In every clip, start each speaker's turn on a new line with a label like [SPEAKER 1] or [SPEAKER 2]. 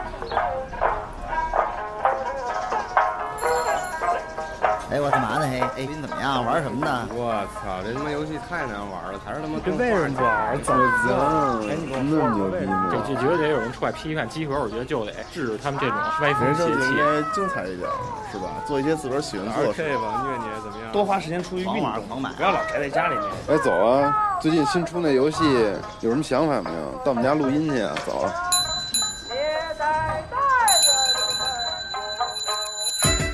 [SPEAKER 1] 哎呢？玩什么呢？
[SPEAKER 2] 我操，这他妈游戏太难玩了，还是他妈
[SPEAKER 3] 这为什么不玩？怎么
[SPEAKER 2] 么
[SPEAKER 3] 哎你给我
[SPEAKER 1] 那么
[SPEAKER 3] 说
[SPEAKER 1] 牛
[SPEAKER 3] 说
[SPEAKER 1] 逼
[SPEAKER 3] 为什么
[SPEAKER 1] 吗
[SPEAKER 4] 就就觉得得有人出来批判集合，我觉得就得制止他们这种歪风
[SPEAKER 1] 人
[SPEAKER 4] 邪
[SPEAKER 1] 生就应
[SPEAKER 4] 气。
[SPEAKER 1] 该精彩一点，是吧？做一些自个儿喜欢做的事。
[SPEAKER 3] ？RK 吧，虐你怎么样？
[SPEAKER 5] 多花时间出去运
[SPEAKER 1] 狂玩狂
[SPEAKER 5] 动
[SPEAKER 1] 买，
[SPEAKER 5] 不要老宅在家里面。
[SPEAKER 6] 哎，走啊！最近新出那游戏有什么想法没有？到我们家录音去啊！走啊！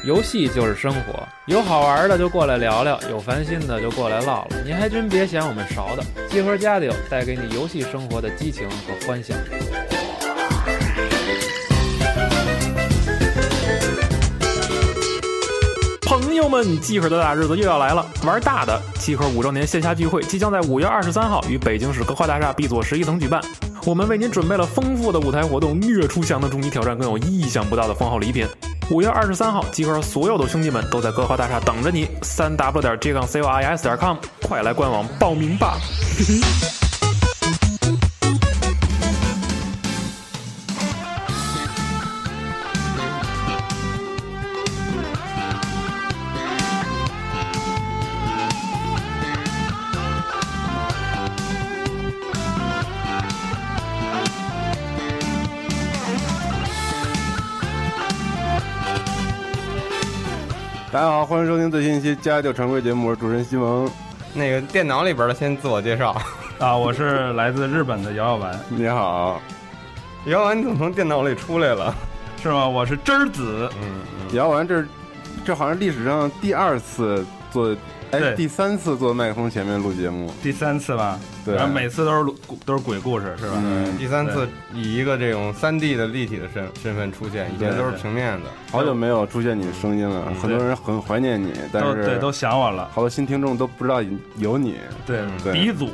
[SPEAKER 7] 游戏就是生活，有好玩的就过来聊聊，有烦心的就过来唠唠。您还真别嫌我们勺的，集合家里有带给你游戏生活的激情和欢笑。
[SPEAKER 8] 朋友们，集合的大日子又要来了！玩大的，集合五周年线下聚会即将在五月二十三号于北京市格华大厦 B 座十一层举办。我们为您准备了丰富的舞台活动，虐出翔的终极挑战，更有意想不到的丰厚礼品。五月二十三号，集合所有的兄弟们都在格华大厦等着你。三 w 点 g 杠 c o i s 点 com，快来官网报名吧！
[SPEAKER 6] 大家好，欢迎收听最新一期《家就常规》节目，我是主持人西蒙。
[SPEAKER 2] 那个电脑里边的先自我介绍。
[SPEAKER 3] 啊，我是来自日本的姚耀文，
[SPEAKER 6] 你好，
[SPEAKER 2] 姚完，你怎么从电脑里出来了？
[SPEAKER 3] 是吗？我是真儿子，
[SPEAKER 6] 姚完这这好像历史上第二次坐，哎，
[SPEAKER 3] 对
[SPEAKER 6] 第三次坐麦克风前面录节目。
[SPEAKER 3] 第三次吧。
[SPEAKER 6] 对
[SPEAKER 3] 然后每次都是录都是鬼故事，是吧？
[SPEAKER 6] 嗯，
[SPEAKER 2] 第三次以一个这种三 D 的立体的身身份出现，以前都是平面的。
[SPEAKER 6] 好久没有出现你的声音了，很多人很怀念你，但
[SPEAKER 3] 都对
[SPEAKER 6] 是
[SPEAKER 3] 都想我了，
[SPEAKER 6] 好多新听众都不知道有你。
[SPEAKER 3] 对
[SPEAKER 6] 对
[SPEAKER 3] 鼻祖，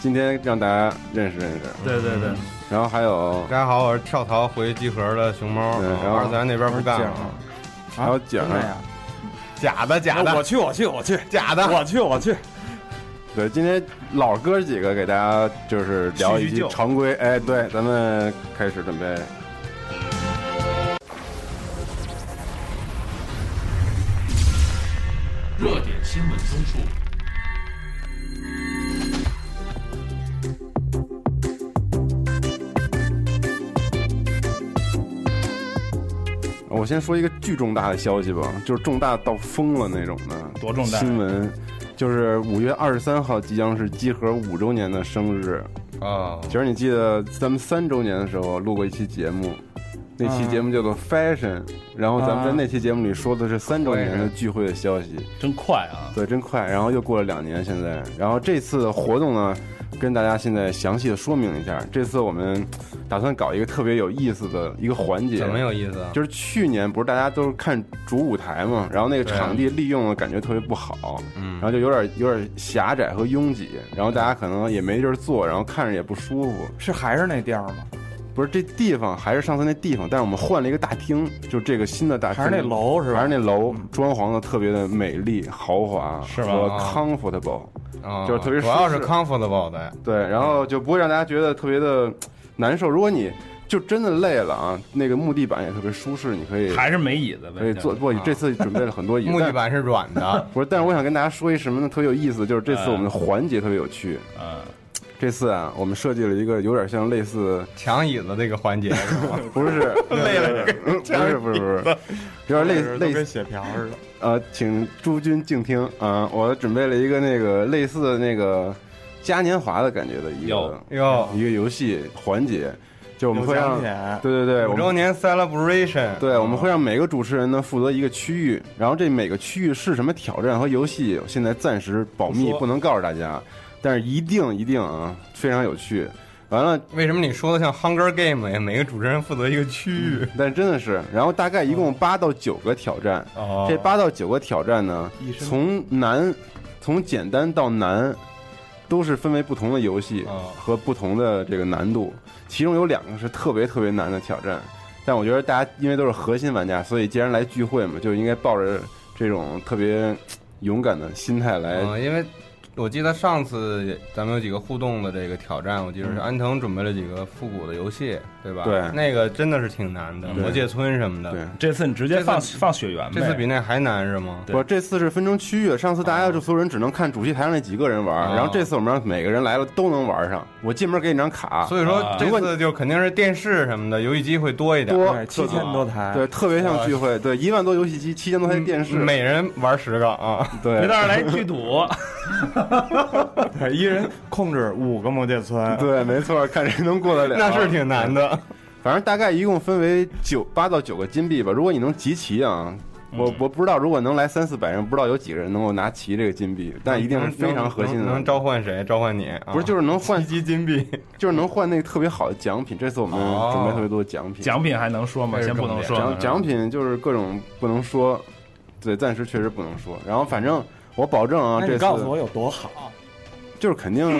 [SPEAKER 6] 今天让大家认识认识，
[SPEAKER 3] 对对对，
[SPEAKER 6] 然后还有
[SPEAKER 2] 大家好，我是跳槽回集合的熊猫，
[SPEAKER 6] 对然后
[SPEAKER 2] 二次元那边不干
[SPEAKER 3] 啊
[SPEAKER 2] 了，
[SPEAKER 6] 啊还有景儿，啊
[SPEAKER 2] 假的假的，
[SPEAKER 3] 我去我去我去，
[SPEAKER 2] 假的，
[SPEAKER 3] 我去我去，
[SPEAKER 6] 对，今天老哥几个给大家就是聊一
[SPEAKER 3] 叙叙
[SPEAKER 6] 期
[SPEAKER 3] 旧
[SPEAKER 6] 常规，哎，对，咱们开始准备。
[SPEAKER 9] 热点新闻综述。
[SPEAKER 6] 我先说一个巨重大的消息吧，就是重大到疯了那种的，
[SPEAKER 3] 多重大
[SPEAKER 6] 新闻，就是五月二十三号即将是集合五周年的生日。
[SPEAKER 3] 哦
[SPEAKER 2] 啊，
[SPEAKER 6] 其实你记得咱们三周年的时候录过一期节目，那
[SPEAKER 3] 嗯
[SPEAKER 6] 期节目叫做 Fashion，、然后咱们在
[SPEAKER 3] 啊
[SPEAKER 6] 那期节目里说的是三周年的聚会的消息。
[SPEAKER 3] 真快啊！
[SPEAKER 6] 对，真快。然后又过了两年，现在，然后这次活动呢，跟大家现在详细的说明一下，这次我们打算搞一个特别有意思的一个环节。
[SPEAKER 2] 怎么有意思啊？
[SPEAKER 6] 就是去年不是大家都是看主舞台嘛，然后那个场地利用的感觉特别不好，
[SPEAKER 2] 嗯
[SPEAKER 6] 然后就有点有点狭窄和拥挤，然后大家可能也没地儿坐，然后看着也不舒服。
[SPEAKER 5] 是还是那调吗？
[SPEAKER 6] 不是这地方还是上次那地方，但是我们换了一个大厅，就这个新的大厅
[SPEAKER 5] 还是那楼是吧嗯
[SPEAKER 6] 还是那楼装潢的特别的美丽豪华，
[SPEAKER 3] 是吧
[SPEAKER 6] 和
[SPEAKER 2] 啊
[SPEAKER 6] comfortable，
[SPEAKER 2] 啊
[SPEAKER 6] 就是特别
[SPEAKER 2] 主要是
[SPEAKER 6] 舒适
[SPEAKER 2] comfortable 的，
[SPEAKER 6] 对，然后就不会让大家觉得特别的难受。如果你就真的累了啊，那个木地板也特别舒适，你可以
[SPEAKER 3] 还是没椅子呗，
[SPEAKER 6] 可以坐。不，
[SPEAKER 2] 啊
[SPEAKER 6] 这次准备了 很多椅子。
[SPEAKER 2] 木地
[SPEAKER 6] 但
[SPEAKER 2] 板是软
[SPEAKER 6] ，
[SPEAKER 2] 的
[SPEAKER 6] 不是，但是我想跟大家说一什么呢？特别有意思，就是这次
[SPEAKER 3] 嗯
[SPEAKER 6] 我
[SPEAKER 2] 哎
[SPEAKER 6] 们的环节特别有趣。
[SPEAKER 3] 嗯，
[SPEAKER 6] 这次啊，我们设计了一个有点像类 似，
[SPEAKER 2] 抢椅子这个环节，
[SPEAKER 6] 不是 累了，不是不是不是，有点类类似
[SPEAKER 2] 血瓢似的。
[SPEAKER 6] 呃，请诸君静听啊，我准备了一个那个类似的那个嘉年华的感觉的一个
[SPEAKER 3] 有
[SPEAKER 2] 哟，
[SPEAKER 6] 一个游戏环节，就我们会让
[SPEAKER 5] 有奖品
[SPEAKER 6] 对对对，
[SPEAKER 2] 五
[SPEAKER 6] 我们
[SPEAKER 2] 周年 celebration，
[SPEAKER 6] 对，我们会让每个主持人呢负责一个区域，然后这每个区域是什么挑战和游戏，现在暂时保密，不能告诉大家，但是一定一定啊，非常有趣。完了，
[SPEAKER 2] 为什么你说的像 Hunger Game 呀？每个主持人负责一个区域，
[SPEAKER 6] 但是真的是，然后大概一共八到九个挑战，
[SPEAKER 2] 哦
[SPEAKER 6] 这八到九个挑战呢，从难，从简单到难，都是分为不同的游戏
[SPEAKER 2] 哦
[SPEAKER 6] 和不同的这个难度，其中有两个是特别特别难的挑战，但我觉得大家因为都是核心玩家，所以既然来聚会嘛，就应该抱着这种特别勇敢的心态来
[SPEAKER 2] 嗯，因为我记得上次也咱们有几个互动的这个挑战，我记得是安藤准备了几个复古的游戏，对吧？
[SPEAKER 6] 嗯对
[SPEAKER 2] 那个真的是挺难的，魔界村什么的。
[SPEAKER 6] 对，
[SPEAKER 3] 这次你直接放
[SPEAKER 2] 这次
[SPEAKER 3] 放血缘呗，
[SPEAKER 2] 这次比那还难是吗？
[SPEAKER 3] 对
[SPEAKER 6] 不，这次是分成区域，上次大家就所有人只能看主席台上那几个人玩，
[SPEAKER 2] 哦
[SPEAKER 6] 然后这次我们让每个人来了都能玩上。我进门给你张卡，
[SPEAKER 2] 所以说
[SPEAKER 3] 啊
[SPEAKER 2] 这次就肯定是电视什么的，游戏机会多一点，
[SPEAKER 6] 多
[SPEAKER 5] 对，七千多台，
[SPEAKER 6] 对，特别像聚会，对，一万多游戏机，七千多台电视，
[SPEAKER 2] 每人玩十个啊。
[SPEAKER 6] 对
[SPEAKER 3] 到时候来剧赌，
[SPEAKER 5] 对，一人控制五个魔界村，
[SPEAKER 6] 对，没错，看谁能过得了。
[SPEAKER 2] 那是挺难的，
[SPEAKER 6] 反正大概一共分为九八到九个金币吧。如果你能集齐啊，
[SPEAKER 2] 嗯
[SPEAKER 6] 我我不知道，如果能来三四百人，不知道有几个人能够拿齐这个金币，但一定是非常核心的。
[SPEAKER 2] 能能召唤谁？召唤你？啊
[SPEAKER 6] 不是就是能换，
[SPEAKER 2] 一金币，
[SPEAKER 6] 就是能换那个特别好的奖品。这次我们
[SPEAKER 2] 哦啊
[SPEAKER 6] 准备特别多的奖品，
[SPEAKER 3] 奖品还能说吗？
[SPEAKER 2] 这是
[SPEAKER 3] 先不能
[SPEAKER 2] 重点
[SPEAKER 3] 说
[SPEAKER 6] 奖奖品就是各种不能说，对，暂时确实不能说。然后反正我保证啊，
[SPEAKER 5] 那
[SPEAKER 6] 这
[SPEAKER 5] 你
[SPEAKER 6] 次
[SPEAKER 5] 告诉我有多好，
[SPEAKER 6] 就是肯 定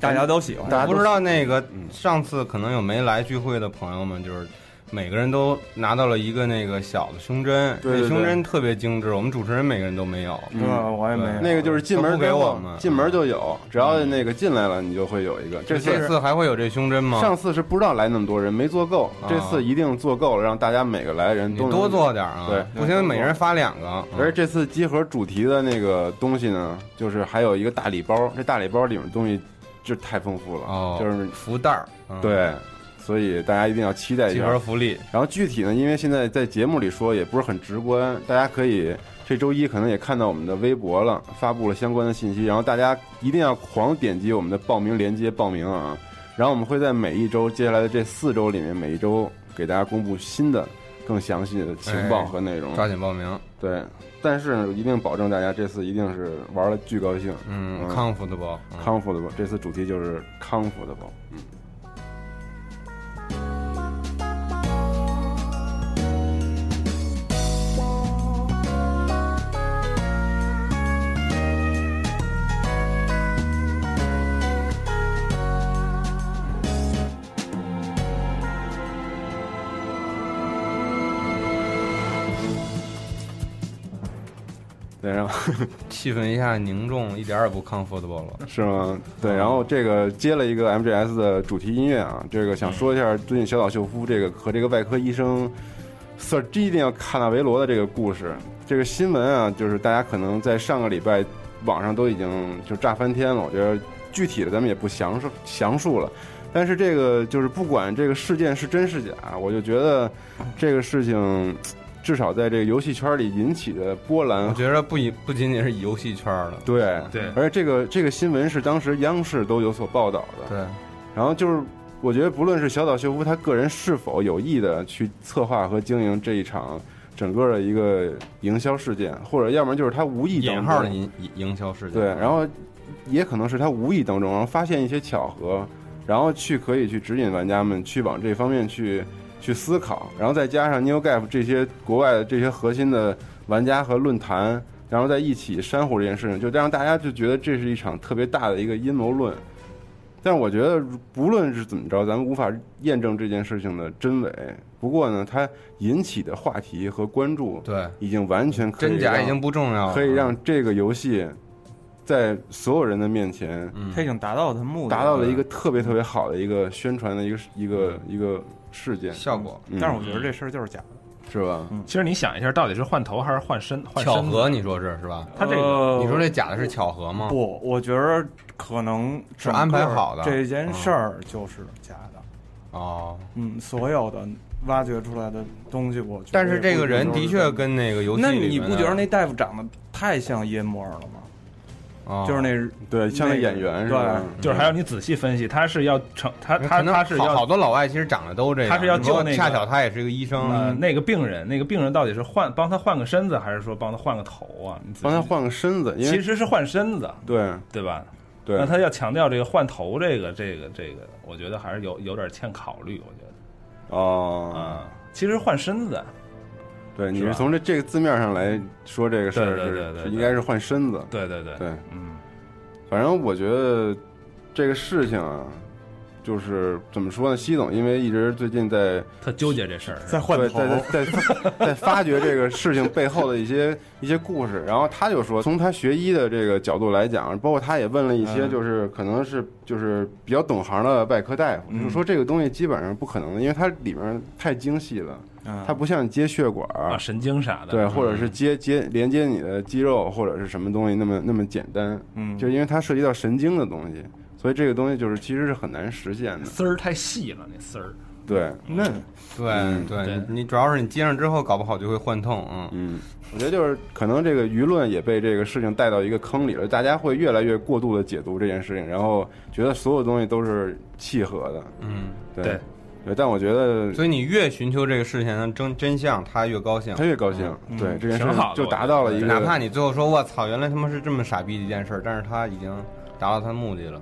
[SPEAKER 5] 大家都喜欢。
[SPEAKER 6] 大家
[SPEAKER 2] 不
[SPEAKER 6] 都
[SPEAKER 2] 知道那个上次可能有没来聚会的朋友们，就是每个人都拿到了一个那个小的胸针，
[SPEAKER 6] 对对对
[SPEAKER 2] 那
[SPEAKER 6] 嗯
[SPEAKER 2] 胸针特别精致，我们主持人每个人都没有。
[SPEAKER 5] 对，嗯我也没有
[SPEAKER 6] 那个就是进门
[SPEAKER 2] 都不给我
[SPEAKER 6] 之后
[SPEAKER 2] 们嗯
[SPEAKER 6] 进门就有，只要那个进来了，你就会有一个。
[SPEAKER 2] 这
[SPEAKER 6] 这次
[SPEAKER 2] 这次还会有这胸针吗？
[SPEAKER 6] 上次是不知道来那么多人，没做够，
[SPEAKER 2] 嗯啊
[SPEAKER 6] 这次一定做够了，让大家每个来的人
[SPEAKER 2] 你
[SPEAKER 6] 都能
[SPEAKER 2] 多。做点啊，
[SPEAKER 6] 对
[SPEAKER 2] 不行每人发两个。
[SPEAKER 6] 而且
[SPEAKER 2] 嗯
[SPEAKER 6] 这次集合主题的那个东西呢，就是还有一个大礼包，这大礼包里面东西就太丰富了，
[SPEAKER 2] 哦，
[SPEAKER 6] 就是
[SPEAKER 2] 福袋儿，嗯，
[SPEAKER 6] 对，所以大家一定要期待一
[SPEAKER 2] 集
[SPEAKER 6] 下
[SPEAKER 2] 合。福利，
[SPEAKER 6] 然后具体呢，因为现在在节目里说也不是很直观，大家可以这周一可能也看到我们的微博了，发布了相关的信息，然后大家一定要狂点击我们的报名链接报名啊！然后我们会在每一周接下来的这四周里面，每一周给大家公布新的、更详细的情报和内容。
[SPEAKER 2] 抓紧报名。
[SPEAKER 6] 对，但是呢，一定保证大家这次一定是玩了巨高兴，
[SPEAKER 2] 嗯
[SPEAKER 6] 嗯，
[SPEAKER 2] 康复的包，嗯
[SPEAKER 6] 康复的吧，这次主题就是嗯康复的吧。对，然后
[SPEAKER 2] 气氛一下凝重，一点儿也不康复的包了。
[SPEAKER 6] 是吗？对，然后这个接了一个 MGS 的主题音乐啊，这个想说一下最近小岛秀夫这个和这个外科医生 Sir g i d i a 卡纳维罗的这个故事，这个新闻啊，就是大家可能在上个礼拜网上都已经就炸翻天了，我觉得具体的咱们也不详述详述了。但是这个就是不管这个事件是真是假，我就觉得这个事情至少在这个游戏圈里引起的波澜
[SPEAKER 2] 我觉得不仅不仅仅是游戏圈儿的，
[SPEAKER 6] 对
[SPEAKER 3] 对
[SPEAKER 6] 而且这个这个新闻是当时央视都有所报道的。
[SPEAKER 2] 对，
[SPEAKER 6] 然后就是，我觉得不论是小岛秀夫他个人是否有意的去策划和经营这一场整个的一个营销事件，或者要不然就是他无意
[SPEAKER 2] 引
[SPEAKER 6] 当中
[SPEAKER 2] 号的营营营销事件。
[SPEAKER 6] 对，然后也可能是他无意当中然后发现一些巧合，然后去可以去指引玩家们去往这方面去去思考，然后再加上 NeoGAF 这些国外的这些核心的玩家和论坛，然后在一起煽乎这件事情，就让大家就觉得这是一场特别大的一个阴谋论。但我觉得，如不论是怎么着，咱们无法验证这件事情的真伪。不过呢，它引起的话题和关注，
[SPEAKER 2] 对，
[SPEAKER 6] 已经完全可以
[SPEAKER 2] 真假
[SPEAKER 6] 让
[SPEAKER 2] 已经不重
[SPEAKER 3] 啊
[SPEAKER 2] 要了，
[SPEAKER 6] 可以让这个游戏在所有人的面前
[SPEAKER 2] 嗯
[SPEAKER 5] 他已经达到他的目的，
[SPEAKER 6] 达到了一
[SPEAKER 3] 嗯
[SPEAKER 6] 个特别特别好的一个宣传的一个一个一个事件，
[SPEAKER 2] 效果。
[SPEAKER 6] 嗯
[SPEAKER 5] 但是我觉得这事儿就是假的。
[SPEAKER 6] 是吧？
[SPEAKER 3] 其实你想一下，到底是换头还是换身？换身
[SPEAKER 2] 巧
[SPEAKER 3] 子
[SPEAKER 2] 合，你说是是吧？
[SPEAKER 3] 他这个
[SPEAKER 5] 呃
[SPEAKER 2] 你说这假的是巧合
[SPEAKER 6] 嗯
[SPEAKER 2] 吗？
[SPEAKER 5] 不，我觉得可能
[SPEAKER 2] 是安排好的
[SPEAKER 5] 整个这
[SPEAKER 6] 嗯
[SPEAKER 5] 件事儿就是假的。
[SPEAKER 2] 哦，
[SPEAKER 5] 嗯，所有的挖掘出来的东西，我觉得
[SPEAKER 2] 但是这个人
[SPEAKER 5] 也不
[SPEAKER 2] 的
[SPEAKER 5] 一定都
[SPEAKER 2] 确
[SPEAKER 5] 是
[SPEAKER 2] 跟那个游戏
[SPEAKER 5] 真的。那
[SPEAKER 2] 里
[SPEAKER 5] 你
[SPEAKER 2] 面
[SPEAKER 5] 不觉得
[SPEAKER 2] 的
[SPEAKER 5] 那大夫长得太像耶摩尔了吗？
[SPEAKER 2] 哦
[SPEAKER 5] 就是那
[SPEAKER 6] 对，像那演员是吧？
[SPEAKER 3] 就是还要你仔细分析，他是要成他他
[SPEAKER 2] 嗯可能
[SPEAKER 3] 他是
[SPEAKER 2] 好好
[SPEAKER 3] 要
[SPEAKER 2] 多老外其实长得都这样，
[SPEAKER 3] 他是要
[SPEAKER 2] 只不过
[SPEAKER 3] 救那个
[SPEAKER 2] 恰巧他也是个医
[SPEAKER 3] 嗯
[SPEAKER 2] 生，
[SPEAKER 3] 那个病人，那个病人到底是换帮他换个身子，还是说帮他换个头啊？你仔细
[SPEAKER 6] 帮他换个身子，因
[SPEAKER 3] 其
[SPEAKER 6] 为
[SPEAKER 3] 实是换身子，
[SPEAKER 6] 对
[SPEAKER 3] 对吧？那
[SPEAKER 6] 对，
[SPEAKER 3] 他要强调这个换头，这个这个这个，我觉得还是有有点欠考虑，我觉得
[SPEAKER 6] 哦，
[SPEAKER 3] 啊。其实换身子，
[SPEAKER 6] 对，你
[SPEAKER 3] 是
[SPEAKER 6] 是
[SPEAKER 3] 吧
[SPEAKER 6] 从这这个字面上来说这个事儿
[SPEAKER 3] 对对对
[SPEAKER 6] 是
[SPEAKER 3] 对
[SPEAKER 6] 是
[SPEAKER 3] 对
[SPEAKER 6] 应该是换身子，
[SPEAKER 3] 对对对，
[SPEAKER 6] 对，
[SPEAKER 3] 嗯，
[SPEAKER 6] 反正我觉得这个事情啊，就是怎么说呢？西总因为一直最近在
[SPEAKER 3] 特纠结这事儿是吧，
[SPEAKER 5] 再换
[SPEAKER 6] 对
[SPEAKER 5] 头，
[SPEAKER 6] 在在在在发掘这个事情背后的一些一些故事。然后他就说，从他学医的这个角度来讲，包括他也问了一
[SPEAKER 3] 嗯
[SPEAKER 6] 些，就是可能是就是比较懂行的外科大夫，
[SPEAKER 5] 嗯
[SPEAKER 6] 就说这个东西基本上不可能的，因为它里面太精细了，
[SPEAKER 5] 嗯
[SPEAKER 6] 它不像你接血管儿，
[SPEAKER 3] 啊，神经啥的，嗯
[SPEAKER 6] 对，或者是接接连接你的肌肉或者是什么东西那么那么简单，
[SPEAKER 5] 嗯
[SPEAKER 6] 就因为它涉及到神经的东西，所以这个东西就是其实是很难实现的。
[SPEAKER 3] 丝儿太细了，那丝儿。
[SPEAKER 6] 对，
[SPEAKER 5] 那
[SPEAKER 2] 对对
[SPEAKER 3] 对，
[SPEAKER 2] 你主要是你接上之后，搞不好就会幻痛，嗯，
[SPEAKER 6] 嗯，我觉得就是可能这个舆论也被这个事情带到一个坑里了，大家会越来越过度的解读这件事情，然后觉得所有东西都是契合的。
[SPEAKER 2] 嗯，
[SPEAKER 6] 对，
[SPEAKER 3] 对
[SPEAKER 6] 对但我觉得
[SPEAKER 2] 所以你越寻求这个事情的真真相，他越高兴
[SPEAKER 6] 他。越高兴，
[SPEAKER 5] 嗯
[SPEAKER 6] 对这件事
[SPEAKER 3] 挺好的
[SPEAKER 6] 就达到了一个，
[SPEAKER 2] 哪怕你最后说“我操，原来他妈是这么傻逼的一件事儿”，但是他已经达到他的目的了。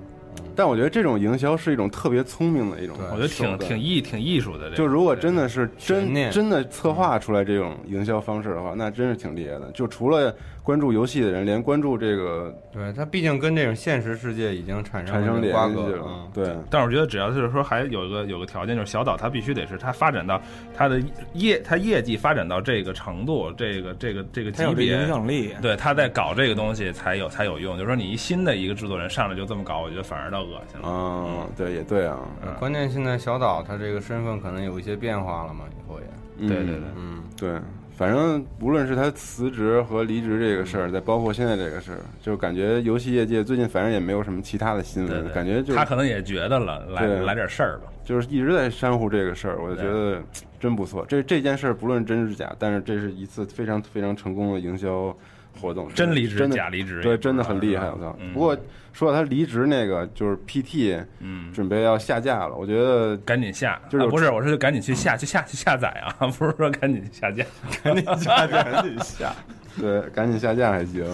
[SPEAKER 6] 但我觉得这种营销是一种特别聪明的一种
[SPEAKER 2] 对
[SPEAKER 3] 我觉得挺
[SPEAKER 6] 手段
[SPEAKER 3] 挺艺挺艺术的这个。
[SPEAKER 6] 就如果真的是
[SPEAKER 2] 悬
[SPEAKER 6] 真
[SPEAKER 2] 念
[SPEAKER 6] 真的策划出来这种营销方式的话，那真是挺厉害的。就除了关注游戏的人，连关注这个
[SPEAKER 2] 对他，毕竟跟这种现实世界已经产生
[SPEAKER 6] 产生
[SPEAKER 2] 瓜
[SPEAKER 6] 联系
[SPEAKER 2] 葛
[SPEAKER 6] 了
[SPEAKER 2] 嗯，
[SPEAKER 6] 对，
[SPEAKER 3] 但是我觉得只要就是说还有一个有个条件，就是小岛它必须得是它发展到它的业它业绩发展到这个程度，这个这个这个
[SPEAKER 5] 他
[SPEAKER 3] 级
[SPEAKER 5] 有这
[SPEAKER 3] 别
[SPEAKER 5] 影，响力，
[SPEAKER 3] 对他在搞这个东西才有才有用。就是说你一新的一个制作人上来就这么搞，我觉得反而倒恶心了。
[SPEAKER 6] 啊，对，也对啊，
[SPEAKER 3] 嗯
[SPEAKER 2] 关键现在小岛他这个身份可能有一些变化了嘛，以后也，
[SPEAKER 6] 对
[SPEAKER 3] 对对对
[SPEAKER 2] 嗯，
[SPEAKER 6] 对，反正无论是他辞职和离职这个事儿，再包括现在这个事儿，就感觉游戏业界最近反正也没有什么其他的新
[SPEAKER 3] 对
[SPEAKER 6] 闻，
[SPEAKER 3] 对
[SPEAKER 6] 感觉就
[SPEAKER 3] 他可能也觉得了，来
[SPEAKER 6] 对
[SPEAKER 3] 来点事儿吧。
[SPEAKER 6] 就是一直在煽乎这个事儿，我就觉得真不错。这这件事儿不论真是假，但是这是一次非常非常成功的营销活动，
[SPEAKER 3] 真离职
[SPEAKER 6] 真的
[SPEAKER 3] 假离职，
[SPEAKER 6] 对，真的很厉害，我操！
[SPEAKER 3] 嗯
[SPEAKER 6] 不过说到他离职那个，就是 PT
[SPEAKER 3] 嗯，
[SPEAKER 6] 准备要下架了，我觉得
[SPEAKER 3] 赶紧下，
[SPEAKER 6] 就是
[SPEAKER 3] 啊不是我说赶紧去下去下去下载啊， 不是说赶紧去下架。
[SPEAKER 6] 对，赶紧下架还行。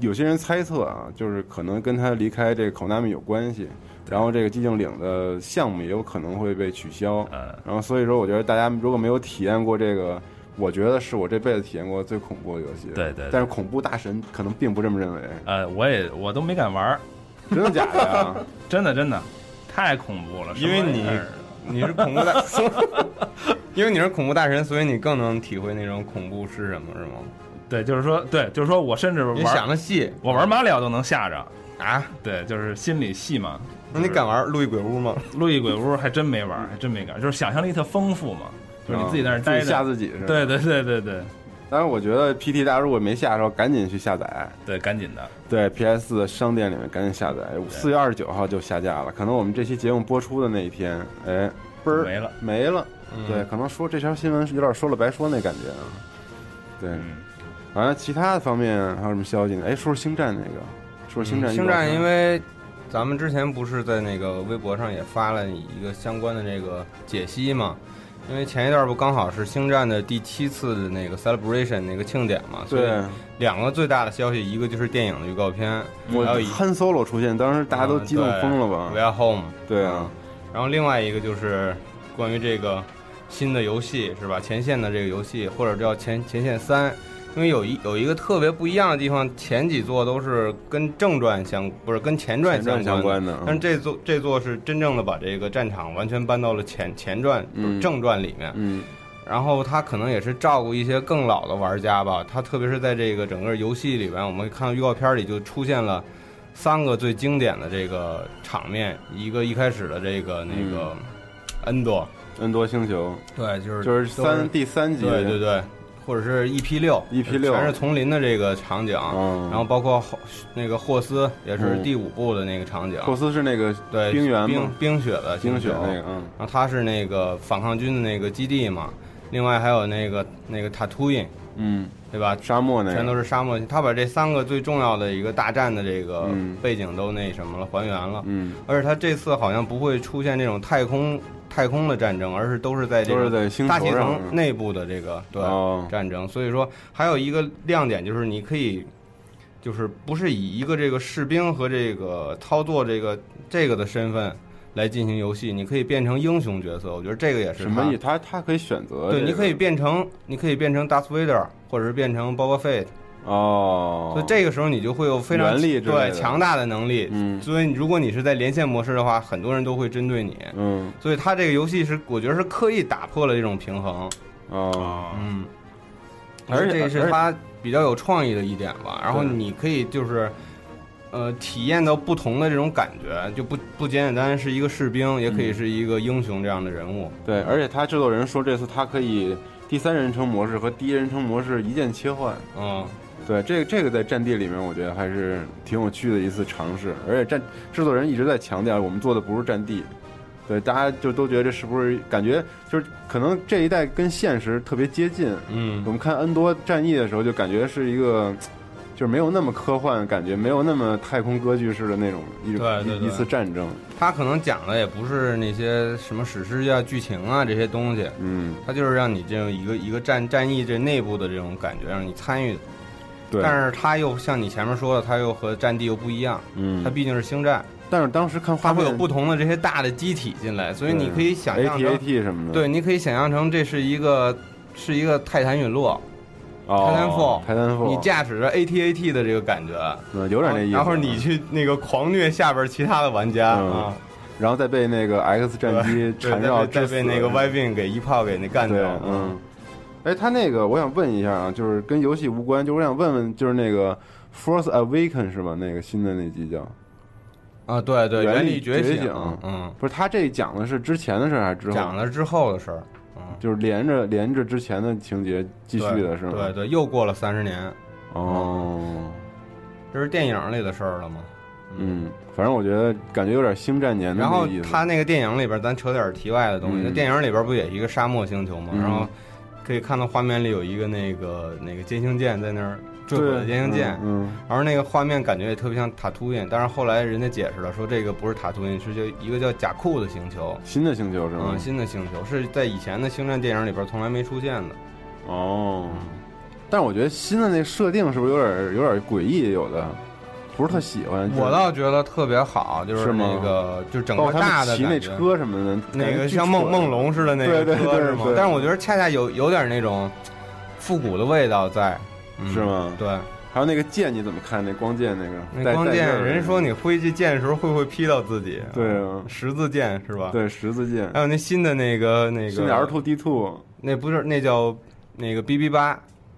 [SPEAKER 6] 有些人猜测啊，就是可能跟他离开这个口纳米有关系，然后这个寂静岭的项目也有可能会被取消。
[SPEAKER 3] 嗯
[SPEAKER 6] 然后所以说，我觉得大家如果没有体验过这个，我觉得是我这辈子体验过最恐怖的游戏。
[SPEAKER 3] 对对对
[SPEAKER 6] 但是恐怖大神可能并不这么认为，
[SPEAKER 3] 呃，我也我都没敢玩儿，
[SPEAKER 6] 真的假的呀？
[SPEAKER 3] 真的真的太恐怖了，
[SPEAKER 2] 因为
[SPEAKER 3] 什么
[SPEAKER 2] 你
[SPEAKER 3] 玩意儿
[SPEAKER 2] 你是恐怖大，因为你是恐怖大神，所以你更能体会那种恐怖是什么，是吗？
[SPEAKER 3] 对，就是说对，就是说我甚至
[SPEAKER 2] 你
[SPEAKER 3] 玩
[SPEAKER 2] 想的细
[SPEAKER 3] 我玩马里奥都能吓着，
[SPEAKER 2] 啊？
[SPEAKER 3] 对，就是心里戏嘛。
[SPEAKER 2] 那你敢玩《路易鬼屋》吗？
[SPEAKER 3] 《路易鬼屋》还真没玩，还真没敢，就是想象力特丰富嘛， 就是你自己在那儿待
[SPEAKER 6] 啊哦自己吓
[SPEAKER 3] 着。
[SPEAKER 6] 自己是吧？
[SPEAKER 3] 对对对对对
[SPEAKER 6] 但是我觉得 PT 大家如果没下的时候，赶紧去下载。
[SPEAKER 3] 对，赶紧的，
[SPEAKER 6] 对 PS 的商店里面赶紧下载，四月二十九号就下架了。可能我们这期节目播出的那一天，哎，嘣儿
[SPEAKER 3] 没了。
[SPEAKER 6] 没了。
[SPEAKER 2] 嗯
[SPEAKER 6] 对，可能说这条新闻是有点说了白说那感觉啊。对，
[SPEAKER 3] 嗯，
[SPEAKER 6] 完了其他的方面还有什么消息呢？哎，说说星战那个，说说星战、
[SPEAKER 2] 星嗯战，因为咱们之前不是在那个微博上也发了一个相关的这个解析嘛？因为前一段不刚好是星战的第七次的那个 celebration 那个庆典嘛？所以
[SPEAKER 6] 对，
[SPEAKER 2] 两个最大的消息，一个就是电影的预告片，
[SPEAKER 6] 我
[SPEAKER 2] 还有一嗯
[SPEAKER 6] Han Solo 出现，当时大家都激动疯了吧？
[SPEAKER 2] We Are Home。
[SPEAKER 6] 对啊，
[SPEAKER 2] 然后另外一个就是关于这个新的游戏是吧？前线的这个游戏，或者叫前前线三，因为有一有一个特别不一样的地方，前几座都是跟正传相，不是跟前传
[SPEAKER 6] 星战相
[SPEAKER 2] 关的。
[SPEAKER 6] 关的，
[SPEAKER 2] 但是这座这座是真正的把这个战场完全搬到了前前传、
[SPEAKER 6] 嗯
[SPEAKER 2] 正传里面，
[SPEAKER 6] 嗯
[SPEAKER 2] 然后他可能也是照顾一些更老的玩家吧。他特别是在这个整个游戏里边，我们看到预告片里就出现了三个最经典的这个场面，一个一开始的这个那个恩多，
[SPEAKER 6] 恩多星球
[SPEAKER 2] 对，就是
[SPEAKER 6] 嗯就是
[SPEAKER 2] 都
[SPEAKER 6] 三第三集，，E
[SPEAKER 2] 对对对，或者是 EP 六
[SPEAKER 6] EP6
[SPEAKER 2] 全是丛林的这个场景。
[SPEAKER 6] 嗯，
[SPEAKER 2] 然后包括后那个霍斯也是
[SPEAKER 6] 嗯
[SPEAKER 2] 第五部的那个场景，
[SPEAKER 6] 霍斯是那个
[SPEAKER 2] 对
[SPEAKER 6] 冰原
[SPEAKER 2] 冰
[SPEAKER 6] 吗？
[SPEAKER 2] 冰雪的
[SPEAKER 6] 冰雪
[SPEAKER 2] 球
[SPEAKER 6] 那个，嗯。
[SPEAKER 2] 然后他是那个反抗军的那个基地嘛，另外还有那个那个塔图因，
[SPEAKER 6] 嗯，
[SPEAKER 2] 对吧？
[SPEAKER 6] 沙漠那个
[SPEAKER 2] 全都是沙漠，他把这三个最重要的一个大战的这个
[SPEAKER 6] 嗯
[SPEAKER 2] 背景都那什么了，还原了。
[SPEAKER 6] 嗯，
[SPEAKER 2] 而且他这次好像不会出现这种太空太空的战争，而是都是在这
[SPEAKER 6] 都是
[SPEAKER 2] 个
[SPEAKER 6] 在星
[SPEAKER 2] 大
[SPEAKER 6] 球
[SPEAKER 2] 气
[SPEAKER 6] 上
[SPEAKER 2] 层内部的这个对
[SPEAKER 6] 哦
[SPEAKER 2] 战争。所以说，还有一个亮点就是你可以。就是不是以一个这个士兵和这个操作这个这个的身份来进行游戏，你可以变成英雄角色，我觉得这个也是
[SPEAKER 6] 什么
[SPEAKER 2] 它
[SPEAKER 6] 意？他他可以选择这个，
[SPEAKER 2] 对，你可以变成，你可以变成 Darth Vader，或者是变成 Boba Fett，
[SPEAKER 6] 哦，
[SPEAKER 2] 所以这个时候你就会有非常
[SPEAKER 6] 原力之类的
[SPEAKER 2] 对强大的能力。
[SPEAKER 6] 嗯
[SPEAKER 2] 所以如果你是在连线模式的话，很多人都会针对你。
[SPEAKER 6] 嗯
[SPEAKER 2] 所以它这个游戏是我觉得是刻意打破了这种平衡。
[SPEAKER 6] 哦，
[SPEAKER 2] 嗯，
[SPEAKER 6] 而且
[SPEAKER 2] 这是它比较有创意的一点吧。然后
[SPEAKER 6] 对
[SPEAKER 2] 你可以就是，呃，体验到不同的这种感觉，就不不简简单单是一个士兵，也可
[SPEAKER 6] 嗯
[SPEAKER 2] 以是一个英雄这样的人物。
[SPEAKER 6] 对，而且他制作人说这次他可以第三人称模式和第一人称模式一键切换。
[SPEAKER 2] 嗯，
[SPEAKER 6] 对，这个这个在战地里面，我觉得还是挺有趣的一次尝试。而且战制作人一直在强调，我们做的不是战地。对，大家就都觉得这是不是感觉就是可能这一代跟现实特别接近。
[SPEAKER 2] 嗯
[SPEAKER 6] 我们看恩多战役的时候，就感觉是一个，就是没有那么科幻，感觉没有那么太空歌剧式的那种一种
[SPEAKER 2] 对对
[SPEAKER 6] 一
[SPEAKER 2] 对
[SPEAKER 6] 一次战争。
[SPEAKER 2] 它可能讲的也不是那些什么史诗啊、剧情啊这些东西，
[SPEAKER 6] 嗯，
[SPEAKER 2] 它就是让你这种一个一个战战役这内部的这种感觉，让你参与。
[SPEAKER 6] 对。
[SPEAKER 2] 但是它又像你前面说的，它又和战地又不一样，
[SPEAKER 6] 嗯
[SPEAKER 2] 它，毕竟是星战，
[SPEAKER 6] 但是当时看画
[SPEAKER 2] 它会
[SPEAKER 6] 面
[SPEAKER 2] 有不同的这些大的机体进来，所以你可以想象
[SPEAKER 6] AT
[SPEAKER 2] 成，
[SPEAKER 6] AT 什么的。
[SPEAKER 2] 对，你可以想象成这是一个是一个泰坦陨落，
[SPEAKER 6] 哦
[SPEAKER 2] Titanfall
[SPEAKER 6] 泰坦 f
[SPEAKER 2] 你驾驶着 ATAT 的这个感觉，
[SPEAKER 6] 哦嗯有点那意思。
[SPEAKER 2] 然后你去那个狂虐下边其他的玩家
[SPEAKER 6] 嗯
[SPEAKER 2] 啊。
[SPEAKER 6] 然后再被那个 X 战机
[SPEAKER 2] 对，
[SPEAKER 6] 缠绕
[SPEAKER 2] 再被
[SPEAKER 6] 致
[SPEAKER 2] 再被
[SPEAKER 6] 死
[SPEAKER 2] 那个 Y 病给一炮给那干掉
[SPEAKER 6] 对，。嗯。哎，他那个我想问一下啊，就是跟游戏无关，就我想问问，就是那个 Force Awaken 是吧？那个新的那集叫，
[SPEAKER 2] 啊，对对，
[SPEAKER 6] 原
[SPEAKER 2] 原
[SPEAKER 6] 力
[SPEAKER 2] 力
[SPEAKER 6] 觉
[SPEAKER 2] 觉
[SPEAKER 6] 醒
[SPEAKER 2] 嗯，
[SPEAKER 6] 不是他这讲的是之前的事儿还是之后？
[SPEAKER 2] 讲了之后的事儿，嗯，
[SPEAKER 6] 就是连着连着之前的情节继续的是吗？
[SPEAKER 2] 对对，又过了三十年，
[SPEAKER 6] 哦，
[SPEAKER 2] 这是电影里的事儿了吗？
[SPEAKER 6] 嗯，反正我觉得感觉有点星战年的
[SPEAKER 2] 然
[SPEAKER 6] 那
[SPEAKER 2] 后
[SPEAKER 6] 意思。
[SPEAKER 2] 他那个电影里边，咱扯点题外的东西。
[SPEAKER 6] 嗯
[SPEAKER 2] 那电影里边不也一个沙漠星球吗？
[SPEAKER 6] 嗯
[SPEAKER 2] 然后可以看到画面里有一个那个那个歼星舰在那儿坠毁的
[SPEAKER 6] 对
[SPEAKER 2] 歼星舰，
[SPEAKER 6] 嗯
[SPEAKER 2] 然后那个画面感觉也特别像塔图因，但是后来人家解释了，说这个不是塔图因，是叫一个叫贾库的星球，
[SPEAKER 6] 嗯新的星球是吗
[SPEAKER 2] 嗯，？新的星球是在以前的星战电影里边从来没出现的。
[SPEAKER 6] 哦，但是我觉得新的那设定是不是有点有点诡异？有的不是特喜欢。就是
[SPEAKER 2] 我倒觉得特别好，就是是
[SPEAKER 6] 嗯吗
[SPEAKER 2] 那个就整
[SPEAKER 6] 包括
[SPEAKER 2] 个
[SPEAKER 6] 他
[SPEAKER 2] 大
[SPEAKER 6] 们
[SPEAKER 2] 的
[SPEAKER 6] 骑那
[SPEAKER 2] 感觉
[SPEAKER 6] 车什么的，
[SPEAKER 2] 那
[SPEAKER 6] 感觉
[SPEAKER 2] 个
[SPEAKER 6] 巨
[SPEAKER 2] 像梦
[SPEAKER 6] 蠢
[SPEAKER 2] 梦龙似的那个
[SPEAKER 6] 对对
[SPEAKER 2] 车
[SPEAKER 6] 对
[SPEAKER 2] 是吗
[SPEAKER 6] 对？
[SPEAKER 2] 但是我觉得恰恰有有点那种复古的味道在，嗯
[SPEAKER 6] 是？吗？
[SPEAKER 2] 对，
[SPEAKER 6] 还有那个剑你怎么看？那光剑那个
[SPEAKER 2] 那
[SPEAKER 6] 带
[SPEAKER 2] 光
[SPEAKER 6] 带
[SPEAKER 2] 剑
[SPEAKER 6] 刃儿
[SPEAKER 2] 人说你挥这剑的时候会不会劈到自己？嗯
[SPEAKER 6] 对啊
[SPEAKER 2] 十字剑是吧？。
[SPEAKER 6] 对十字剑
[SPEAKER 2] 还，有那新的那个那
[SPEAKER 6] 是那
[SPEAKER 2] 个，
[SPEAKER 6] R two D two，
[SPEAKER 2] 那不是那叫那个 BB 八，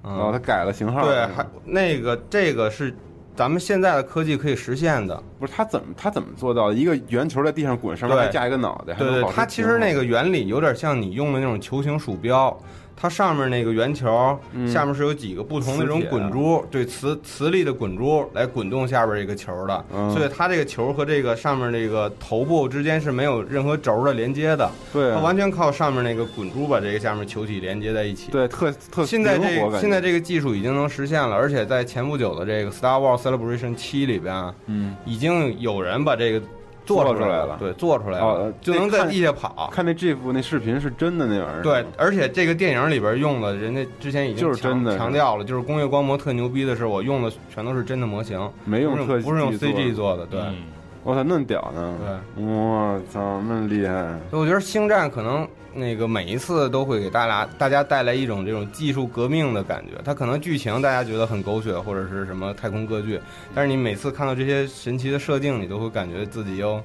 [SPEAKER 6] 然后
[SPEAKER 2] 嗯
[SPEAKER 6] 哦他，改了型号，
[SPEAKER 2] 对，还那个这个是咱们现在的科技可以实现的，
[SPEAKER 6] 不是他怎么他怎么做到的？一个圆球在地上滚，上面
[SPEAKER 2] 对
[SPEAKER 6] 还架一个脑袋，还
[SPEAKER 2] 对
[SPEAKER 6] 能
[SPEAKER 2] 对
[SPEAKER 6] 保，持
[SPEAKER 2] 它其实
[SPEAKER 6] 平衡
[SPEAKER 2] 那个原理有点像你用的那种球形鼠标，它上面那个圆球，
[SPEAKER 6] 嗯
[SPEAKER 2] 下面是有几个不同的这种
[SPEAKER 6] 磁铁啊
[SPEAKER 2] 滚珠，对磁磁力的滚珠来滚动下边这个球的，
[SPEAKER 6] 嗯
[SPEAKER 2] 所以它这个球和这个上面这个头部之间是没有任何轴的连接的，
[SPEAKER 6] 对
[SPEAKER 2] 它
[SPEAKER 6] 啊
[SPEAKER 2] 完全靠上面那个滚珠把这个下面球体连接在一起。
[SPEAKER 6] 对特特
[SPEAKER 2] 现在
[SPEAKER 6] 灵
[SPEAKER 2] 这
[SPEAKER 6] 活
[SPEAKER 2] 个
[SPEAKER 6] 感
[SPEAKER 2] 现在
[SPEAKER 6] 觉
[SPEAKER 2] 这个技术已经能实现了，而且在前不久的这个《Star Wars Celebration 七》里边啊，
[SPEAKER 6] 嗯
[SPEAKER 2] 已经有人把这个做出
[SPEAKER 6] 做出来
[SPEAKER 2] 来
[SPEAKER 6] 了
[SPEAKER 2] 对，做出来了，
[SPEAKER 6] 哦
[SPEAKER 2] 就
[SPEAKER 6] 那
[SPEAKER 2] 能在
[SPEAKER 6] 看
[SPEAKER 2] 地下跑。
[SPEAKER 6] 看那 GIF 那视频是真的那玩意儿，
[SPEAKER 2] 对，而且这个电影里边用的，人家之前已经
[SPEAKER 6] 就是
[SPEAKER 2] 强
[SPEAKER 6] 真的是吧
[SPEAKER 2] 强调了，就是工业光魔特牛逼的是，我用的全都是真的模型，
[SPEAKER 6] 没用
[SPEAKER 2] 不是
[SPEAKER 6] 特
[SPEAKER 2] 不是用
[SPEAKER 6] 技做
[SPEAKER 2] CG 做的。对，
[SPEAKER 3] 嗯
[SPEAKER 6] 我操，那么屌呢！对，我操，那么厉害！
[SPEAKER 2] 所以我觉得星战可能那个每一次都会给大家大家带来一种这种技术革命的感觉。它可能剧情大家觉得很狗血或者是什么太空歌剧，但是你每次看到这些神奇的设定，你都会感觉自己又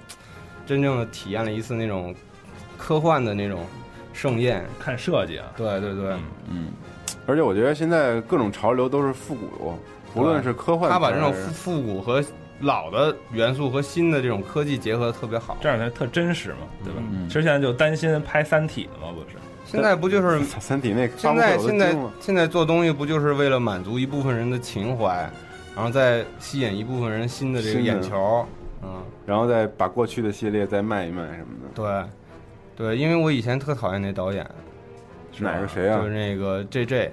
[SPEAKER 2] 真正的体验了一次那种科幻的那种盛宴。
[SPEAKER 3] 看设计啊，
[SPEAKER 2] 对对对。
[SPEAKER 3] 嗯
[SPEAKER 6] 嗯，而且我觉得现在各种潮流都是复古，不论是科幻片
[SPEAKER 2] 他
[SPEAKER 6] 儿，
[SPEAKER 2] 把这种复复古和老的元素和新的这种科技结合的特别好。
[SPEAKER 3] 这样才特真实嘛，对吧？
[SPEAKER 6] 嗯
[SPEAKER 3] 其实现在就担心拍《三体》了嘛，不是？
[SPEAKER 2] 现在不 就是
[SPEAKER 6] 操《三体》那发
[SPEAKER 2] 现
[SPEAKER 6] 布
[SPEAKER 2] 在
[SPEAKER 6] 会我都
[SPEAKER 2] 现在
[SPEAKER 6] 惊了
[SPEAKER 2] 现在做东西不就是为了满足一部分人的情怀，然后再吸引一部分人新的这个
[SPEAKER 6] 新的
[SPEAKER 2] 眼球？嗯，
[SPEAKER 6] 然后再把过去的系列再卖一卖什么的，
[SPEAKER 2] 对，对，因为我以前特讨厌那导演，
[SPEAKER 6] 是哪个谁啊
[SPEAKER 2] 就是？那个 J J，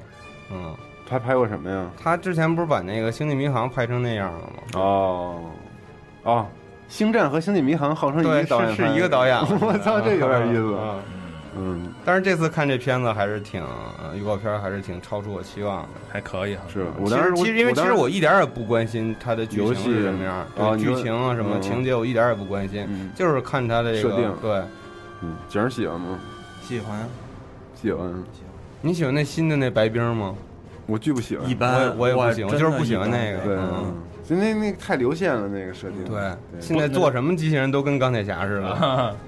[SPEAKER 2] 嗯，
[SPEAKER 6] 他拍过什么呀？
[SPEAKER 2] 他之前不是把那个《星际迷航》拍成那样了吗？
[SPEAKER 6] 哦，哦，《星战》和《星际迷航》号称一
[SPEAKER 2] 对，
[SPEAKER 6] 个导演
[SPEAKER 2] 是
[SPEAKER 6] 拍
[SPEAKER 2] 是
[SPEAKER 6] 的
[SPEAKER 2] 一个导演了。
[SPEAKER 6] 我操，这有点意思。
[SPEAKER 2] 嗯
[SPEAKER 6] 嗯，
[SPEAKER 2] 但是这次看这片子还是挺，呃预告片还是挺超出我期望的。
[SPEAKER 3] 还可以哈。
[SPEAKER 6] 嗯是我
[SPEAKER 2] 其
[SPEAKER 6] 当时
[SPEAKER 2] 实
[SPEAKER 6] 我
[SPEAKER 2] 其实因为
[SPEAKER 6] 我
[SPEAKER 2] 其
[SPEAKER 6] 当
[SPEAKER 2] 实
[SPEAKER 6] 时
[SPEAKER 2] 我一点儿也不关心它的剧
[SPEAKER 6] 游
[SPEAKER 2] 情
[SPEAKER 6] 戏
[SPEAKER 2] 是什么样儿，
[SPEAKER 6] 哦
[SPEAKER 2] 对
[SPEAKER 6] 你
[SPEAKER 2] 剧
[SPEAKER 6] 说
[SPEAKER 2] 情啊什么
[SPEAKER 6] 嗯
[SPEAKER 2] 情节我一点儿也不关心，
[SPEAKER 6] 嗯
[SPEAKER 2] 就是看它的这
[SPEAKER 6] 设
[SPEAKER 2] 个
[SPEAKER 6] 定
[SPEAKER 2] 对，
[SPEAKER 6] 嗯，景儿喜欢吗？
[SPEAKER 5] 喜欢
[SPEAKER 6] 喜欢。
[SPEAKER 2] 你喜欢那新的那白冰吗？
[SPEAKER 6] 我巨不喜欢
[SPEAKER 5] 一。般
[SPEAKER 2] 我也不喜欢，我就是不喜欢那
[SPEAKER 5] 个。
[SPEAKER 2] 个。
[SPEAKER 6] 对，
[SPEAKER 2] 嗯
[SPEAKER 6] 就那那太流线了，那个设定。
[SPEAKER 2] 对，现在做什么机器人都跟钢铁侠似的。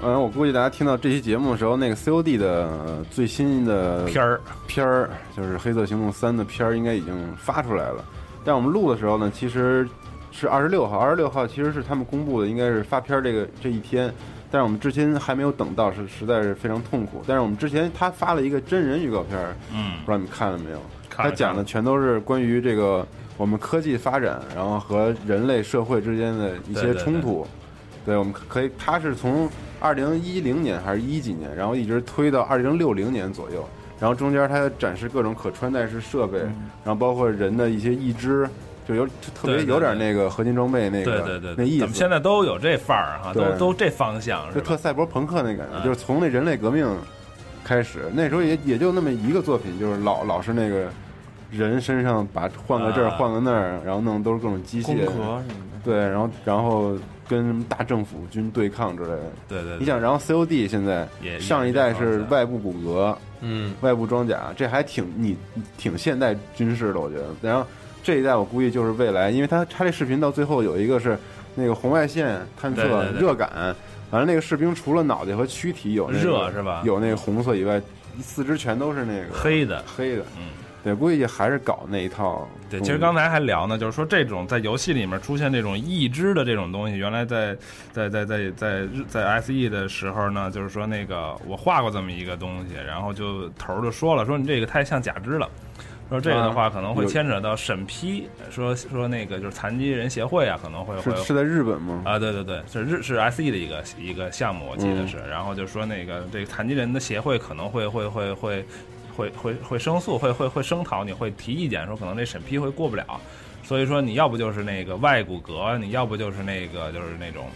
[SPEAKER 6] 嗯，我估计大家听到这期节目的时候，那个 COD 的呃最新的
[SPEAKER 3] 片儿
[SPEAKER 6] 片儿，就是《黑色行动三》的片儿，应该已经发出来了。但我们录的时候呢，其实是二十六号，二十六号其实是他们公布的，应该是发片儿这个这一天。但是我们之前还没有等到，是实在是非常痛苦。但是我们之前他发了一个真人预告片儿，
[SPEAKER 3] 嗯
[SPEAKER 6] 不知道你们看了没有？
[SPEAKER 3] 看了
[SPEAKER 6] 他讲的全都是关于这个我们科技发展，然后和人类社会之间的一些
[SPEAKER 3] 对对
[SPEAKER 6] 冲突。对，我们可以，他是从二零一零年还是一几年，然后一直推到二零六零年左右，然后中间他展示各种可穿戴式设备，然后包括人的一些义肢，就有就特别
[SPEAKER 3] 嗯对对
[SPEAKER 6] 有点
[SPEAKER 3] 对
[SPEAKER 6] 那个合金装备那
[SPEAKER 3] 对
[SPEAKER 6] 个
[SPEAKER 3] 对对，
[SPEAKER 6] 那意
[SPEAKER 3] 怎
[SPEAKER 6] 思
[SPEAKER 3] 么。现在都有这范儿哈，都
[SPEAKER 6] 对
[SPEAKER 3] 都这方向
[SPEAKER 6] 就是
[SPEAKER 3] 吧
[SPEAKER 6] 特？赛博朋克那感觉，
[SPEAKER 3] 嗯
[SPEAKER 6] 就是从那人类革命开始，那时候也也就那么一个作品，就是老老是那个人身上把换个这儿
[SPEAKER 3] 啊
[SPEAKER 6] 换个那儿，然后弄的都是各种机
[SPEAKER 5] 工
[SPEAKER 6] 械，
[SPEAKER 5] 壳什么的，
[SPEAKER 6] 对，然后然后跟什么大政府军对抗之类的。
[SPEAKER 3] 对对，对
[SPEAKER 6] 你想，然后 COD 现在
[SPEAKER 3] 也
[SPEAKER 6] 上一代
[SPEAKER 3] 也
[SPEAKER 6] 是
[SPEAKER 3] 也
[SPEAKER 6] 外部骨骼、
[SPEAKER 2] 嗯，
[SPEAKER 6] 外部装甲，这还挺你挺现代军事的，我觉得。然后这一代我估计就是未来，因为他他这视频到最后有一个是那个红外线探测
[SPEAKER 3] 对对对
[SPEAKER 6] 热感，完了那个士兵除了脑袋和躯体有那个、
[SPEAKER 3] 热是吧
[SPEAKER 6] 有那个红色以外，四肢全都是那个
[SPEAKER 3] 黑的。
[SPEAKER 6] 黑的。
[SPEAKER 3] 嗯，
[SPEAKER 6] 对，估计还是搞那一套东西。
[SPEAKER 3] 对，其实刚才还聊呢，就是说这种在游戏里面出现这种义肢的这种东西，原来在在在在在日在 SE 的时候呢，就是说那个我画过这么一个东西，然后就头儿就说了，说你这个太像假肢了。说这个的话，可能会
[SPEAKER 6] 啊有
[SPEAKER 3] 牵扯到审批，说说那个就是残疾人协会啊，可能会会
[SPEAKER 6] 是是在日本吗？
[SPEAKER 3] 啊，对对对，是日是 S E 的一个一个项目，我记得是，然后就说那个这个残疾人的协会可能会会会会会会会申诉，会会会声讨你，会提意见，说可能这审批会过不了，所以说你要不就是那个外骨骼，你要不就是那个就是那种。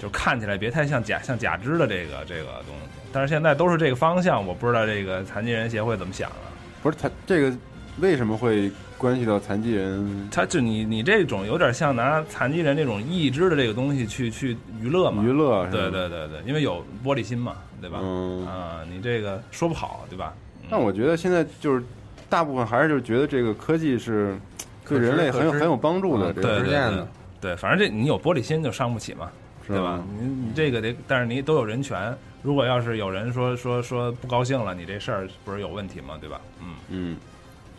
[SPEAKER 3] 就是看起来别太像假像假肢的这个这个东西，但是现在都是这个方向，我不知道这个残疾人协会怎么想的。啊
[SPEAKER 6] 不是，他这个为什么会关系到残疾人
[SPEAKER 3] 他就你你这种有点像拿残疾人这种义肢的这个东西去去娱乐嘛，
[SPEAKER 6] 娱乐？是吧
[SPEAKER 3] 啊对对对对，因为有玻璃心嘛，对吧？
[SPEAKER 6] 嗯
[SPEAKER 3] 啊，你这个说不好，对吧？嗯
[SPEAKER 6] 但我觉得现在就是大部分还是就是觉得这个科技是对
[SPEAKER 2] 可
[SPEAKER 6] 人
[SPEAKER 2] 知
[SPEAKER 6] 类很有
[SPEAKER 2] 可知
[SPEAKER 6] 很有帮助的，
[SPEAKER 2] 嗯
[SPEAKER 6] 这
[SPEAKER 3] 对
[SPEAKER 6] 个
[SPEAKER 2] 实
[SPEAKER 3] 对
[SPEAKER 2] 现
[SPEAKER 3] 对
[SPEAKER 2] 的
[SPEAKER 3] 对，反正这你有玻璃心就伤不起嘛，
[SPEAKER 6] 是
[SPEAKER 3] 对吧？？你你这个得，但是你都有人权。如果要是有人说说说不高兴了，你这事儿不是有问题吗？对吧？嗯，
[SPEAKER 6] 嗯，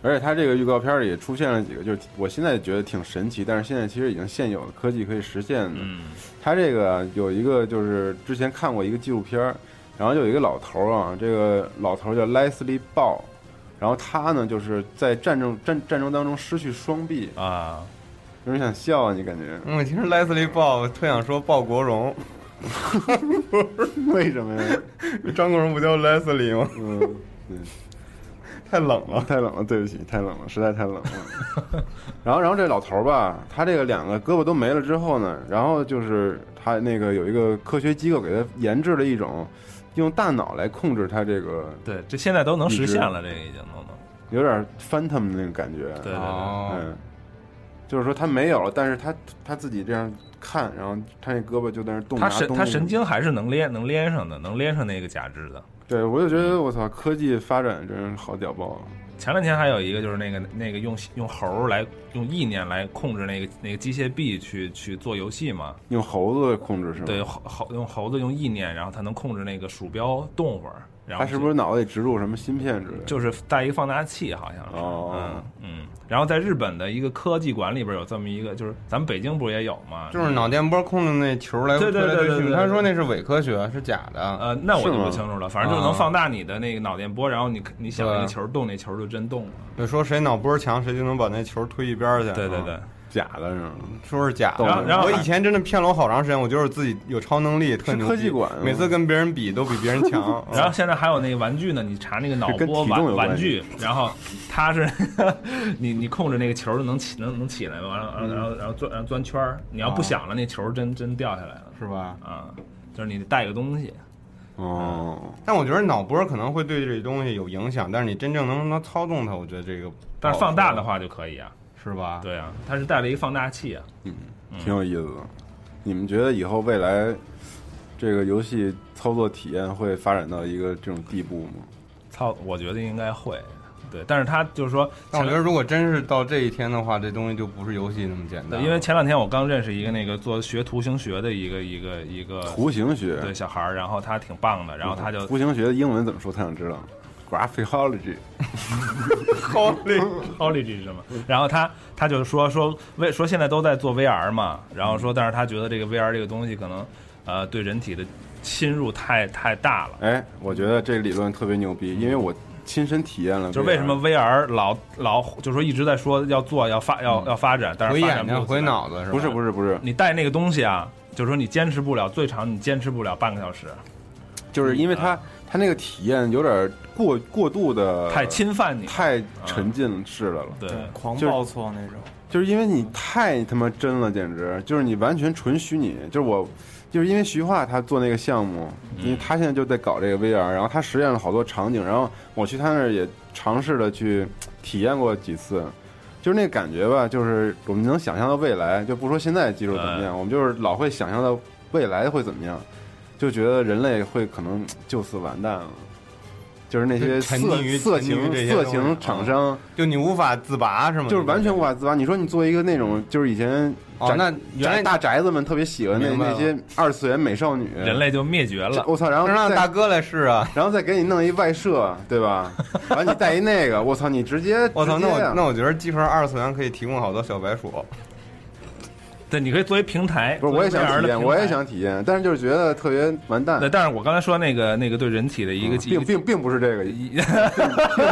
[SPEAKER 6] 而且它这个预告片里也出现了几个，就是我现在觉得挺神奇，但是现在其实已经现有的科技可以实现的。
[SPEAKER 3] 嗯，
[SPEAKER 6] 它这个有一个就是之前看过一个纪录片儿，然后有一个老头儿啊，这个老头儿叫 Leslie Ball，然后他呢就是在战争战战争当中失去双臂，
[SPEAKER 3] 啊，
[SPEAKER 6] 有点想笑啊，你感觉
[SPEAKER 2] 嗯我听说莱斯利鲍，特想说鲍国荣，
[SPEAKER 6] 为什么呀？
[SPEAKER 2] 张国荣不叫莱斯利吗？
[SPEAKER 6] 嗯。对
[SPEAKER 2] 太冷了。
[SPEAKER 6] 太冷了，对不起，太冷了，实在太冷了。 然后，然后这老头儿吧，他这个两个胳膊都没了之后呢，然后就是他那个有一个科学机构给他研制了一种用大脑来控制他这个
[SPEAKER 3] 对，这现在都能实现
[SPEAKER 6] 义
[SPEAKER 3] 了，这个已经都能。
[SPEAKER 6] 有点 phantom 的那个感觉。
[SPEAKER 3] 对对对，
[SPEAKER 2] 哦，
[SPEAKER 6] 嗯，就是说他没有了，但是他他自己这样看，然后他那胳膊就在那动
[SPEAKER 3] 他
[SPEAKER 6] 拿
[SPEAKER 3] 神
[SPEAKER 6] 动
[SPEAKER 3] 他
[SPEAKER 6] 那
[SPEAKER 3] 神
[SPEAKER 6] 种
[SPEAKER 3] 经还是能连能连上的，能连上那个假肢的。
[SPEAKER 6] 对我就觉得我操，科技发展真是好屌爆啊！
[SPEAKER 3] 前两天还有一个就是那个那个用用猴儿来用意念来控制那个那个机械臂去去做游戏嘛，
[SPEAKER 6] 用猴子控制是吗？
[SPEAKER 3] 对，，猴猴用猴子用意念，然后它能控制那个鼠标动会儿，然后
[SPEAKER 6] 他是不是脑袋里植入什么芯片之类的？
[SPEAKER 3] 就是带一个放大器，好像是，
[SPEAKER 6] 哦
[SPEAKER 3] 嗯嗯，然后在日本的一个科技馆里边有这么一个，就是咱们北京不是也有吗？
[SPEAKER 2] 就是脑电波控制那球来
[SPEAKER 3] 对
[SPEAKER 2] 推
[SPEAKER 3] 对对
[SPEAKER 2] 来推
[SPEAKER 3] 对
[SPEAKER 2] 去
[SPEAKER 3] 对
[SPEAKER 2] 嘛，他说那是伪科学，是假的。
[SPEAKER 3] 呃，那我就是
[SPEAKER 6] 吗
[SPEAKER 3] 不清楚了，反正就能
[SPEAKER 2] 啊
[SPEAKER 3] 放大你的那个脑电波，然后你你想
[SPEAKER 6] 啊
[SPEAKER 3] 那个
[SPEAKER 2] 对
[SPEAKER 3] 球动，那球就真动了。
[SPEAKER 2] 就说谁脑波强，谁就能把那球推一边儿去。
[SPEAKER 3] 对对对
[SPEAKER 2] 啊，，
[SPEAKER 6] 假的是吗？
[SPEAKER 2] 说是假的。
[SPEAKER 3] 然后然后
[SPEAKER 2] 我
[SPEAKER 3] 还
[SPEAKER 2] 以前真的骗了我好长时间，我就是自己有超能力，特
[SPEAKER 6] 是
[SPEAKER 2] 牛
[SPEAKER 6] 科
[SPEAKER 2] 逼
[SPEAKER 6] 技馆啊
[SPEAKER 2] 每次跟别人比都比别人强
[SPEAKER 3] 。然后现在还有那个玩具呢，你查那个脑
[SPEAKER 6] 哦跟
[SPEAKER 3] 波
[SPEAKER 6] 体重有
[SPEAKER 3] 玩
[SPEAKER 6] 关
[SPEAKER 3] 玩具，然后它是 你你控制那个球就能起能能起来嘛，完了
[SPEAKER 6] 嗯
[SPEAKER 3] 然后然后然后钻然后钻圈儿，你要不想了，那球真真掉下来了，
[SPEAKER 2] 嗯是吧？
[SPEAKER 3] 啊，就是你得带个东西，
[SPEAKER 6] 哦，
[SPEAKER 2] 但我觉得脑波可能会对这东西有影响，但是你真正能不能操纵它，我觉得这个不好说，
[SPEAKER 3] 但是放大的话就可以啊，
[SPEAKER 6] 哦
[SPEAKER 2] 是吧？
[SPEAKER 3] 对啊，它是带了一个放大器啊，
[SPEAKER 6] 挺有意思的。你们觉得以后未来这个游戏操作体验会发展到一个这种地步吗？
[SPEAKER 3] 操，我觉得应该会。对，但是他就是说，
[SPEAKER 2] 但我觉得如果真是到这一天的话，这东西就不是游戏那么简单
[SPEAKER 3] 对，
[SPEAKER 2] 了。
[SPEAKER 3] 因为前两天我刚认识一个那个做学图形学的一个一个一个
[SPEAKER 6] 图形学，
[SPEAKER 3] 对小孩儿，然后他挺棒的，然后他就
[SPEAKER 6] 图形学的英文怎么说？他想知道，graphology。
[SPEAKER 3] Holy 是什么？然后他他就说说为说现在都在做 VR 嘛，然后说但是他觉得这个 VR 这个东西可能呃对人体的侵入太太大了。
[SPEAKER 6] 哎，我觉得这个理论特别牛逼，因为我亲身体验了。
[SPEAKER 3] 嗯就是为什么
[SPEAKER 6] 啊
[SPEAKER 3] VR 老老就是说一直在说要做要发
[SPEAKER 6] 嗯
[SPEAKER 3] 要要发展，但
[SPEAKER 2] 回
[SPEAKER 3] 是发展
[SPEAKER 2] 眼
[SPEAKER 3] 不
[SPEAKER 2] 睛、回
[SPEAKER 3] 脑。
[SPEAKER 2] 脑子是吧？
[SPEAKER 6] 不是不是不是，
[SPEAKER 3] 你带那个东西啊，就是说你坚持不了，最长你坚持不了半个小时，
[SPEAKER 6] 就是因为它
[SPEAKER 3] 嗯
[SPEAKER 6] 它那个体验有点过过度的
[SPEAKER 3] 太侵犯你。
[SPEAKER 6] 太沉浸式的了，
[SPEAKER 3] 对，
[SPEAKER 5] 狂
[SPEAKER 6] 就是
[SPEAKER 5] 暴错那种。
[SPEAKER 6] 就是因为你太他妈真了，简直就是你完全纯虚拟。就是我，就是因为徐化他做那个项目，
[SPEAKER 2] 嗯
[SPEAKER 6] 因为他现在就在搞这个 VR，然后他实验了好多场景，然后我去他那儿也尝试的去体验过几次。就是那感觉吧，就是我们能想象到未来，就不说现在技术怎么样，我们就是老会想象到未来会怎么样，就觉得人类会可能就此完蛋了。就是那些
[SPEAKER 2] 就
[SPEAKER 6] 色
[SPEAKER 2] 沉溺于
[SPEAKER 6] 色
[SPEAKER 2] 沉溺
[SPEAKER 6] 情
[SPEAKER 2] 于这些
[SPEAKER 6] 色
[SPEAKER 2] 东西嗯
[SPEAKER 6] 情厂商，
[SPEAKER 2] 就你无法自拔
[SPEAKER 3] 嗯
[SPEAKER 2] 是吗？
[SPEAKER 6] 就是完全无法自拔。你说你作为一个那种，就是以前
[SPEAKER 2] 哦
[SPEAKER 6] 宅，
[SPEAKER 2] 那原来
[SPEAKER 6] 宅大宅子们特别喜欢那
[SPEAKER 2] 明白了
[SPEAKER 6] 那些二次元美少女，
[SPEAKER 3] 人类就灭绝
[SPEAKER 6] 这
[SPEAKER 3] 了。
[SPEAKER 6] 我操，然后
[SPEAKER 2] 能让
[SPEAKER 6] 再
[SPEAKER 2] 大哥来试啊！
[SPEAKER 6] 然后再给你弄一外设，对吧？完你带一那个，我操，你直 接 啊
[SPEAKER 2] 我操，那我那
[SPEAKER 6] 我
[SPEAKER 2] 我觉得集合二次元可以提供好多小白鼠。
[SPEAKER 3] 对，你可以作为平台，
[SPEAKER 6] 不是我也想
[SPEAKER 3] 作
[SPEAKER 6] 体
[SPEAKER 3] 为 VR 的
[SPEAKER 6] 验，
[SPEAKER 3] 平台
[SPEAKER 6] 我也。想体验，但是就是觉得特别完蛋
[SPEAKER 3] 对，。但是我刚才说那个那个对人体的一个
[SPEAKER 6] 嗯并并并不是这个，并
[SPEAKER 3] 一个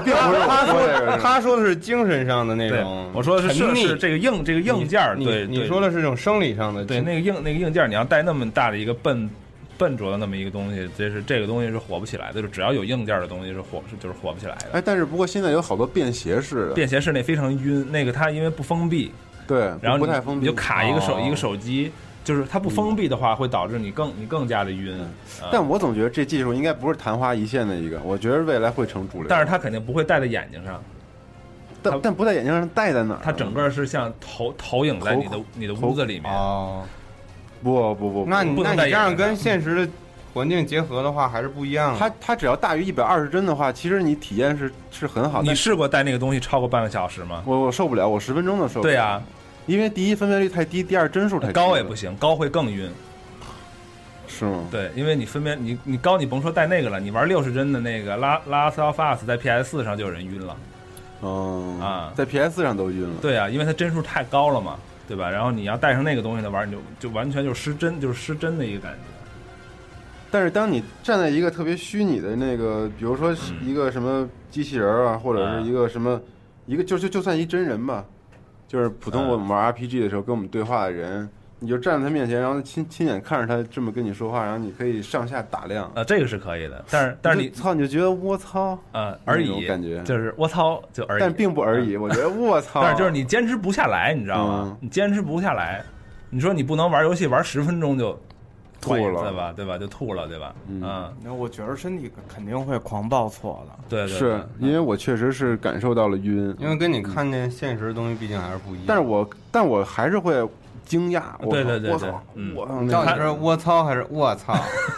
[SPEAKER 6] 并不是 我说这个。
[SPEAKER 2] 他说的是精神上的那
[SPEAKER 3] 对
[SPEAKER 2] 种，，
[SPEAKER 3] 我说的是
[SPEAKER 2] 沉溺
[SPEAKER 3] 是这个硬这个硬件儿，
[SPEAKER 2] 你
[SPEAKER 3] 对，
[SPEAKER 2] 你
[SPEAKER 3] 对
[SPEAKER 2] 说的是这种生理上的，
[SPEAKER 3] 对那个硬那个硬件儿，你要带那么大的一个笨笨拙的那么一个东西，这是这个东西是火不起来的，就只要有硬件儿的东西是火是就是火不起来的。
[SPEAKER 6] 哎，但是不过现在有好多便携式的，
[SPEAKER 3] 便携式那非常晕，那个它因为不封闭，
[SPEAKER 6] 对，
[SPEAKER 3] 然后
[SPEAKER 6] 不
[SPEAKER 3] 你
[SPEAKER 6] 太封
[SPEAKER 3] 你
[SPEAKER 6] 闭
[SPEAKER 3] 就。卡一个手、
[SPEAKER 2] 哦
[SPEAKER 3] 一个手机，就是它不封闭的话，会导致你更你更加的晕。啊
[SPEAKER 6] 但我总觉得这技术应该不是昙花一现的一个，我觉得未来会成主流。
[SPEAKER 3] 但是它肯定不会戴在眼睛上，它
[SPEAKER 6] 但但不在眼睛上戴在哪儿啊？
[SPEAKER 3] 它整个是像投投影在
[SPEAKER 6] 投
[SPEAKER 3] 你的你的
[SPEAKER 6] 投
[SPEAKER 3] 屋子里面。
[SPEAKER 2] 哦，
[SPEAKER 6] 不不不，
[SPEAKER 2] 那你
[SPEAKER 3] 不
[SPEAKER 2] 那
[SPEAKER 3] 能
[SPEAKER 2] 你
[SPEAKER 3] 戴
[SPEAKER 2] 这
[SPEAKER 3] 眼啊
[SPEAKER 2] 样
[SPEAKER 3] 镜
[SPEAKER 2] 跟现实的环境结合的话，还是不一样的。
[SPEAKER 6] 它它只要大于一百二十帧的话，其实你体验是是很好。
[SPEAKER 3] 你
[SPEAKER 6] 但是
[SPEAKER 3] 试过戴那个东西超过半个小时吗？
[SPEAKER 6] 我我受不了，我十分钟都受不了。
[SPEAKER 3] 对啊，
[SPEAKER 6] 因为第一分辨率太低，第二帧数太低
[SPEAKER 3] 高也不
[SPEAKER 6] 了
[SPEAKER 3] 行，高会更晕。
[SPEAKER 6] 是吗？
[SPEAKER 3] 对，因为你分辨你你高，你甭说戴那个了，你玩六十帧的那个拉拉 s of Us 在 PS 四上就有人晕了。
[SPEAKER 6] 嗯
[SPEAKER 3] 啊
[SPEAKER 6] 在 PS 上都晕了。
[SPEAKER 3] 对啊，因为它帧数太高了嘛，对吧？然后你要戴上那个东西的玩，你就就完全就是失真，就是失真的一个感觉。
[SPEAKER 6] 但是当你站在一个特别虚拟的那个，比如说
[SPEAKER 3] 嗯
[SPEAKER 6] 一个什么机器人啊，或者是一个什么一个就就就算一真人吧，就是普通
[SPEAKER 3] 嗯
[SPEAKER 6] 我们玩 RPG 的时候跟我们对话的人，你就站在他面前，然后亲亲眼看着他这么跟你说话，然后你可以上下打量。
[SPEAKER 3] 呃，这个是可以的，但是但是
[SPEAKER 6] 就
[SPEAKER 3] 你
[SPEAKER 6] 操，你就觉得我操，
[SPEAKER 3] 呃而
[SPEAKER 6] 那种
[SPEAKER 3] 已，
[SPEAKER 6] 感觉
[SPEAKER 3] 就是我操就而已，
[SPEAKER 6] 但并不啊而已。我觉得我操，
[SPEAKER 3] 但是就是你坚持不下来，你知道吗？
[SPEAKER 6] 嗯
[SPEAKER 3] 你坚持不下来，你说你不能玩游戏玩十分钟就
[SPEAKER 6] 吐
[SPEAKER 3] 换一
[SPEAKER 6] 了
[SPEAKER 3] 次吧，对吧？就吐了，对吧？
[SPEAKER 6] 嗯
[SPEAKER 5] 那我觉得身体肯定会狂暴错的。
[SPEAKER 3] 对对
[SPEAKER 6] 是因为我确实是感受到了晕，
[SPEAKER 2] 因为跟你看见现实的东西毕竟还是不一样。
[SPEAKER 6] 但是我但我还是会惊讶，我
[SPEAKER 3] 对
[SPEAKER 6] 操
[SPEAKER 3] 对对
[SPEAKER 6] 我
[SPEAKER 3] 对
[SPEAKER 6] 操
[SPEAKER 3] 嗯，
[SPEAKER 6] 我操那
[SPEAKER 2] 到
[SPEAKER 6] 个
[SPEAKER 2] 底是我操还是我 操？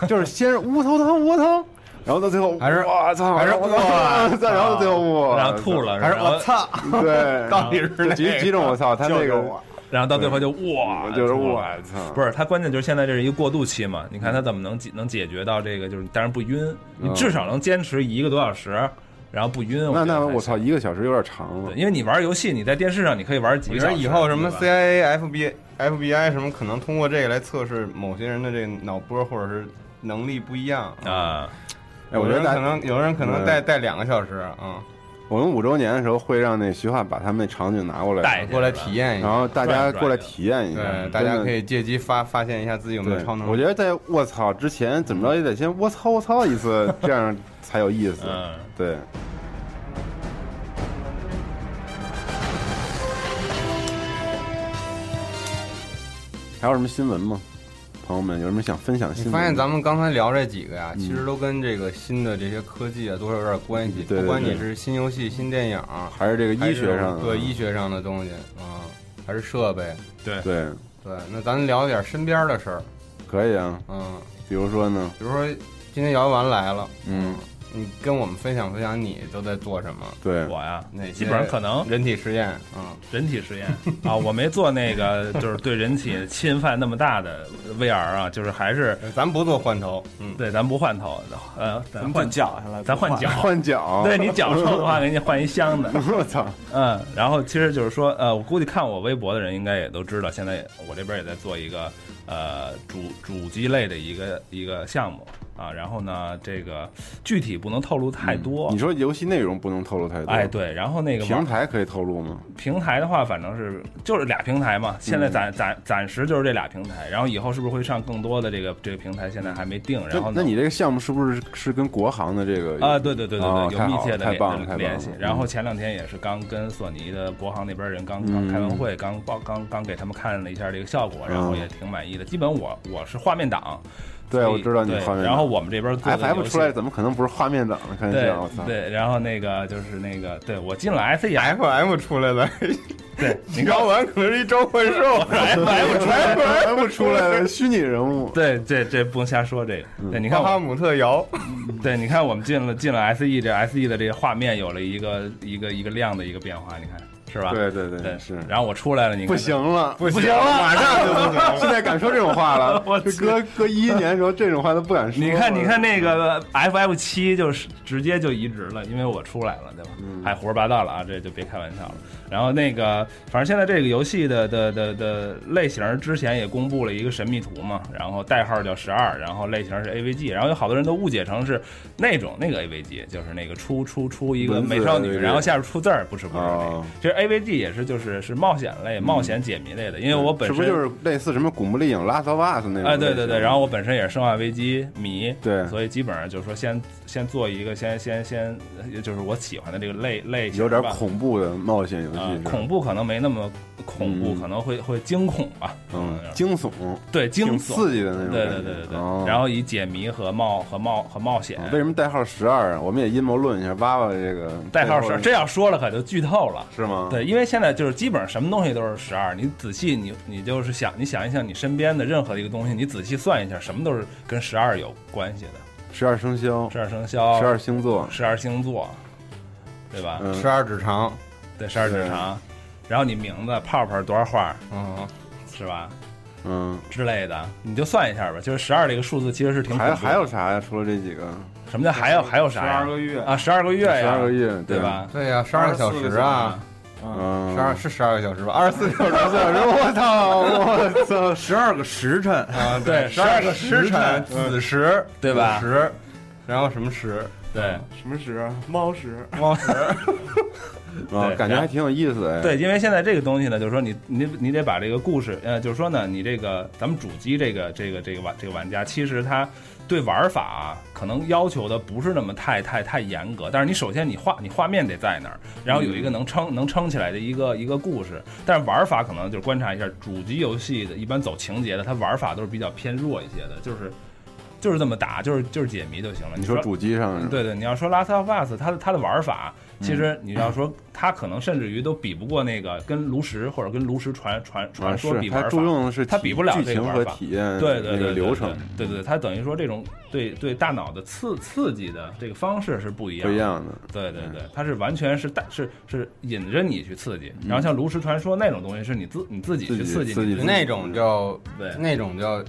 [SPEAKER 6] 就是先是我操他我操，然后到最后
[SPEAKER 2] 还是
[SPEAKER 6] 我操，
[SPEAKER 2] 还是
[SPEAKER 6] 我操， 再然后最后我
[SPEAKER 3] 啊然后吐，了，
[SPEAKER 2] 还是
[SPEAKER 3] 然后
[SPEAKER 2] 我操？
[SPEAKER 6] 对，
[SPEAKER 2] 到底是
[SPEAKER 6] 就
[SPEAKER 2] 哪
[SPEAKER 6] 几几种我操，他那
[SPEAKER 2] 救救
[SPEAKER 6] 个
[SPEAKER 2] 我
[SPEAKER 3] 然后到最后就哇，
[SPEAKER 6] 就是
[SPEAKER 3] 吐
[SPEAKER 6] 我
[SPEAKER 3] 了
[SPEAKER 6] 操，
[SPEAKER 3] 不是，它关键就是现在这是一个过渡期嘛，你看它怎么能解能解决到这个，就是当然不晕，你至少能坚持一个多小时，然后不晕。
[SPEAKER 6] 嗯那
[SPEAKER 3] 觉得
[SPEAKER 6] 那
[SPEAKER 3] 还
[SPEAKER 6] 我操，
[SPEAKER 3] 行，
[SPEAKER 6] 一个小时有点长了
[SPEAKER 3] 对，。因为你玩游戏，你在电视上你可以玩几
[SPEAKER 2] 我
[SPEAKER 3] 个
[SPEAKER 2] 觉
[SPEAKER 3] 小
[SPEAKER 2] 得
[SPEAKER 3] 时，
[SPEAKER 2] 以后什么
[SPEAKER 3] 对
[SPEAKER 2] CIA、
[SPEAKER 3] 吧
[SPEAKER 2] FBI、FBI 什么，可能通过这个来测试某些人的这个脑波或者是能力不一样。
[SPEAKER 3] 啊，
[SPEAKER 6] 哎，
[SPEAKER 2] 有
[SPEAKER 6] 我觉得
[SPEAKER 2] 人
[SPEAKER 6] 大
[SPEAKER 2] 可
[SPEAKER 6] 家，
[SPEAKER 2] 能有人可能
[SPEAKER 6] 嗯
[SPEAKER 2] 戴戴两个小时啊，
[SPEAKER 6] 我们五周年的时候会让那徐化把他们那场景拿过来，
[SPEAKER 3] 带
[SPEAKER 2] 嗯过来体验一
[SPEAKER 6] 然
[SPEAKER 2] 下。
[SPEAKER 6] 后大
[SPEAKER 3] 转
[SPEAKER 6] 家
[SPEAKER 3] 一转
[SPEAKER 6] 过来体验一下，
[SPEAKER 2] 对，
[SPEAKER 6] 真
[SPEAKER 2] 大家
[SPEAKER 6] 的
[SPEAKER 2] 可以借机发发现一下自己有没有
[SPEAKER 6] 对
[SPEAKER 2] 超能力。嗯
[SPEAKER 6] 我觉得在我操之前，怎么着也得先我操我操一次，这样才有意思。
[SPEAKER 3] 嗯
[SPEAKER 6] 对，还有什么新闻吗？朋友们有什么想分享新
[SPEAKER 2] 你
[SPEAKER 6] 闻？
[SPEAKER 2] 发现咱们刚才聊这几个呀，其实都跟这个新的这些科技啊，多少有点关系。
[SPEAKER 6] 嗯对对
[SPEAKER 2] 不管
[SPEAKER 6] 对
[SPEAKER 2] 你是新游戏、新电影，
[SPEAKER 6] 还是这个
[SPEAKER 2] 还
[SPEAKER 6] 医
[SPEAKER 2] 是
[SPEAKER 6] 学上的嗯
[SPEAKER 2] 对医学上的东西啊，还是设备。
[SPEAKER 6] 对，
[SPEAKER 2] 对，那咱聊点身边的事儿。
[SPEAKER 6] 可以啊。
[SPEAKER 2] 嗯，
[SPEAKER 6] 比如说呢，
[SPEAKER 2] 比如说今天姚完来了，
[SPEAKER 6] 嗯，
[SPEAKER 2] 你跟我们分享分享你都在做什么？
[SPEAKER 6] 对，
[SPEAKER 3] 我呀，
[SPEAKER 2] 哪些
[SPEAKER 3] 基本上可能
[SPEAKER 2] 人体实验，嗯，
[SPEAKER 3] 人体实验啊，我没做那个就是对人体侵犯那么大的 VR 啊，就是还是
[SPEAKER 2] 咱不做换头， 嗯，
[SPEAKER 3] 对，咱不换头，呃，咱换
[SPEAKER 5] 脚下来，
[SPEAKER 3] 咱换脚，
[SPEAKER 6] 换脚，
[SPEAKER 3] 对你脚臭的话，给你换一箱的。
[SPEAKER 6] 我操，
[SPEAKER 3] 嗯，然后其实就是说，呃，我估计看我微博的人应该也都知道，现在也我这边也在做一个呃主主机类的一个一个项目啊，然后呢，这个呃具体不能透露太多。
[SPEAKER 6] 嗯你说游戏内容不能透露太多，
[SPEAKER 3] 哎，，对，然后那个
[SPEAKER 6] 平
[SPEAKER 3] 网
[SPEAKER 6] 台可以透露吗？
[SPEAKER 3] 平台的话，反正是就是俩平台嘛，现在暂暂暂时就是这俩平台，然后以后是不是会上更多的这个这个平台，现在还没定。然
[SPEAKER 6] 那
[SPEAKER 3] 后呢
[SPEAKER 6] 那你这个项目是不是是跟国行的这个
[SPEAKER 3] 啊，对对对对
[SPEAKER 6] 哦
[SPEAKER 3] 对，有
[SPEAKER 6] 太
[SPEAKER 3] 密
[SPEAKER 6] 好
[SPEAKER 3] 切
[SPEAKER 6] 了
[SPEAKER 3] 的
[SPEAKER 6] 太
[SPEAKER 3] 联呃
[SPEAKER 6] 棒了太棒
[SPEAKER 3] 联系
[SPEAKER 6] 了。
[SPEAKER 3] 然后前两天也是刚跟索尼的国行那边人刚
[SPEAKER 6] 嗯
[SPEAKER 3] 刚开完会，刚报刚刚给他们看了一下这个效果，然后
[SPEAKER 6] 嗯
[SPEAKER 3] 也挺满意的。基本我我是画面党，
[SPEAKER 6] 对，
[SPEAKER 3] 所以
[SPEAKER 6] 我知道你
[SPEAKER 3] 对
[SPEAKER 6] 画面。
[SPEAKER 3] 然后我们这边做的
[SPEAKER 6] F F
[SPEAKER 3] 游戏
[SPEAKER 6] 出来。怎么可能不是画面党呢？开玩
[SPEAKER 3] 对
[SPEAKER 6] 笑，我操！
[SPEAKER 3] 对，然后那个就是那个，对我进了 S E F，
[SPEAKER 2] FM 出来了，
[SPEAKER 3] 对，你看
[SPEAKER 2] 姚完可能是一召唤 兽
[SPEAKER 3] 啊 F，
[SPEAKER 6] 还不出来了，虚拟人物。
[SPEAKER 3] 对，这这不能瞎说这个。
[SPEAKER 6] 嗯
[SPEAKER 3] 对，你看
[SPEAKER 2] 巴哈
[SPEAKER 3] 我
[SPEAKER 2] 姆特摇，
[SPEAKER 3] 对，你看我们进了进了 SE 这 SE 的这个画面有了一个一个一个亮的一个变化，你看是吧？
[SPEAKER 6] 对对对，
[SPEAKER 3] 对
[SPEAKER 6] 嗯是
[SPEAKER 3] 然后我出来了，你看
[SPEAKER 6] 不行了，
[SPEAKER 2] 不行了，马上就不行了。
[SPEAKER 6] 现在敢说这种话了。
[SPEAKER 3] 我
[SPEAKER 6] 这搁搁一一年的时候，这种话都不敢说。
[SPEAKER 3] 你看，你看那个 FF 七就是直接就移植了，因为我出来了，对吧？
[SPEAKER 6] 嗯
[SPEAKER 3] 还胡说八道了啊，这就别开玩笑了。然后那个，反正现在这个游戏的的的的类型之前也公布了一个神秘图嘛，然后代号叫十二，然后类型是 AVG，然后有好多人都误解成是那种那个 AVG，就是那个出出出一个
[SPEAKER 6] 文字
[SPEAKER 3] 美少女，
[SPEAKER 6] AVG
[SPEAKER 3] 然后下边出字儿，不是不是那个
[SPEAKER 6] 哦。
[SPEAKER 3] 其实 AVG 也是就是是冒险类、冒险解谜类的，因为我本
[SPEAKER 6] 是不
[SPEAKER 3] 身
[SPEAKER 6] 是就是类似什么《古墓丽影》《拉萨瓦斯》那种？
[SPEAKER 3] 哎，对对对，然后我本身也是《生化危机》迷，
[SPEAKER 6] 对
[SPEAKER 3] 所以基本上就是说先先做一个先先先，就是我喜欢的这个类类型
[SPEAKER 6] 有点
[SPEAKER 3] 吧
[SPEAKER 6] 恐怖的冒险游戏
[SPEAKER 3] 啊
[SPEAKER 6] 是，吧，
[SPEAKER 3] 恐怖可能没那么恐怖，
[SPEAKER 6] 嗯
[SPEAKER 3] 可能会会惊恐吧，
[SPEAKER 6] 嗯
[SPEAKER 3] 可能，是
[SPEAKER 6] 惊悚，
[SPEAKER 3] 对惊
[SPEAKER 6] 挺
[SPEAKER 3] 悚，
[SPEAKER 6] 刺激的那种
[SPEAKER 3] 对
[SPEAKER 6] 感觉。
[SPEAKER 3] 对对对对
[SPEAKER 6] 哦，
[SPEAKER 3] 然后以解谜和冒和冒和冒险，
[SPEAKER 6] 为什么代号十二啊？我们也阴谋论一下，挖挖这个
[SPEAKER 3] 代号是
[SPEAKER 6] 12
[SPEAKER 3] 这要说了可就剧透了。
[SPEAKER 6] 是吗？
[SPEAKER 3] 对，因为现在就是基本上什么东西都是十二，你仔细你你就是想你想一想你身边的任何一个东西，你仔细算一下，什么都是跟十二有关系的，
[SPEAKER 6] 十二生肖，
[SPEAKER 3] 十二生肖，
[SPEAKER 6] 十二星座，
[SPEAKER 3] 十二星座，对吧？
[SPEAKER 6] 嗯
[SPEAKER 2] 十，二指肠，
[SPEAKER 3] 对，十二指肠，然后你名字泡泡多少画
[SPEAKER 2] 嗯，
[SPEAKER 3] 是吧？
[SPEAKER 6] 嗯，
[SPEAKER 3] 之类的，你就算一下吧。就是十二这个数字其实是挺恐怖
[SPEAKER 6] 还
[SPEAKER 3] 的
[SPEAKER 6] 还有啥呀？除了这几个，
[SPEAKER 3] 什么叫还有还有啥呀？
[SPEAKER 5] 月
[SPEAKER 3] 啊，十二个月呀，
[SPEAKER 6] 十二个月，
[SPEAKER 3] 对？吧？
[SPEAKER 2] 对呀，十二个小时啊，
[SPEAKER 6] 嗯，
[SPEAKER 2] 十二是十二个小时吧，啊二十四小时
[SPEAKER 6] 小时， 我操，我操，
[SPEAKER 5] 十二个 时辰，
[SPEAKER 2] 啊，
[SPEAKER 3] 对
[SPEAKER 2] 十二个
[SPEAKER 3] 12
[SPEAKER 2] 时辰，子时，
[SPEAKER 3] 对吧
[SPEAKER 2] 子时，然后什么时？
[SPEAKER 3] 对
[SPEAKER 5] 什么时？猫时。
[SPEAKER 2] 猫时，
[SPEAKER 6] 啊
[SPEAKER 3] 对
[SPEAKER 6] 感觉还挺有意思哎。
[SPEAKER 3] 对，因为现在这个东西呢，就是说你你你得把这个故事，呃，就是说呢，你这个咱们主机这个这个这个玩这个玩家，其实他对玩法啊、可能要求的不是那么太太太严格，但是你首先你画你画面得在那儿，然后有一个能撑能撑起来的一个一个故事，但是玩法可能就是观察一下主机游戏的，一般走情节的，它玩法都是比较偏弱一些的，就是就是这么打，就是就是解谜就行了。
[SPEAKER 6] 你说主机上是吧
[SPEAKER 3] 对对，你要说《Last of Us》，它的它的玩法，其
[SPEAKER 6] 嗯
[SPEAKER 3] 实你要说它可能甚至于都比不过那个跟炉石或者跟炉石传传
[SPEAKER 6] 啊
[SPEAKER 3] 传说
[SPEAKER 6] 是
[SPEAKER 3] 比
[SPEAKER 6] 它
[SPEAKER 3] 玩
[SPEAKER 6] 注
[SPEAKER 3] 法。
[SPEAKER 6] 重的是
[SPEAKER 3] 它比不了
[SPEAKER 6] 剧
[SPEAKER 3] 这个
[SPEAKER 6] 情
[SPEAKER 3] 玩
[SPEAKER 6] 和
[SPEAKER 3] 法
[SPEAKER 6] 体验
[SPEAKER 3] 对对
[SPEAKER 6] 那
[SPEAKER 3] 对，
[SPEAKER 6] 个流程嗯
[SPEAKER 3] 对对对，它等于说这种对对大脑的刺刺激的这个方式是不一样
[SPEAKER 6] 不
[SPEAKER 3] 的。
[SPEAKER 6] 一样嗯的。
[SPEAKER 3] 对对对，它是完全是带是是引着你去刺激，然后像炉石传说那种东西是你自你自己
[SPEAKER 6] 自
[SPEAKER 3] 去
[SPEAKER 6] 己
[SPEAKER 3] 刺激
[SPEAKER 6] 嗯自
[SPEAKER 3] 你
[SPEAKER 6] 己
[SPEAKER 3] 自己
[SPEAKER 2] 那种叫
[SPEAKER 3] 对
[SPEAKER 2] 那种叫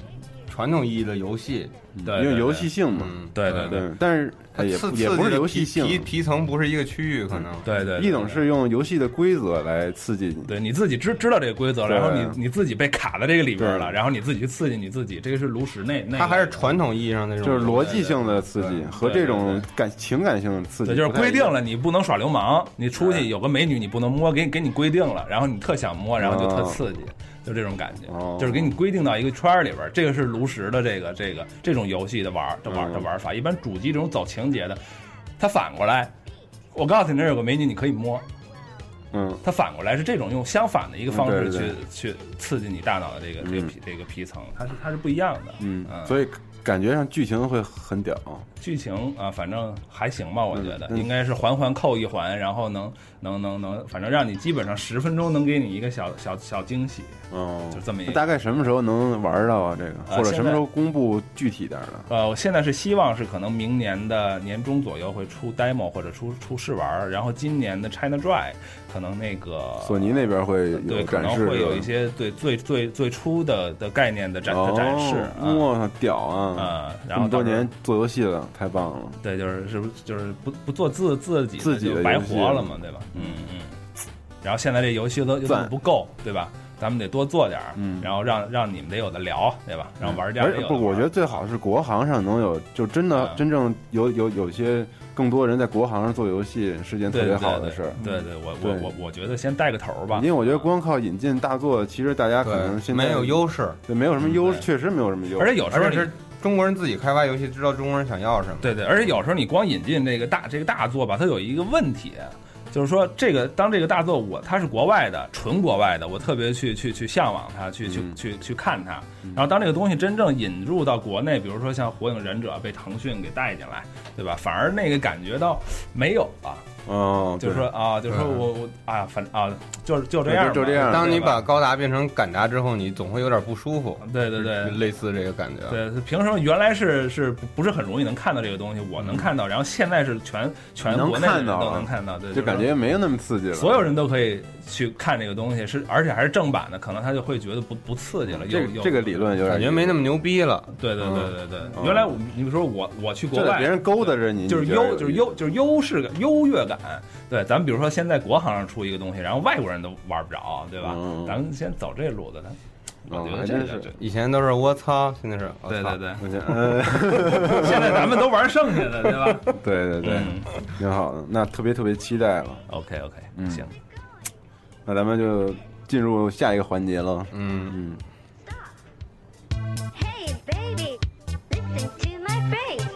[SPEAKER 2] 传统意义的游戏，
[SPEAKER 3] 对
[SPEAKER 6] 因
[SPEAKER 3] 对
[SPEAKER 6] 为
[SPEAKER 3] 对
[SPEAKER 6] 游戏性嘛，
[SPEAKER 2] 嗯，
[SPEAKER 3] 对对对
[SPEAKER 6] 对，但是哎
[SPEAKER 2] 它
[SPEAKER 6] 也
[SPEAKER 2] 刺
[SPEAKER 6] 也
[SPEAKER 2] 刺
[SPEAKER 6] 不
[SPEAKER 2] 激
[SPEAKER 6] 是
[SPEAKER 2] 的
[SPEAKER 6] 游
[SPEAKER 2] 皮
[SPEAKER 6] 戏性，
[SPEAKER 2] 皮皮层不是一个区域，可能
[SPEAKER 3] 对对，对
[SPEAKER 6] 一种是用游戏的规则来刺激你，
[SPEAKER 3] 对你自己知知道这个规则了，
[SPEAKER 6] 对
[SPEAKER 3] 然后你你自己被卡在这个里边了，
[SPEAKER 6] 对
[SPEAKER 3] 然后你自己去刺激你自己，这个是炉石那那
[SPEAKER 2] 它还是
[SPEAKER 3] 个
[SPEAKER 2] 传统意义上那种，
[SPEAKER 6] 就是逻辑性的刺激
[SPEAKER 2] 对
[SPEAKER 6] 和这种感情感性的刺激
[SPEAKER 3] 对，
[SPEAKER 6] 不太一样，
[SPEAKER 3] 就是规定了你不能耍流氓，你出去有个美女你不能摸，给你给你规定了，然后你特想摸，然后就特刺激，就这种感觉
[SPEAKER 6] 啊哦，
[SPEAKER 3] 就是给你规定到一个圈儿里边儿。这个是炉石的这个这个这种游戏的玩儿的
[SPEAKER 6] 嗯
[SPEAKER 3] 玩儿的玩法，一般主机这种走情节的，它反过来，我告诉你那儿有个美女你可以摸，
[SPEAKER 6] 嗯，
[SPEAKER 3] 它反过来是这种用相反的一个方
[SPEAKER 6] 嗯
[SPEAKER 3] 式
[SPEAKER 6] 对对
[SPEAKER 3] 去去刺激你大脑的这个这个皮这个皮层，它是它是不一样的，
[SPEAKER 6] 嗯
[SPEAKER 3] 嗯，
[SPEAKER 6] 所以感觉上剧情会很屌。
[SPEAKER 3] 剧情啊、反正还行吧，我觉得、
[SPEAKER 6] 嗯嗯
[SPEAKER 3] 应该是环环扣一环，然后能能能能，反正让你基本上十分钟能给你一个小小小惊喜，
[SPEAKER 6] 嗯
[SPEAKER 3] 就这么一
[SPEAKER 6] 那
[SPEAKER 3] 个。
[SPEAKER 6] 大概什么时候能玩到啊？这个
[SPEAKER 3] 呃
[SPEAKER 6] 或者什么时候公布具体点儿的？
[SPEAKER 3] 呃，我现在是希望是可能明年的年中左右会出 demo 或者出出试玩儿，然后今年的 China Dry 可能那个
[SPEAKER 6] 索尼那边会有
[SPEAKER 3] 对可
[SPEAKER 6] 展
[SPEAKER 3] 能
[SPEAKER 6] 示，
[SPEAKER 3] 会有
[SPEAKER 6] 是
[SPEAKER 3] 一
[SPEAKER 6] 吧
[SPEAKER 3] 些对最最最初的的概念的展的
[SPEAKER 6] 哦
[SPEAKER 3] 展示啊
[SPEAKER 6] 哇，屌啊！
[SPEAKER 3] 啊，
[SPEAKER 6] 这
[SPEAKER 3] 然后
[SPEAKER 6] 么多
[SPEAKER 3] 到时候
[SPEAKER 6] 年做游戏了，太棒了！
[SPEAKER 3] 对就是是不是就是不不做自自己
[SPEAKER 6] 自己
[SPEAKER 3] 就
[SPEAKER 6] 的
[SPEAKER 3] 白
[SPEAKER 6] 游戏
[SPEAKER 3] 活了嘛，对吧？嗯嗯。然后现在这游戏都又
[SPEAKER 6] 赞
[SPEAKER 3] 不够，对吧？咱们得多做点儿，
[SPEAKER 6] 嗯
[SPEAKER 3] 然后让让你们得有的聊，对吧？让玩家
[SPEAKER 6] 而
[SPEAKER 3] 得有的
[SPEAKER 6] 不，我
[SPEAKER 3] 玩
[SPEAKER 6] 觉得最好是国行上能有，就真的
[SPEAKER 3] 嗯
[SPEAKER 6] 真正有有有些更多人在国行上做游戏是件特
[SPEAKER 3] 对
[SPEAKER 6] 别
[SPEAKER 3] 对
[SPEAKER 6] 好的
[SPEAKER 3] 对
[SPEAKER 6] 事儿。
[SPEAKER 3] 对对，我我
[SPEAKER 6] 对
[SPEAKER 3] 我我觉得先带个头儿吧，啊
[SPEAKER 6] 因为我觉得光靠引进大作，其实大家可能
[SPEAKER 2] 对，
[SPEAKER 6] 现在
[SPEAKER 2] 没有，优势，
[SPEAKER 6] 对，没有什么优，
[SPEAKER 3] 嗯对
[SPEAKER 6] 确实没有什么优。
[SPEAKER 3] 而且有时候
[SPEAKER 2] 而
[SPEAKER 3] 你
[SPEAKER 2] 且是中国人自己开发游戏，知道中国人想要什么。
[SPEAKER 3] 对对，而且有时候你光引进这个大这个大作吧，它有一个问题，就是说这个当这个大作我它是国外的，纯国外的，我特别去去去向往它，去去
[SPEAKER 6] 嗯
[SPEAKER 3] 去去看它
[SPEAKER 6] 嗯。
[SPEAKER 3] 然后当这个东西真正引入到国内，比如说像《火影忍者》被腾讯给带进来，对吧？反而那个感觉到没有了，
[SPEAKER 6] 嗯，
[SPEAKER 3] 就是说啊，就是说
[SPEAKER 2] 对
[SPEAKER 3] 我我啊，反啊，就是就这
[SPEAKER 6] 对
[SPEAKER 3] 样吧，
[SPEAKER 6] 就这样
[SPEAKER 3] 对吧
[SPEAKER 2] 当你把高达变成赶达之后，你总会有点不舒服，
[SPEAKER 3] 对对对
[SPEAKER 6] 嗯
[SPEAKER 2] 就类似这个
[SPEAKER 6] 啊
[SPEAKER 2] 感觉。
[SPEAKER 3] 对，凭什么原来是是不不是很容易能看到这个东西？我能看到，然后现在是全全
[SPEAKER 6] 嗯能
[SPEAKER 3] 国内的人
[SPEAKER 6] 看到
[SPEAKER 3] 都
[SPEAKER 6] 了
[SPEAKER 3] 能看到，对，
[SPEAKER 6] 对就感
[SPEAKER 3] 是
[SPEAKER 6] 觉没有那么刺激了。
[SPEAKER 3] 所有人都可以去看这个东西，是而且还是正版的，可能他就会觉得不不刺激了。
[SPEAKER 6] 这
[SPEAKER 3] 又
[SPEAKER 6] 个
[SPEAKER 3] 又
[SPEAKER 6] 这个理论有点
[SPEAKER 2] 感觉没那么牛逼了，
[SPEAKER 3] 对对对对对，
[SPEAKER 6] 嗯
[SPEAKER 3] 原来我你比如说我我去国
[SPEAKER 6] 这得
[SPEAKER 3] 外，
[SPEAKER 6] 别人勾搭着你，
[SPEAKER 3] 就是
[SPEAKER 6] 你觉得
[SPEAKER 3] 优就是优就是优势感优越感。对，咱们比如说现在国行上出一个东西，然后外国人都玩不着，对吧？
[SPEAKER 6] 嗯嗯嗯
[SPEAKER 3] 咱们先走这路子，咱我
[SPEAKER 6] 嗯
[SPEAKER 3] 觉得
[SPEAKER 6] 还
[SPEAKER 3] 这
[SPEAKER 6] 真
[SPEAKER 3] 个
[SPEAKER 6] 是
[SPEAKER 3] 对
[SPEAKER 2] 以前都是我操，现在是我操
[SPEAKER 3] 对对对，
[SPEAKER 6] 我觉得呃，
[SPEAKER 3] 现在咱们都玩剩下的，对吧？
[SPEAKER 6] 对 对对，
[SPEAKER 3] 嗯
[SPEAKER 6] 挺好的，那特别特别期待了。
[SPEAKER 3] ，OK OK，
[SPEAKER 6] 嗯
[SPEAKER 3] 行。
[SPEAKER 6] 那咱们就进入下一个环节了。
[SPEAKER 2] 嗯，
[SPEAKER 6] 嗯，
[SPEAKER 10] Hey, baby, listen to my phrase.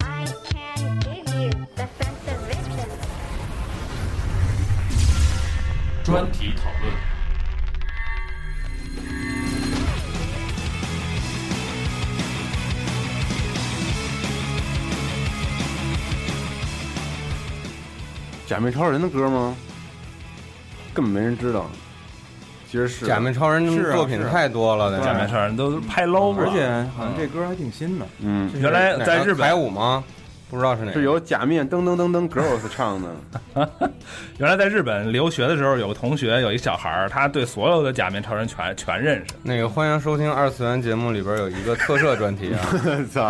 [SPEAKER 10] I can give you the sense of vision.
[SPEAKER 9] 专题讨论。
[SPEAKER 6] 假面超人的歌吗？根本没人知道。其实是
[SPEAKER 2] 假面超人
[SPEAKER 5] 是啊
[SPEAKER 2] 作品
[SPEAKER 5] 是啊
[SPEAKER 2] 太多
[SPEAKER 6] 嗯
[SPEAKER 2] 了，
[SPEAKER 3] 假面超人都拍 low 了，
[SPEAKER 5] 而且好像这歌还挺新的，
[SPEAKER 6] 嗯，
[SPEAKER 3] 原来在日
[SPEAKER 2] 排
[SPEAKER 3] 本，
[SPEAKER 2] 舞吗？不知道是哪个
[SPEAKER 6] 是由假面噔噔噔噔 girls 唱的。
[SPEAKER 3] 原来在日本留学的时候，有个同学有一小孩儿，他对所有的假面超人全全认识。
[SPEAKER 2] 那个欢迎收听二次元节目里边有一个特摄专题 啊，
[SPEAKER 6] 操！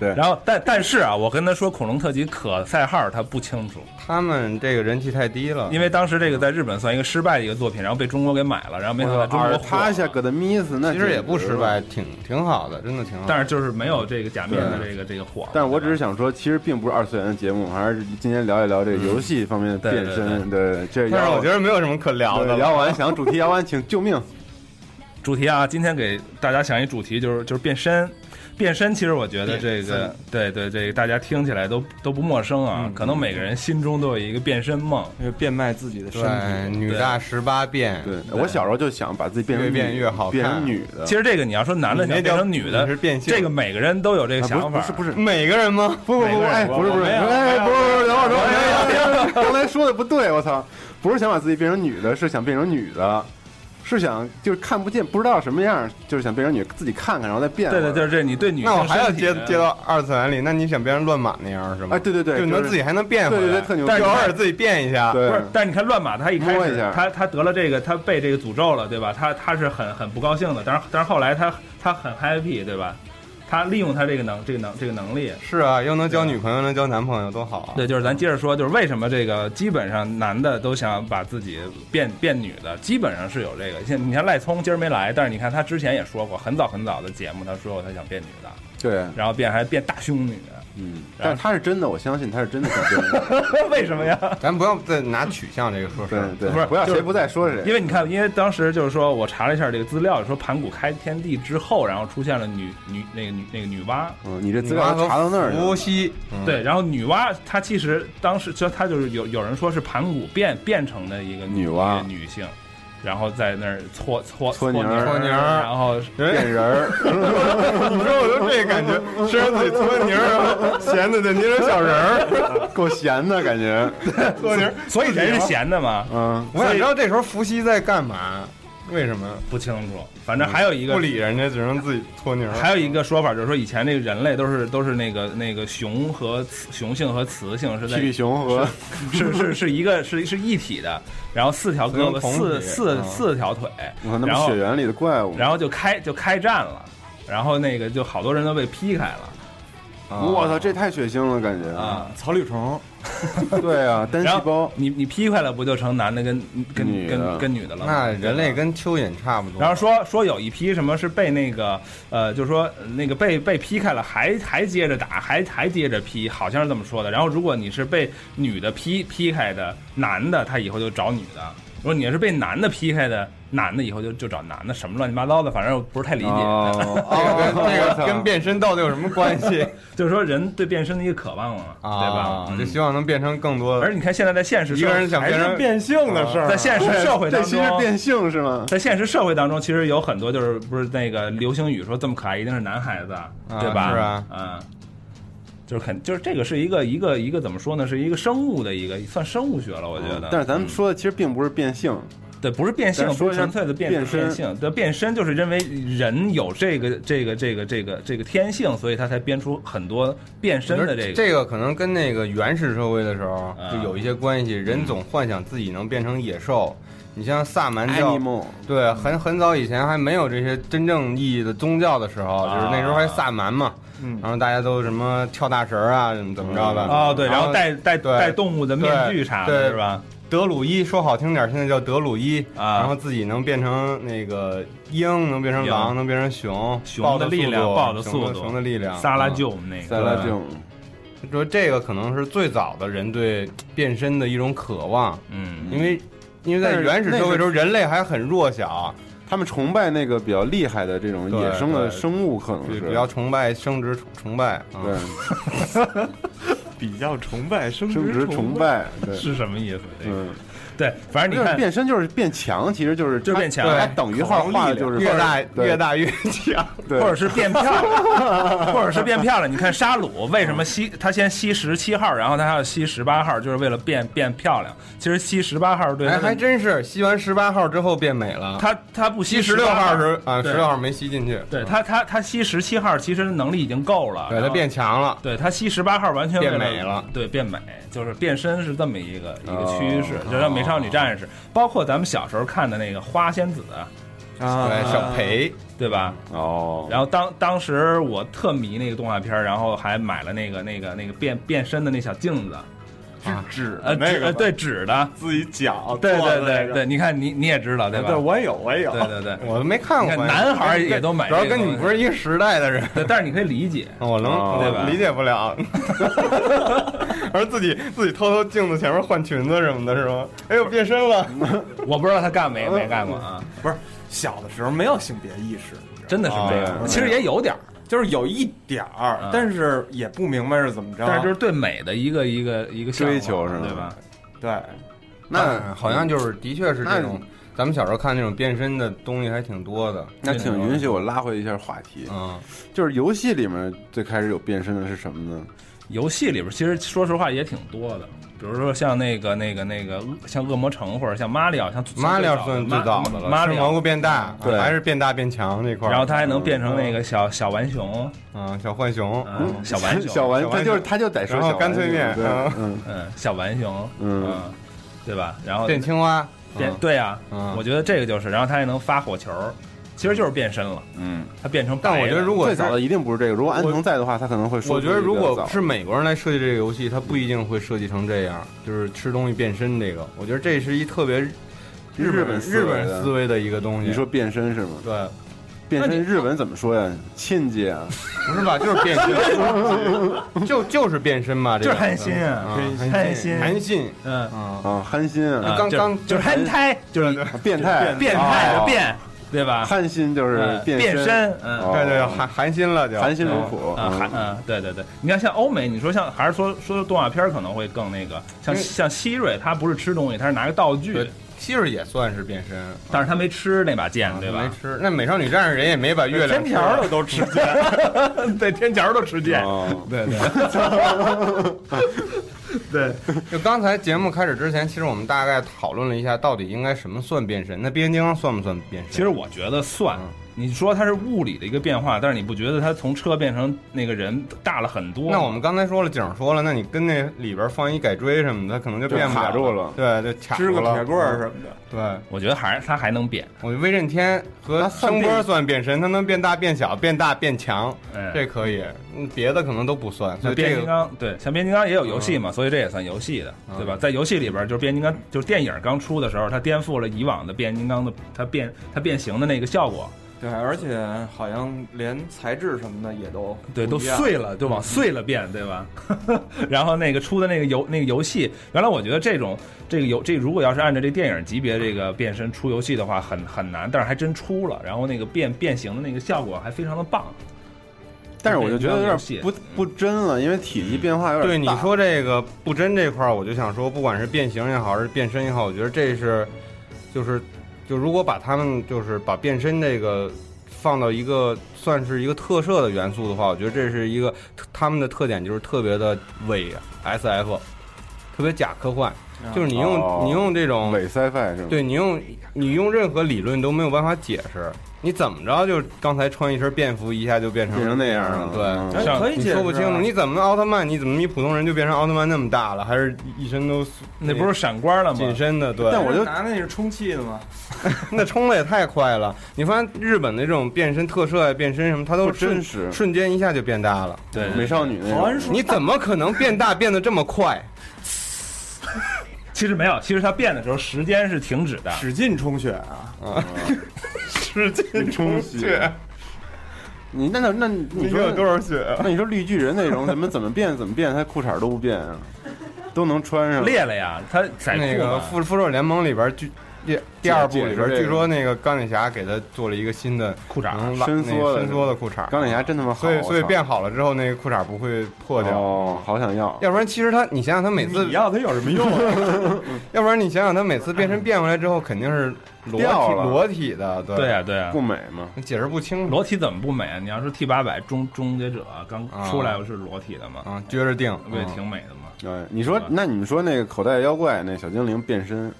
[SPEAKER 3] 然后，但但是啊，我跟他说恐龙特辑可赛号他不清楚，
[SPEAKER 2] 他们这个人气太低了，
[SPEAKER 3] 因为当时这个在日本算一个失败的一个作品，然后被中国给买了，然后没想到中
[SPEAKER 6] 尔
[SPEAKER 3] 国
[SPEAKER 6] 他下
[SPEAKER 3] 火，
[SPEAKER 6] 个的 miss，那
[SPEAKER 2] 其实也不
[SPEAKER 6] 简直
[SPEAKER 2] 失
[SPEAKER 6] 了。
[SPEAKER 2] 败，挺挺好的，真的挺好。
[SPEAKER 3] 但
[SPEAKER 2] 是
[SPEAKER 3] 是就是没有这个假面的这个这个火。
[SPEAKER 6] 但我只是想说，其实并不是二次元的节目，还是今天聊一聊这个游戏方面的
[SPEAKER 3] 对
[SPEAKER 6] 变
[SPEAKER 3] 对
[SPEAKER 6] 身。对，这
[SPEAKER 2] 但是
[SPEAKER 6] 聊
[SPEAKER 2] 我觉得没有什么可聊的
[SPEAKER 6] 对
[SPEAKER 2] 了。
[SPEAKER 6] 聊完想主题，聊完请救命。
[SPEAKER 3] 主题啊，今天给大家想一主题，就是就是变身。变身，其实我觉得这个，对对，这个大家听起来都都不陌生
[SPEAKER 2] 嗯
[SPEAKER 3] 啊，可能每个人心中都有一个变身梦。
[SPEAKER 5] 就是变卖自己的身
[SPEAKER 2] 对，
[SPEAKER 5] 体。
[SPEAKER 2] 女大十八变，
[SPEAKER 6] 对我小时候就想把自己变成
[SPEAKER 2] 越变
[SPEAKER 6] 女
[SPEAKER 2] 越好
[SPEAKER 6] 变成
[SPEAKER 2] 看
[SPEAKER 6] 女的。
[SPEAKER 3] 其实这个你要说男的
[SPEAKER 2] 嗯你那
[SPEAKER 3] 想变
[SPEAKER 2] 叫
[SPEAKER 3] 成女的
[SPEAKER 2] 你是，变性
[SPEAKER 3] 这个每个人都有这个
[SPEAKER 6] 啊
[SPEAKER 3] 想法，
[SPEAKER 6] 不是不是不是
[SPEAKER 2] 每个人吗？
[SPEAKER 6] 不不不，哎，不是不是，哎，不是不是，等会儿等会儿，刚才说的不对，我操，不是想把自己变成女的，是想变成女的，是想就是看不见，不知道什么样，就是想变成女，自己看看然后再变。
[SPEAKER 3] 对对，就是这你对女性
[SPEAKER 2] 那我还要
[SPEAKER 3] 身体
[SPEAKER 2] 接接到二次元里，那你想变成乱马那样是吗？
[SPEAKER 6] 哎对对对
[SPEAKER 2] 就能
[SPEAKER 6] 就是
[SPEAKER 2] 自己还能变回来，
[SPEAKER 6] 对对对特牛
[SPEAKER 2] 但是
[SPEAKER 6] 逼
[SPEAKER 2] 偶尔自己变一下。
[SPEAKER 3] 啊不
[SPEAKER 6] 对
[SPEAKER 3] 是，，但是你看乱马，他一开
[SPEAKER 6] 摸
[SPEAKER 3] 始
[SPEAKER 6] 一下
[SPEAKER 3] 他他得了这个，他被这个诅咒了，对吧？他他是很很不高兴的，但是但是后来他他很 happy，对吧？他利用他这个能这个能这个能力，
[SPEAKER 2] 是啊，又能交女朋友，能交男朋友，多好啊！
[SPEAKER 3] 对，就是咱接着说，就是为什么这个基本上男的都想把自己变变女的，基本上是有这个。现你看赖聪今儿没来，但是你看他之前也说过，很早很早的节目他说过他想变女的，
[SPEAKER 6] 对，
[SPEAKER 3] 然后变还变大胸女，
[SPEAKER 6] 嗯，但是他是真的，我相信他是真的想变成女。
[SPEAKER 3] 为什么呀？
[SPEAKER 2] 咱不要再拿取向这个说事儿
[SPEAKER 6] 对。对，
[SPEAKER 3] 不是
[SPEAKER 6] 不要
[SPEAKER 3] 就
[SPEAKER 6] 谁
[SPEAKER 3] 是
[SPEAKER 6] 不在说谁。
[SPEAKER 3] 因为你看，因为当时就是说我查了一下这个资料，说盘古开天地之后，然后出现了女女那个女那个女娲，
[SPEAKER 6] 嗯，你这资
[SPEAKER 2] 女娲
[SPEAKER 6] 料
[SPEAKER 2] 和
[SPEAKER 6] 都查到那儿去
[SPEAKER 2] 伏
[SPEAKER 6] 了，
[SPEAKER 2] 羲，嗯，
[SPEAKER 3] 对，然后女娲她其实当时就她就是有有人说是盘古变变成的一个
[SPEAKER 6] 女娲
[SPEAKER 3] 女性，然后在那儿搓搓
[SPEAKER 6] 搓泥
[SPEAKER 3] 泥
[SPEAKER 6] 儿
[SPEAKER 3] 儿，然后
[SPEAKER 6] 变人儿，
[SPEAKER 2] 你说我就这感觉，身上嘴搓泥儿，闲的得捏成小人儿，
[SPEAKER 6] 够闲的感觉。
[SPEAKER 2] 搓泥儿。
[SPEAKER 3] 所以人是闲的嘛，
[SPEAKER 6] 嗯，
[SPEAKER 2] 我想知道这时候伏羲在干嘛？为什么
[SPEAKER 3] 不清楚。反正还有一个
[SPEAKER 2] 不理人家，只能自己搓泥儿？
[SPEAKER 3] 还有一个说法就是说，以前那个人类都是都是那个那个雄和雌雄性和雌性是在
[SPEAKER 6] 屁屁熊和
[SPEAKER 3] 是 是是一个是是一体的，然后四条胳膊
[SPEAKER 2] 同
[SPEAKER 3] 四
[SPEAKER 2] 体
[SPEAKER 3] 四
[SPEAKER 6] 嗯
[SPEAKER 3] 四条腿，
[SPEAKER 6] 我看他们
[SPEAKER 3] 然后
[SPEAKER 6] 哦血缘里的怪物。
[SPEAKER 3] 然后就开就开战了，然后那个就好多人都被劈开了
[SPEAKER 6] 我操，这太血腥了，感觉！
[SPEAKER 3] 啊。
[SPEAKER 5] 草履虫，
[SPEAKER 6] 对啊，单
[SPEAKER 3] 然
[SPEAKER 6] 细
[SPEAKER 3] 后
[SPEAKER 6] 胞，
[SPEAKER 3] 你你劈开了，不就成男的跟跟
[SPEAKER 6] 女的
[SPEAKER 3] 跟跟女的了吗？
[SPEAKER 2] 那人类跟蚯蚓差不多。
[SPEAKER 3] 然后说说有一批什么是被那个呃，就是说呃那个被被劈开了，还还接着打，还还接着劈，好像是这么说的。然后如果你是被女的劈劈开的，男的他以后就找女的；如果你是被男的劈开的，男的以后就就找男的，什么乱七八糟的，反正我不是太理解。
[SPEAKER 6] 哦，
[SPEAKER 2] 这个跟这个跟变身到底有什么关 系
[SPEAKER 3] 就是说人对变身的一个渴望嘛，对吧？
[SPEAKER 2] 啊就希望
[SPEAKER 3] 望。
[SPEAKER 2] 能变成更多。
[SPEAKER 3] 而你看现在在现实
[SPEAKER 2] 一
[SPEAKER 3] 社
[SPEAKER 2] 个
[SPEAKER 3] 会
[SPEAKER 2] 人想变成
[SPEAKER 5] 变性的事儿
[SPEAKER 3] 啊在现实社会
[SPEAKER 6] 啊这
[SPEAKER 3] 当
[SPEAKER 6] 其实
[SPEAKER 3] 中。
[SPEAKER 6] 变性是吗？
[SPEAKER 3] 在现实社会当中，其实有很多就是不是那个流行语说这么可爱一定是男孩子，对吧？
[SPEAKER 2] 是啊，
[SPEAKER 3] 嗯，就是肯就是这个是一个一个一个怎么说呢？是一个生物的一个算生物学了，我觉
[SPEAKER 2] 哦
[SPEAKER 3] 得。
[SPEAKER 6] 但是咱们
[SPEAKER 3] 嗯
[SPEAKER 6] 说的其实并不是变性，
[SPEAKER 3] 对，不是变性
[SPEAKER 6] 咱，说
[SPEAKER 3] 不
[SPEAKER 6] 一
[SPEAKER 3] 是
[SPEAKER 6] 下
[SPEAKER 3] 纯粹的变
[SPEAKER 6] 变身
[SPEAKER 3] 性。对，变身就是认为人有这个这个这个这个这个天性，所以他才编出很多变身的这个。
[SPEAKER 2] 这个可能跟那个原始社会的时候就有一些关系。人总幻想自己能变成野兽，你像萨满教，
[SPEAKER 6] animal
[SPEAKER 2] 嗯对，啊很很早以前还没有这些真正意义的宗教的时候，就是那时候还萨满
[SPEAKER 3] 啊
[SPEAKER 2] 嘛，
[SPEAKER 3] 嗯
[SPEAKER 2] 然后大家都什么跳大神儿啊，怎么怎么着的。
[SPEAKER 3] 哦，对，然后戴戴
[SPEAKER 2] 对
[SPEAKER 3] 戴动物的面具啥
[SPEAKER 2] 对
[SPEAKER 3] 的，
[SPEAKER 2] 对
[SPEAKER 3] 是吧？
[SPEAKER 2] 德鲁伊说好听点儿，现在叫德鲁伊，
[SPEAKER 3] 啊
[SPEAKER 2] 然后自己能变成那个鹰，能变成
[SPEAKER 3] 鹰
[SPEAKER 2] 狼，能变成熊，
[SPEAKER 3] 熊
[SPEAKER 2] 豹
[SPEAKER 3] 的力量
[SPEAKER 2] 速度
[SPEAKER 3] 豹的
[SPEAKER 2] 熊
[SPEAKER 3] 速
[SPEAKER 2] 的
[SPEAKER 3] 度
[SPEAKER 2] 熊的力量。
[SPEAKER 3] 萨拉
[SPEAKER 2] 嗯
[SPEAKER 3] 就我们那
[SPEAKER 6] 在
[SPEAKER 3] 个，
[SPEAKER 6] 拉这种
[SPEAKER 2] 说这个可能是最早的人对变身的一种渴望，
[SPEAKER 3] 嗯，
[SPEAKER 2] 因为因为
[SPEAKER 6] 但
[SPEAKER 2] 在
[SPEAKER 6] 是
[SPEAKER 2] 原始社
[SPEAKER 6] 那
[SPEAKER 2] 会
[SPEAKER 6] 是
[SPEAKER 2] 时候，人类还很弱小，
[SPEAKER 6] 他们崇拜那个比较厉害的这种野生的生物，可能
[SPEAKER 2] 比
[SPEAKER 6] 是
[SPEAKER 2] 比较崇拜生殖崇拜啊。
[SPEAKER 6] 对
[SPEAKER 5] 比较崇拜生
[SPEAKER 6] 生殖崇拜，对，
[SPEAKER 3] 是什么意思？这个
[SPEAKER 6] 嗯，
[SPEAKER 3] 对，反正你看，
[SPEAKER 6] 变身就是变强，其实就是
[SPEAKER 3] 就是变强
[SPEAKER 6] 它它等于画画的就是
[SPEAKER 2] 越大
[SPEAKER 6] 对
[SPEAKER 2] 越大越强，
[SPEAKER 6] 对
[SPEAKER 3] 或者是变漂亮，或者是变漂亮。你看沙鲁为什么吸他先吸十七号，然后他还要吸十八号，就是为了变变漂亮。其实吸十八号 对
[SPEAKER 2] 哎，
[SPEAKER 3] 他
[SPEAKER 2] 还真是吸完十八号之后变美了。
[SPEAKER 3] 他他不
[SPEAKER 2] 吸
[SPEAKER 3] 吸
[SPEAKER 2] 十六
[SPEAKER 3] 18
[SPEAKER 2] 号时啊，
[SPEAKER 3] 对
[SPEAKER 2] 十六号没吸进去，啊
[SPEAKER 3] 对他他他吸十七号，其实能力已经够了。
[SPEAKER 2] 对，
[SPEAKER 3] 然
[SPEAKER 2] 他
[SPEAKER 3] 后
[SPEAKER 2] 变强了。
[SPEAKER 3] 对他吸十八号完全为
[SPEAKER 2] 变美了，
[SPEAKER 3] 对，变美就是变身是这么一个一个趋
[SPEAKER 2] 哦
[SPEAKER 3] 势，就像美少女战士，包括咱们小时候看的那个花仙子，
[SPEAKER 5] 啊
[SPEAKER 3] 啊
[SPEAKER 2] 对，小裴，
[SPEAKER 3] 对吧？
[SPEAKER 6] 哦，
[SPEAKER 3] 然后当当时我特迷那个动画片儿，然后还买了那个那个那个变变身的那小镜子，
[SPEAKER 2] 啊
[SPEAKER 5] 纸
[SPEAKER 3] 呃，
[SPEAKER 5] 那
[SPEAKER 3] 纸
[SPEAKER 5] 个
[SPEAKER 3] 呃对纸的，
[SPEAKER 5] 自己
[SPEAKER 4] 哦
[SPEAKER 5] 绞，
[SPEAKER 3] 对
[SPEAKER 5] 做的
[SPEAKER 3] 对
[SPEAKER 5] 那
[SPEAKER 3] 对
[SPEAKER 5] 个
[SPEAKER 3] 对，你看你你也知道对吧
[SPEAKER 5] 对，？我也有，我也有，
[SPEAKER 3] 对对对，
[SPEAKER 2] 我都没看过
[SPEAKER 3] 你。看男孩儿也都买
[SPEAKER 2] 主要
[SPEAKER 3] 这个
[SPEAKER 2] 跟你
[SPEAKER 3] 东西
[SPEAKER 2] 不是一个时代的人，
[SPEAKER 3] 对但是你可以理解，
[SPEAKER 2] 我能
[SPEAKER 3] 对吧
[SPEAKER 2] 我理解不了。 而自己自己偷偷镜子前面换裙子什么的，是吗？哎呦，变身了！
[SPEAKER 3] 我不知道他干没没干过啊，
[SPEAKER 5] 不是小的时候没有性别意识，你知道吗
[SPEAKER 3] 真的是没
[SPEAKER 6] 哦
[SPEAKER 3] 有，其实也有点儿，
[SPEAKER 5] 就是有一点儿
[SPEAKER 3] 嗯，
[SPEAKER 5] 但是也不明白是怎么着，
[SPEAKER 3] 但是就是对美的一个一个一个向往
[SPEAKER 6] 追求是吗
[SPEAKER 3] 对吧？
[SPEAKER 5] 对，
[SPEAKER 6] 那
[SPEAKER 2] 好像就是的确是这种，咱们小时候看那种变身的东西还挺多的。
[SPEAKER 6] 那请允许我拉回一下话题，
[SPEAKER 2] 嗯，
[SPEAKER 6] 就是游戏里面最开始有变身的是什么呢？
[SPEAKER 3] 游戏里边儿其实说实话也挺多的，比如说像那个那个那个恶像恶魔城或者像马里奥，像
[SPEAKER 2] 马里奥算最早的了，
[SPEAKER 3] 马
[SPEAKER 2] 吃
[SPEAKER 3] 里
[SPEAKER 2] 蘑
[SPEAKER 3] 奥，
[SPEAKER 2] 菇变大，
[SPEAKER 6] 对
[SPEAKER 2] 还是变大变强这块儿。
[SPEAKER 3] 然后他还能变成那个小小浣熊，
[SPEAKER 2] 嗯，小浣熊，
[SPEAKER 3] 嗯，小浣熊，
[SPEAKER 6] 小丸，
[SPEAKER 2] 小丸
[SPEAKER 6] 他就是他就得说
[SPEAKER 2] 然后
[SPEAKER 6] 小丸
[SPEAKER 2] 干脆面
[SPEAKER 6] 对
[SPEAKER 2] 嗯
[SPEAKER 6] 嗯，
[SPEAKER 3] 嗯，小浣熊，
[SPEAKER 6] 嗯
[SPEAKER 3] 对吧？然后
[SPEAKER 2] 变青蛙，
[SPEAKER 3] 变
[SPEAKER 2] 嗯
[SPEAKER 3] 对呀、
[SPEAKER 2] 嗯
[SPEAKER 3] 我觉得这个就是，然后它还能发火球，其实就是变身了，
[SPEAKER 6] 嗯，
[SPEAKER 3] 它变成白
[SPEAKER 2] 但
[SPEAKER 3] 的。
[SPEAKER 2] 我觉得如果
[SPEAKER 6] 最
[SPEAKER 2] 是
[SPEAKER 6] 早的一定不是这个。如果安藤在的话，他可能会说。
[SPEAKER 2] 我觉得如果是美国人来设计这个游戏，他不一定会设计成这样，就是吃东西变身这个。我觉得这是一特别
[SPEAKER 6] 日
[SPEAKER 2] 本
[SPEAKER 6] 本
[SPEAKER 2] 日本
[SPEAKER 6] 思
[SPEAKER 2] 思维的一个东西。
[SPEAKER 6] 你说变身是吗？
[SPEAKER 2] 对，
[SPEAKER 6] 变身日文怎么说呀？亲戚啊，
[SPEAKER 2] 不是吧？就是变 身，就就是变身嘛，这
[SPEAKER 3] 就
[SPEAKER 2] 个
[SPEAKER 3] 是憨心啊，
[SPEAKER 2] 嗯
[SPEAKER 3] 憨心，
[SPEAKER 2] 憨心，
[SPEAKER 3] 嗯，
[SPEAKER 6] 啊，憨心啊，
[SPEAKER 3] 啊
[SPEAKER 2] 刚
[SPEAKER 3] 就是
[SPEAKER 2] 刚
[SPEAKER 3] 就是憨胎，就是
[SPEAKER 2] 啊
[SPEAKER 6] 变态，
[SPEAKER 3] 变态
[SPEAKER 6] 哦
[SPEAKER 3] 的，变，对吧？
[SPEAKER 6] 憨心就是
[SPEAKER 2] 啊
[SPEAKER 3] 嗯
[SPEAKER 6] 变
[SPEAKER 3] 变身，嗯。
[SPEAKER 6] 哦
[SPEAKER 2] 对对对，寒寒心了就
[SPEAKER 6] 含辛茹苦
[SPEAKER 3] 啊，还嗯，对对对，你看像欧美，你说像还是说说动画片儿可能会更那个，像
[SPEAKER 2] 因为
[SPEAKER 3] 像希瑞，他不是吃东西，他是拿个道具
[SPEAKER 2] 对，希尔也算是变身，
[SPEAKER 3] 但是他没吃那把剑，对吧？
[SPEAKER 2] 啊没吃。那美少女战士人也没把月亮
[SPEAKER 3] 天桥
[SPEAKER 2] 了
[SPEAKER 3] 的都吃剑，对，天桥都吃
[SPEAKER 2] 嗯
[SPEAKER 3] 剑，
[SPEAKER 6] 啊
[SPEAKER 3] 对对。 对，
[SPEAKER 2] 就刚才节目开始之前，其实我们大概讨论了一下，到底应该什么算变身？那变形金刚算不算变身？
[SPEAKER 3] 其实我觉得算。
[SPEAKER 2] 嗯
[SPEAKER 3] 你说它是物理的一个变化，但是你不觉得它从车变成那个人大了很多吗？
[SPEAKER 2] 那我们刚才说了，景儿说了，那你跟那里边放一改锥什么的，可能就
[SPEAKER 3] 就
[SPEAKER 2] 变不
[SPEAKER 3] 卡住了
[SPEAKER 2] 对，就卡
[SPEAKER 3] 支
[SPEAKER 2] 住
[SPEAKER 3] 个
[SPEAKER 2] 了
[SPEAKER 3] 铁棍儿什么的。
[SPEAKER 2] 对，
[SPEAKER 3] 我觉得还是它还能变。
[SPEAKER 2] 我威震天和声波算变身，它能变大、变小、变大、变强，这可以。嗯别的可能都不算。所
[SPEAKER 3] 那
[SPEAKER 2] 以
[SPEAKER 3] 哎变
[SPEAKER 2] 这
[SPEAKER 3] 形金
[SPEAKER 2] 个嗯
[SPEAKER 3] 刚对，像变形金刚也有游戏嘛，所以这也算游戏的，对吧？在游戏里边，就是变形金刚，就是电影刚出的时候，它颠覆了以往的变形金刚的它变它变形的那个效果，
[SPEAKER 5] 对，而且好像连材质什么的也都
[SPEAKER 3] 对，
[SPEAKER 5] 不
[SPEAKER 3] 都
[SPEAKER 5] 一样
[SPEAKER 3] 碎了，就往碎了变，对吧？ 然后那个出的那个游那个游戏，原来我觉得这种这个游这如果要是按照这电影级别这个变身出游戏的话，很很难，但是还真出了，然后那个变变形的那个效果还非常的棒。
[SPEAKER 6] 但是我就觉得有
[SPEAKER 3] 这
[SPEAKER 6] 点不不真了，因为体积变化有点
[SPEAKER 2] 对你
[SPEAKER 6] 大
[SPEAKER 2] 说这个不真这块儿，我就想说，不管是变形也好，还是变身也好，我觉得这是就是就如果把他们就是把变身这个放到一个算是一个特摄的元素的话，我觉得这是一个他们的特点，就是特别的伪 S F，特别假科幻，就是你用、
[SPEAKER 6] 哦
[SPEAKER 2] 你用这种
[SPEAKER 6] 伪 sci-fi 是吗？
[SPEAKER 2] 对你用你用任何理论都没有办法解释，你怎么着就刚才穿一身便服一下就变成
[SPEAKER 6] 变成那样了
[SPEAKER 2] 对，
[SPEAKER 6] 嗯哎可以
[SPEAKER 2] 你
[SPEAKER 6] 解释
[SPEAKER 2] 说
[SPEAKER 6] 啊
[SPEAKER 2] 不清楚，你怎么奥特曼？你怎么一普通人就变成奥特曼那么大了？还是一身都
[SPEAKER 3] 那不是闪光了吗
[SPEAKER 2] 紧身的，对。
[SPEAKER 5] 拿那是充气的嘛，
[SPEAKER 2] 那冲的也太快了。你发现日本的这种变身特摄呀、啊变身什么，它都
[SPEAKER 6] 不真
[SPEAKER 2] 瞬
[SPEAKER 6] 实
[SPEAKER 2] 瞬间一下就变大了。
[SPEAKER 3] 对
[SPEAKER 6] 嗯美少女那种
[SPEAKER 2] 你怎么可能变大变得这么快？
[SPEAKER 3] 其实没有，其实它变的时候时间是停止的，
[SPEAKER 5] 使劲充血啊！
[SPEAKER 2] 啊，
[SPEAKER 6] 使劲
[SPEAKER 2] 充
[SPEAKER 6] 血。你那那那你
[SPEAKER 5] 你
[SPEAKER 6] 说
[SPEAKER 5] 有多少血啊
[SPEAKER 6] 那你说绿巨人那种怎么怎么变怎么变，他裤衩都不变啊，都能 穿上。
[SPEAKER 3] 裂了呀，他在
[SPEAKER 2] 那个《复复仇者联盟》里边据第第二部里边，据说那个钢铁侠给他做了一个新的
[SPEAKER 3] 裤衩
[SPEAKER 2] 能拉
[SPEAKER 6] 伸缩
[SPEAKER 2] 那
[SPEAKER 6] 的
[SPEAKER 2] 伸缩的裤衩。啊
[SPEAKER 6] 钢铁侠真他妈好，啊
[SPEAKER 2] 所以
[SPEAKER 6] 我
[SPEAKER 2] 所以
[SPEAKER 6] 操
[SPEAKER 2] 变好了之后，那个裤衩不会破掉。
[SPEAKER 6] 哦，好想要。
[SPEAKER 2] 要不然，其实他，你想想，他每次
[SPEAKER 5] 你要它有什么用啊？
[SPEAKER 2] 要不然你想想，他每次变身变回来之后，肯定是裸
[SPEAKER 6] 掉
[SPEAKER 2] 体
[SPEAKER 6] 了
[SPEAKER 2] 裸体的，对
[SPEAKER 3] 对呀对呀不
[SPEAKER 6] 美嘛，
[SPEAKER 2] 解释不清楚。
[SPEAKER 3] 裸体怎么不美啊？你要是 T 八百终终结者刚出来是裸体的嘛，
[SPEAKER 2] 啊，撅着腚
[SPEAKER 3] 不也挺美的吗？
[SPEAKER 6] 哎，你说那你们说那个口袋妖怪那小精灵变身，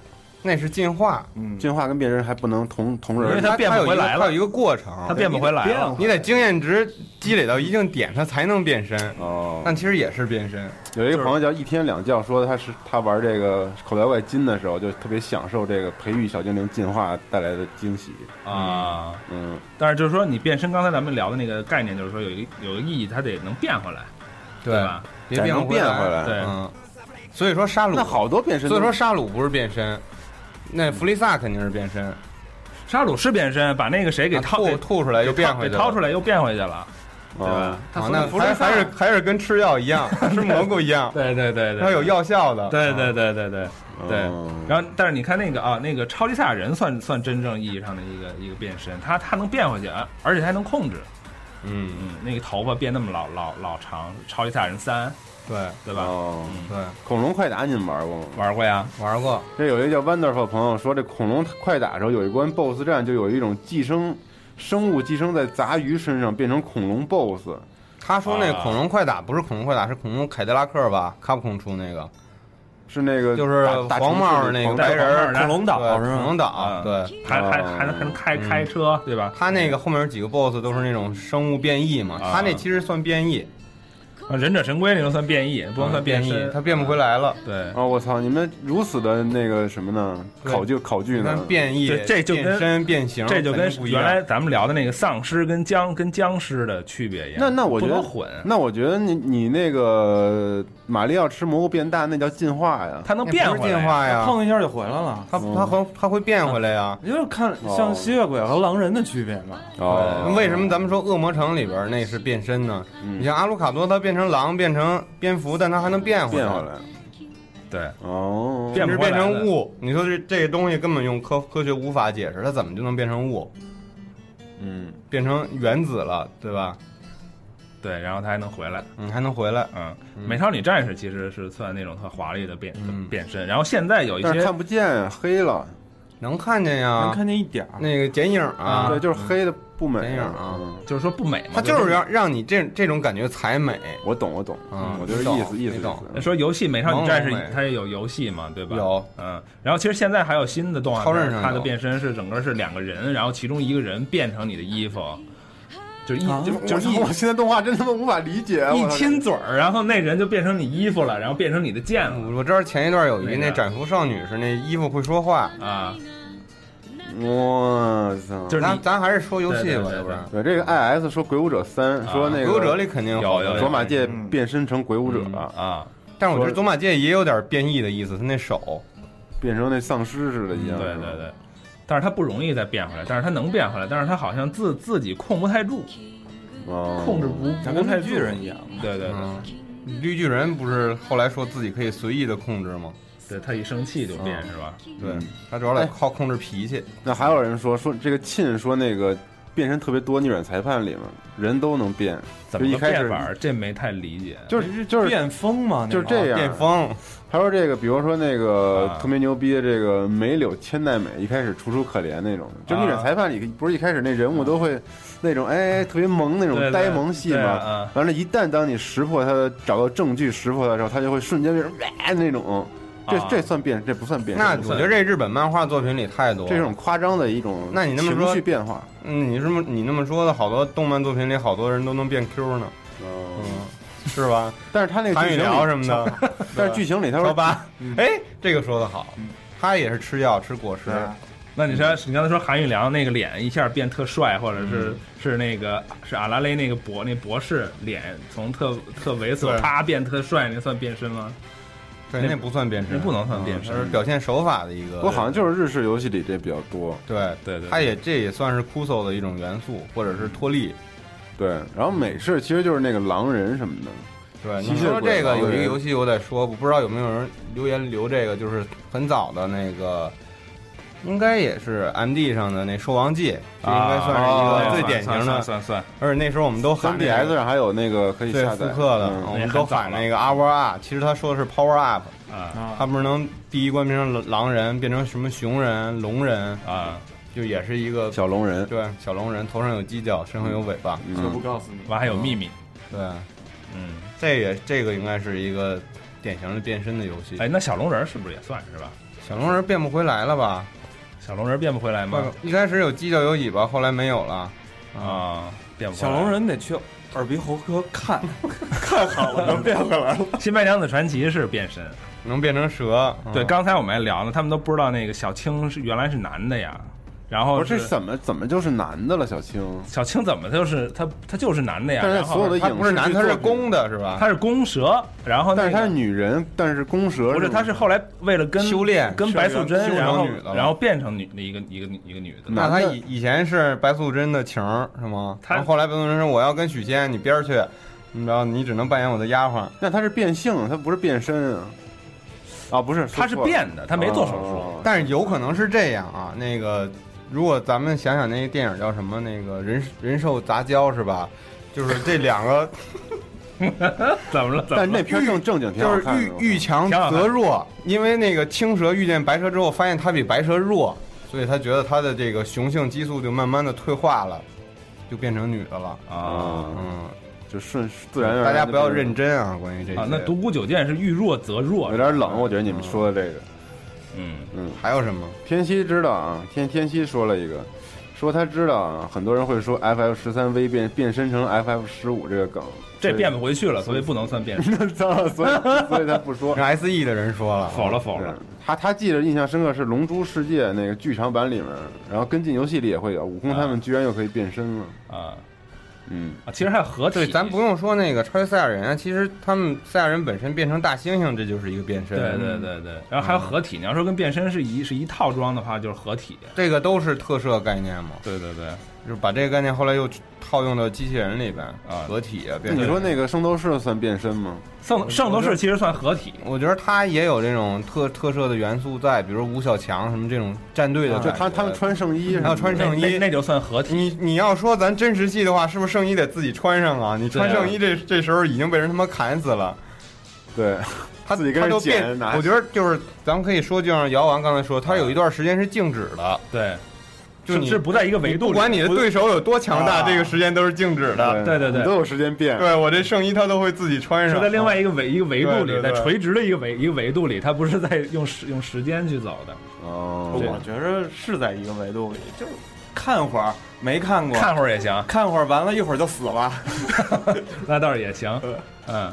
[SPEAKER 2] 那是进化，
[SPEAKER 6] 进化跟变身还不能同同
[SPEAKER 2] 嗯
[SPEAKER 6] 人，
[SPEAKER 2] 因为它变不回来了它有一个过程，
[SPEAKER 6] 它变不回来了
[SPEAKER 2] 对你得经验值积累到一定点，它才能变身。
[SPEAKER 6] 哦，
[SPEAKER 2] 但其实也是变身。
[SPEAKER 6] 有一个朋友叫一天两觉，说他是他玩这个口袋妖怪金的时候，就特别享受这个培育小精灵进化带来的惊喜
[SPEAKER 3] 啊。
[SPEAKER 6] 嗯，
[SPEAKER 3] 但是就是说，你变身，刚才咱们聊的那个概念，就是说有一个有一个意义，它得能变回来，
[SPEAKER 2] 对
[SPEAKER 3] 吧？
[SPEAKER 2] 别变
[SPEAKER 3] 回
[SPEAKER 2] 来，
[SPEAKER 3] 对，
[SPEAKER 2] 嗯。所以说沙鲁
[SPEAKER 6] 那好多变身都
[SPEAKER 2] 所以说沙鲁不是变身，那弗利萨肯定是变身，
[SPEAKER 3] 沙鲁是变身，把那个谁给掏
[SPEAKER 2] 吐吐出来又变回去
[SPEAKER 3] 给
[SPEAKER 2] 了，
[SPEAKER 3] 掏出来又变回去了，对
[SPEAKER 6] 哦
[SPEAKER 3] 吧？
[SPEAKER 2] 啊，那还还是还是跟吃药一样，吃蘑菇一样，
[SPEAKER 3] 对对对对，
[SPEAKER 2] 它有药效的，
[SPEAKER 3] 对对对对对对。
[SPEAKER 6] 哦
[SPEAKER 3] 然后，但是你看那个啊，那个超级赛亚人算算真正意义上的一个一个变身，他他能变回去，啊而且还能控制。
[SPEAKER 2] 嗯
[SPEAKER 3] 嗯，那个头发变那么老老老长，超级赛亚人三，
[SPEAKER 2] 对
[SPEAKER 3] 对吧？
[SPEAKER 6] 哦，
[SPEAKER 2] 对，
[SPEAKER 6] 恐龙快打你们玩过吗？
[SPEAKER 3] 玩啊过呀，
[SPEAKER 2] 玩过。
[SPEAKER 6] 这有一个叫 Wonderful 朋友说，这恐龙快打的时候有一关 BOSS 战，就有一种寄生生物寄生在杂鱼身上，变成恐龙 BOSS。
[SPEAKER 2] 他说
[SPEAKER 3] 啊
[SPEAKER 2] 那恐龙快打不是恐龙快打，是恐龙凯迪拉克吧？卡普空出那个，
[SPEAKER 6] 是那个
[SPEAKER 2] 就是
[SPEAKER 6] 大
[SPEAKER 2] 黄帽儿那个白人儿，对恐龙岛，对，
[SPEAKER 3] 还还还能还能开开车，对吧？
[SPEAKER 2] 他那个后面有几个 BOSS 都是那种生物变异嘛，他那其实算变异，啊
[SPEAKER 3] 啊忍者神龟那种算变异，不能算嗯变身，啊
[SPEAKER 2] 他变不回来了。
[SPEAKER 3] 对，
[SPEAKER 6] 哦，我操！你们如此的那个什么呢？
[SPEAKER 2] 对
[SPEAKER 6] 考究考据呢
[SPEAKER 2] 跟？变异
[SPEAKER 3] 对，这就跟
[SPEAKER 2] 变身变形
[SPEAKER 3] 这就跟
[SPEAKER 2] 肯定不一样
[SPEAKER 3] 原来咱们聊的那个丧尸跟僵跟僵尸的区别一样。
[SPEAKER 6] 那那我觉
[SPEAKER 3] 不
[SPEAKER 6] 得
[SPEAKER 3] 能混，
[SPEAKER 6] 那我觉得你你那个马里奥吃蘑菇变大，那叫进化呀。
[SPEAKER 3] 它能变回来
[SPEAKER 2] 进化哎呀，
[SPEAKER 5] 碰一下就回来了。
[SPEAKER 2] 它它会它会变回来呀。
[SPEAKER 5] 就是看像吸血鬼和狼人的区别嘛。
[SPEAKER 3] 哦
[SPEAKER 6] 哦
[SPEAKER 2] 对为什么咱们说恶魔城里边那是变身呢？
[SPEAKER 3] 嗯
[SPEAKER 2] 你像阿鲁卡多，他变成狼，变成蝙蝠，但他还能变回来，
[SPEAKER 6] 变回来？
[SPEAKER 3] 对，
[SPEAKER 6] 哦，
[SPEAKER 2] 甚至变成雾。你说这这东西根本用科科学无法解释，它怎么就能变成雾？
[SPEAKER 6] 嗯，
[SPEAKER 2] 变成原子了，对吧？
[SPEAKER 3] 对，然后他还能回来。
[SPEAKER 2] 你还能回来，
[SPEAKER 3] 嗯，美少女
[SPEAKER 2] 嗯
[SPEAKER 3] 战士其实是算那种特华丽的变变身，然后现在有一
[SPEAKER 6] 但是
[SPEAKER 3] 些
[SPEAKER 6] 看不见，黑了。
[SPEAKER 2] 能看见呀，
[SPEAKER 5] 能看见一点儿
[SPEAKER 2] 啊那个剪影啊，
[SPEAKER 6] 对，就是黑的不美，嗯
[SPEAKER 2] 剪影啊，
[SPEAKER 3] 就是说不美
[SPEAKER 2] 它就是让让你这这种感觉才美。
[SPEAKER 6] 我懂，我懂，
[SPEAKER 2] 嗯，
[SPEAKER 6] 我就是
[SPEAKER 2] 你懂
[SPEAKER 6] 意思意思
[SPEAKER 2] 你懂。
[SPEAKER 3] 说游戏《美少女战士
[SPEAKER 2] 朦胧美》
[SPEAKER 3] 它也有游戏嘛，对吧？
[SPEAKER 2] 有，
[SPEAKER 3] 嗯。然后其实现在还有新的动画
[SPEAKER 2] 超任
[SPEAKER 3] 片
[SPEAKER 2] 上，
[SPEAKER 3] 它的
[SPEAKER 2] 有
[SPEAKER 3] 变身是整个是两个人，然后其中一个人变成你的衣服，就是一
[SPEAKER 2] 啊
[SPEAKER 3] 就
[SPEAKER 6] 我
[SPEAKER 3] 就是
[SPEAKER 6] 操
[SPEAKER 3] 一
[SPEAKER 6] 我现在动画真他妈无法理解，啊
[SPEAKER 3] 一
[SPEAKER 6] 我操
[SPEAKER 3] 亲嘴儿，然后那人就变成你衣服了，然后变成你的剑了
[SPEAKER 2] 我我知道前一段有一
[SPEAKER 3] 那
[SPEAKER 2] 那
[SPEAKER 3] 个
[SPEAKER 2] 斩服少女是那衣服会说话，
[SPEAKER 3] 啊！
[SPEAKER 6] 我操！
[SPEAKER 3] 就是
[SPEAKER 2] 咱
[SPEAKER 3] 你
[SPEAKER 2] 咱还是说游
[SPEAKER 3] 对
[SPEAKER 2] 戏
[SPEAKER 3] 对
[SPEAKER 2] 吧，
[SPEAKER 3] 对
[SPEAKER 2] 要不然
[SPEAKER 6] 对这个 I S 说《鬼武者三》，
[SPEAKER 3] 啊
[SPEAKER 6] 说那
[SPEAKER 2] 《
[SPEAKER 6] 个
[SPEAKER 2] 鬼武者》里肯定
[SPEAKER 3] 有有有
[SPEAKER 6] 佐马介
[SPEAKER 3] 嗯
[SPEAKER 6] 变身成鬼武者了，
[SPEAKER 3] 啊，
[SPEAKER 2] 但是我觉
[SPEAKER 6] 说
[SPEAKER 2] 得佐马介也有点变异的意思，他那手
[SPEAKER 6] 变成那丧尸似的一
[SPEAKER 3] 对
[SPEAKER 6] 样。
[SPEAKER 3] 对对。但是他不容易再变回来，但是他能变回来，但是他好像自自己控不太住，
[SPEAKER 6] 对，哦
[SPEAKER 3] 控制不
[SPEAKER 5] 他
[SPEAKER 3] 不
[SPEAKER 5] 跟
[SPEAKER 3] 太
[SPEAKER 5] 绿
[SPEAKER 3] 住
[SPEAKER 5] 巨人一样。
[SPEAKER 3] 对对对，
[SPEAKER 2] 嗯，绿巨人不是后来说自己可以随意的控制吗？
[SPEAKER 3] 对他一生气就变是吧？
[SPEAKER 2] 对他主要得
[SPEAKER 6] 哎
[SPEAKER 2] 靠控制脾气，
[SPEAKER 6] 那还有人说说这个沁说那个变身特别多，《逆转裁判》里面人都能变，
[SPEAKER 3] 怎
[SPEAKER 6] 就
[SPEAKER 3] 么
[SPEAKER 6] 一
[SPEAKER 3] 个
[SPEAKER 6] 开
[SPEAKER 3] 变
[SPEAKER 6] 始
[SPEAKER 3] 法儿？啊这没太理解。
[SPEAKER 6] 就是就是
[SPEAKER 5] 变风嘛，
[SPEAKER 6] 就是这样。啊
[SPEAKER 2] 变风
[SPEAKER 6] 他说这个，比如说那个、
[SPEAKER 3] 啊
[SPEAKER 6] 特别牛逼的这个梅柳千代美，一开始楚楚可怜那种，就
[SPEAKER 3] 啊
[SPEAKER 6] 逆转裁判里不是一开始那人物都会那种哎特别萌那
[SPEAKER 3] 嗯对
[SPEAKER 6] 种
[SPEAKER 3] 对
[SPEAKER 6] 呆萌戏
[SPEAKER 3] 对
[SPEAKER 6] 嘛，
[SPEAKER 3] 啊
[SPEAKER 6] 完了，一旦当你识破他的找到证据识破他的时候，他就会瞬间变成哇那种，这
[SPEAKER 3] 啊
[SPEAKER 6] 这算变，这不算变，
[SPEAKER 2] 那
[SPEAKER 6] 这
[SPEAKER 2] 我觉得这日本漫画作品里太多了。
[SPEAKER 6] 这种夸张的一种
[SPEAKER 2] 那你那么说
[SPEAKER 6] 情绪变化，
[SPEAKER 2] 嗯，你这么你那么说的，好多动漫作品里好多人都能变 Q 呢，
[SPEAKER 3] 哦
[SPEAKER 6] 嗯，
[SPEAKER 2] 是吧？
[SPEAKER 6] 但是他那个
[SPEAKER 2] 韩
[SPEAKER 6] 剧
[SPEAKER 2] 语
[SPEAKER 6] 情
[SPEAKER 2] 聊
[SPEAKER 6] 里，嗯
[SPEAKER 2] 什么 的，
[SPEAKER 6] 但是剧情里他
[SPEAKER 2] 说
[SPEAKER 6] 说
[SPEAKER 2] 吧，哎，这个说的好，
[SPEAKER 6] 嗯
[SPEAKER 2] 他也是吃药吃果实，
[SPEAKER 6] 啊
[SPEAKER 3] 那你说，你刚才说韩玉良那个脸一下变特帅，或者
[SPEAKER 2] 嗯
[SPEAKER 3] 是、是那个是阿拉蕾那个博那博士脸从特特猥琐
[SPEAKER 2] 对
[SPEAKER 3] 啪变特帅，那算变身吗？
[SPEAKER 2] 对，
[SPEAKER 3] 那
[SPEAKER 2] 那不算变身，
[SPEAKER 3] 那不能算变
[SPEAKER 2] 嗯
[SPEAKER 3] 身
[SPEAKER 2] 它是表现手法的一个。
[SPEAKER 6] 不过好像就是日式游戏里这比较多，
[SPEAKER 2] 对
[SPEAKER 3] 对对对
[SPEAKER 2] 它也这也算是酷搜的一种元素，或者是脱力。
[SPEAKER 6] 对，然后美式其实就是那个狼人什么的，
[SPEAKER 2] 对，
[SPEAKER 6] 吸
[SPEAKER 2] 你
[SPEAKER 6] 血
[SPEAKER 2] 说
[SPEAKER 6] 鬼
[SPEAKER 2] 这个
[SPEAKER 6] 狼
[SPEAKER 2] 有一个
[SPEAKER 6] 人
[SPEAKER 2] 游戏我得说，我不知道有没有人留言留这个，就是很早的那个。应该也是 M D 上的那《兽王记》，这应该算是一
[SPEAKER 3] 啊
[SPEAKER 2] 个最典型
[SPEAKER 3] 算
[SPEAKER 2] 的
[SPEAKER 3] 算，算算
[SPEAKER 2] 而且那时候我们都喊
[SPEAKER 6] 三
[SPEAKER 2] 那个
[SPEAKER 6] DS 上还有那个可以
[SPEAKER 2] 对
[SPEAKER 6] 下
[SPEAKER 2] 复
[SPEAKER 6] 载
[SPEAKER 2] 刻的，
[SPEAKER 6] 嗯
[SPEAKER 2] 我们都喊那个 Hour Up，其实他说的是 Power Up，
[SPEAKER 3] 算啊
[SPEAKER 5] 嗯
[SPEAKER 2] 他不是能第一关变成狼人，变成什么熊人、龙人，
[SPEAKER 3] 啊！
[SPEAKER 2] 就也是一个
[SPEAKER 6] 小龙人，
[SPEAKER 2] 对小龙人，头上有犄角，身后有尾巴，
[SPEAKER 5] 就不
[SPEAKER 6] 嗯，
[SPEAKER 5] 告诉你。
[SPEAKER 3] 完还有秘密，
[SPEAKER 2] 对，
[SPEAKER 3] 嗯，
[SPEAKER 2] 这也这个应该是一个典型的变身的游戏。
[SPEAKER 3] 哎，那小龙人是不是也算是吧？
[SPEAKER 2] 小龙人变不回来了吧？
[SPEAKER 3] 小龙人变不回来吗？
[SPEAKER 2] 一开始有犄角有尾巴，后来没有了。
[SPEAKER 3] 啊，变不回
[SPEAKER 5] 小
[SPEAKER 3] 来
[SPEAKER 5] 龙人得去耳鼻喉科看，看好了能变回来了。
[SPEAKER 3] 《新白娘子传奇》是变身，
[SPEAKER 2] 能变成蛇，
[SPEAKER 3] 对，
[SPEAKER 2] 嗯
[SPEAKER 3] 刚才我们还聊呢，他们都不知道那个小青是原来是男的呀，然后
[SPEAKER 6] 不是这怎么怎么就是男的了，小青，
[SPEAKER 3] 小青怎么他就是他他就是男的呀，
[SPEAKER 6] 但是
[SPEAKER 3] 然后
[SPEAKER 6] 所有的
[SPEAKER 2] 他
[SPEAKER 6] 影
[SPEAKER 2] 不是
[SPEAKER 6] 视
[SPEAKER 2] 男，
[SPEAKER 6] 剧
[SPEAKER 2] 他是
[SPEAKER 6] 作品
[SPEAKER 2] 公的是吧？
[SPEAKER 3] 他是公蛇，然后那
[SPEAKER 6] 但
[SPEAKER 3] 个
[SPEAKER 6] 是她是女人，但是公蛇
[SPEAKER 3] 不是，她是后来为了跟
[SPEAKER 2] 修炼
[SPEAKER 3] 跟白素
[SPEAKER 2] 修
[SPEAKER 3] 贞，
[SPEAKER 2] 成
[SPEAKER 3] 然后
[SPEAKER 2] 女的了
[SPEAKER 3] 然后变成女的一个一个女一个女的。
[SPEAKER 2] 那他
[SPEAKER 6] 男的
[SPEAKER 2] 以以前是白素贞的情儿是吗？
[SPEAKER 3] 他
[SPEAKER 2] 然后后来白素贞说我要跟许仙，你边儿去，你知道你只能扮演我的丫鬟。
[SPEAKER 6] 那她是变性，她不是变身啊，啊不是，
[SPEAKER 3] 她是
[SPEAKER 6] 说错了
[SPEAKER 3] 变的，她没做手术。
[SPEAKER 6] 哦
[SPEAKER 2] 但是有可能是这样啊，那个如果咱们想想那个电影叫什么，那个人人兽杂交是吧？就是这两个，
[SPEAKER 3] 怎么了？怎
[SPEAKER 6] 但
[SPEAKER 3] 么
[SPEAKER 6] 那
[SPEAKER 3] 了？
[SPEAKER 6] 片儿正正经挺
[SPEAKER 2] 就
[SPEAKER 6] 好
[SPEAKER 2] 是
[SPEAKER 6] 看嗯的，
[SPEAKER 2] 遇遇强
[SPEAKER 3] 挺好看
[SPEAKER 2] 则弱，因为那个青蛇遇见白蛇之后，发现它比白蛇弱，所以他觉得他的这个雄性激素就慢慢的退化了，就变成女的了。
[SPEAKER 6] 哦
[SPEAKER 3] 啊
[SPEAKER 2] 嗯，
[SPEAKER 6] 就顺自然而然，
[SPEAKER 2] 大家不要认，真啊，关于这些。
[SPEAKER 3] 啊！那独孤九剑是遇弱则弱，
[SPEAKER 6] 有点冷，我觉得你们说的这个，
[SPEAKER 3] 嗯
[SPEAKER 6] 嗯，
[SPEAKER 2] 还有什么？
[SPEAKER 6] 天蝎知道啊，天天蝎说了一个，说他知道啊，很多人会说 FF 十三 V 变变身成 FF 十五这个梗，
[SPEAKER 3] 这变不回去了，所以不能算变身。
[SPEAKER 6] 所以所以所以他不说
[SPEAKER 2] 跟。S E 的人说了，
[SPEAKER 3] 否了否
[SPEAKER 6] 是
[SPEAKER 3] 了，
[SPEAKER 6] 他他记得印象深刻是《龙珠世界》那个剧场版里面，然后跟进游戏里也会有，悟空
[SPEAKER 2] 啊
[SPEAKER 6] 他们居然又可以变身了。
[SPEAKER 3] 啊
[SPEAKER 6] 嗯，
[SPEAKER 3] 啊！其实还有合体，
[SPEAKER 2] 对，咱不用说那个超级赛亚人啊，其实他们赛亚人本身变成大猩猩，这就是一个变身。
[SPEAKER 3] 对对对对，然后还有合体。你要说跟变身是一是一套装的话，就是合体。
[SPEAKER 2] 这个都是特摄概念嘛，
[SPEAKER 3] 对对对，
[SPEAKER 2] 就是把这个概念后来又套用到机器人里边
[SPEAKER 3] 啊
[SPEAKER 2] 合体啊，
[SPEAKER 6] 那
[SPEAKER 2] 变
[SPEAKER 6] 你
[SPEAKER 2] 成。
[SPEAKER 6] 说那个圣斗士算变身吗？
[SPEAKER 3] 圣圣斗士其实算合体，
[SPEAKER 2] 我觉得它也有这种特特摄的元素在，比如吴小强什么这种战队的
[SPEAKER 6] 就
[SPEAKER 2] 感觉，
[SPEAKER 6] 他他们穿圣衣什么的，
[SPEAKER 2] 还有呃穿
[SPEAKER 3] 那
[SPEAKER 2] 圣
[SPEAKER 3] 那
[SPEAKER 2] 衣。
[SPEAKER 3] 那就算合体。
[SPEAKER 2] 你你要说咱真实系的话，是不是圣衣得自己穿上啊？你穿
[SPEAKER 3] 对啊
[SPEAKER 2] 圣衣这这时候已经被人他妈砍死了。
[SPEAKER 6] 对，
[SPEAKER 2] 他
[SPEAKER 6] 自己跟
[SPEAKER 2] 他就
[SPEAKER 6] 人捡
[SPEAKER 2] 变
[SPEAKER 6] 拿，
[SPEAKER 2] 我觉得就是咱们可以说，就像姚王刚才说，他有一段时间是静止的，
[SPEAKER 3] 对，
[SPEAKER 2] 就是你
[SPEAKER 3] 是不在一个维度
[SPEAKER 2] 不
[SPEAKER 3] 里
[SPEAKER 2] 管你的
[SPEAKER 3] 不
[SPEAKER 2] 对手有多强大，
[SPEAKER 3] 啊
[SPEAKER 2] 这个时间都是静止的。
[SPEAKER 3] 对对对
[SPEAKER 6] 你都有时间变。
[SPEAKER 2] 对我这圣衣，他都会自己穿
[SPEAKER 3] 是
[SPEAKER 2] 上。
[SPEAKER 3] 在另外一个维一个维度
[SPEAKER 2] 对
[SPEAKER 3] 里，
[SPEAKER 2] 对对
[SPEAKER 3] 在垂直的一个维一个维度里，它不是在用时用时间去走的。
[SPEAKER 6] 哦，
[SPEAKER 5] 我觉着是在一个维度里，就是看会儿没看过，
[SPEAKER 3] 看会儿 也行，
[SPEAKER 5] 看会儿完了，一会儿就死了。
[SPEAKER 3] 那倒是也 行。嗯，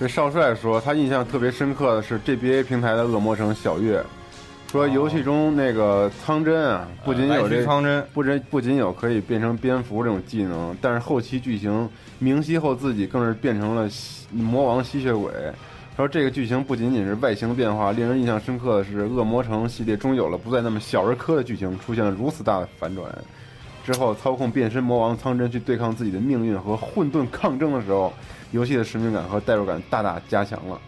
[SPEAKER 6] 这少帅说他印象特别深刻的是 GBA 平台的恶魔城小月，
[SPEAKER 2] 哦
[SPEAKER 6] 说游戏中那个苍真啊，不仅
[SPEAKER 2] 呃
[SPEAKER 6] 有这
[SPEAKER 2] 方针，
[SPEAKER 6] 不仅不仅有可以变成蝙蝠这种技能，但是后期剧情明晰后自己更是变成了吸魔王吸血鬼。他说这个剧情不仅仅是外形的变化，令人印象深刻的是，恶魔城系列终有了不再那么小儿科的剧情，出现了如此大的反转。之后操控变身魔王苍真去对抗自己的命运和混沌抗争的时候，游戏的使命感和代入感大大加强了，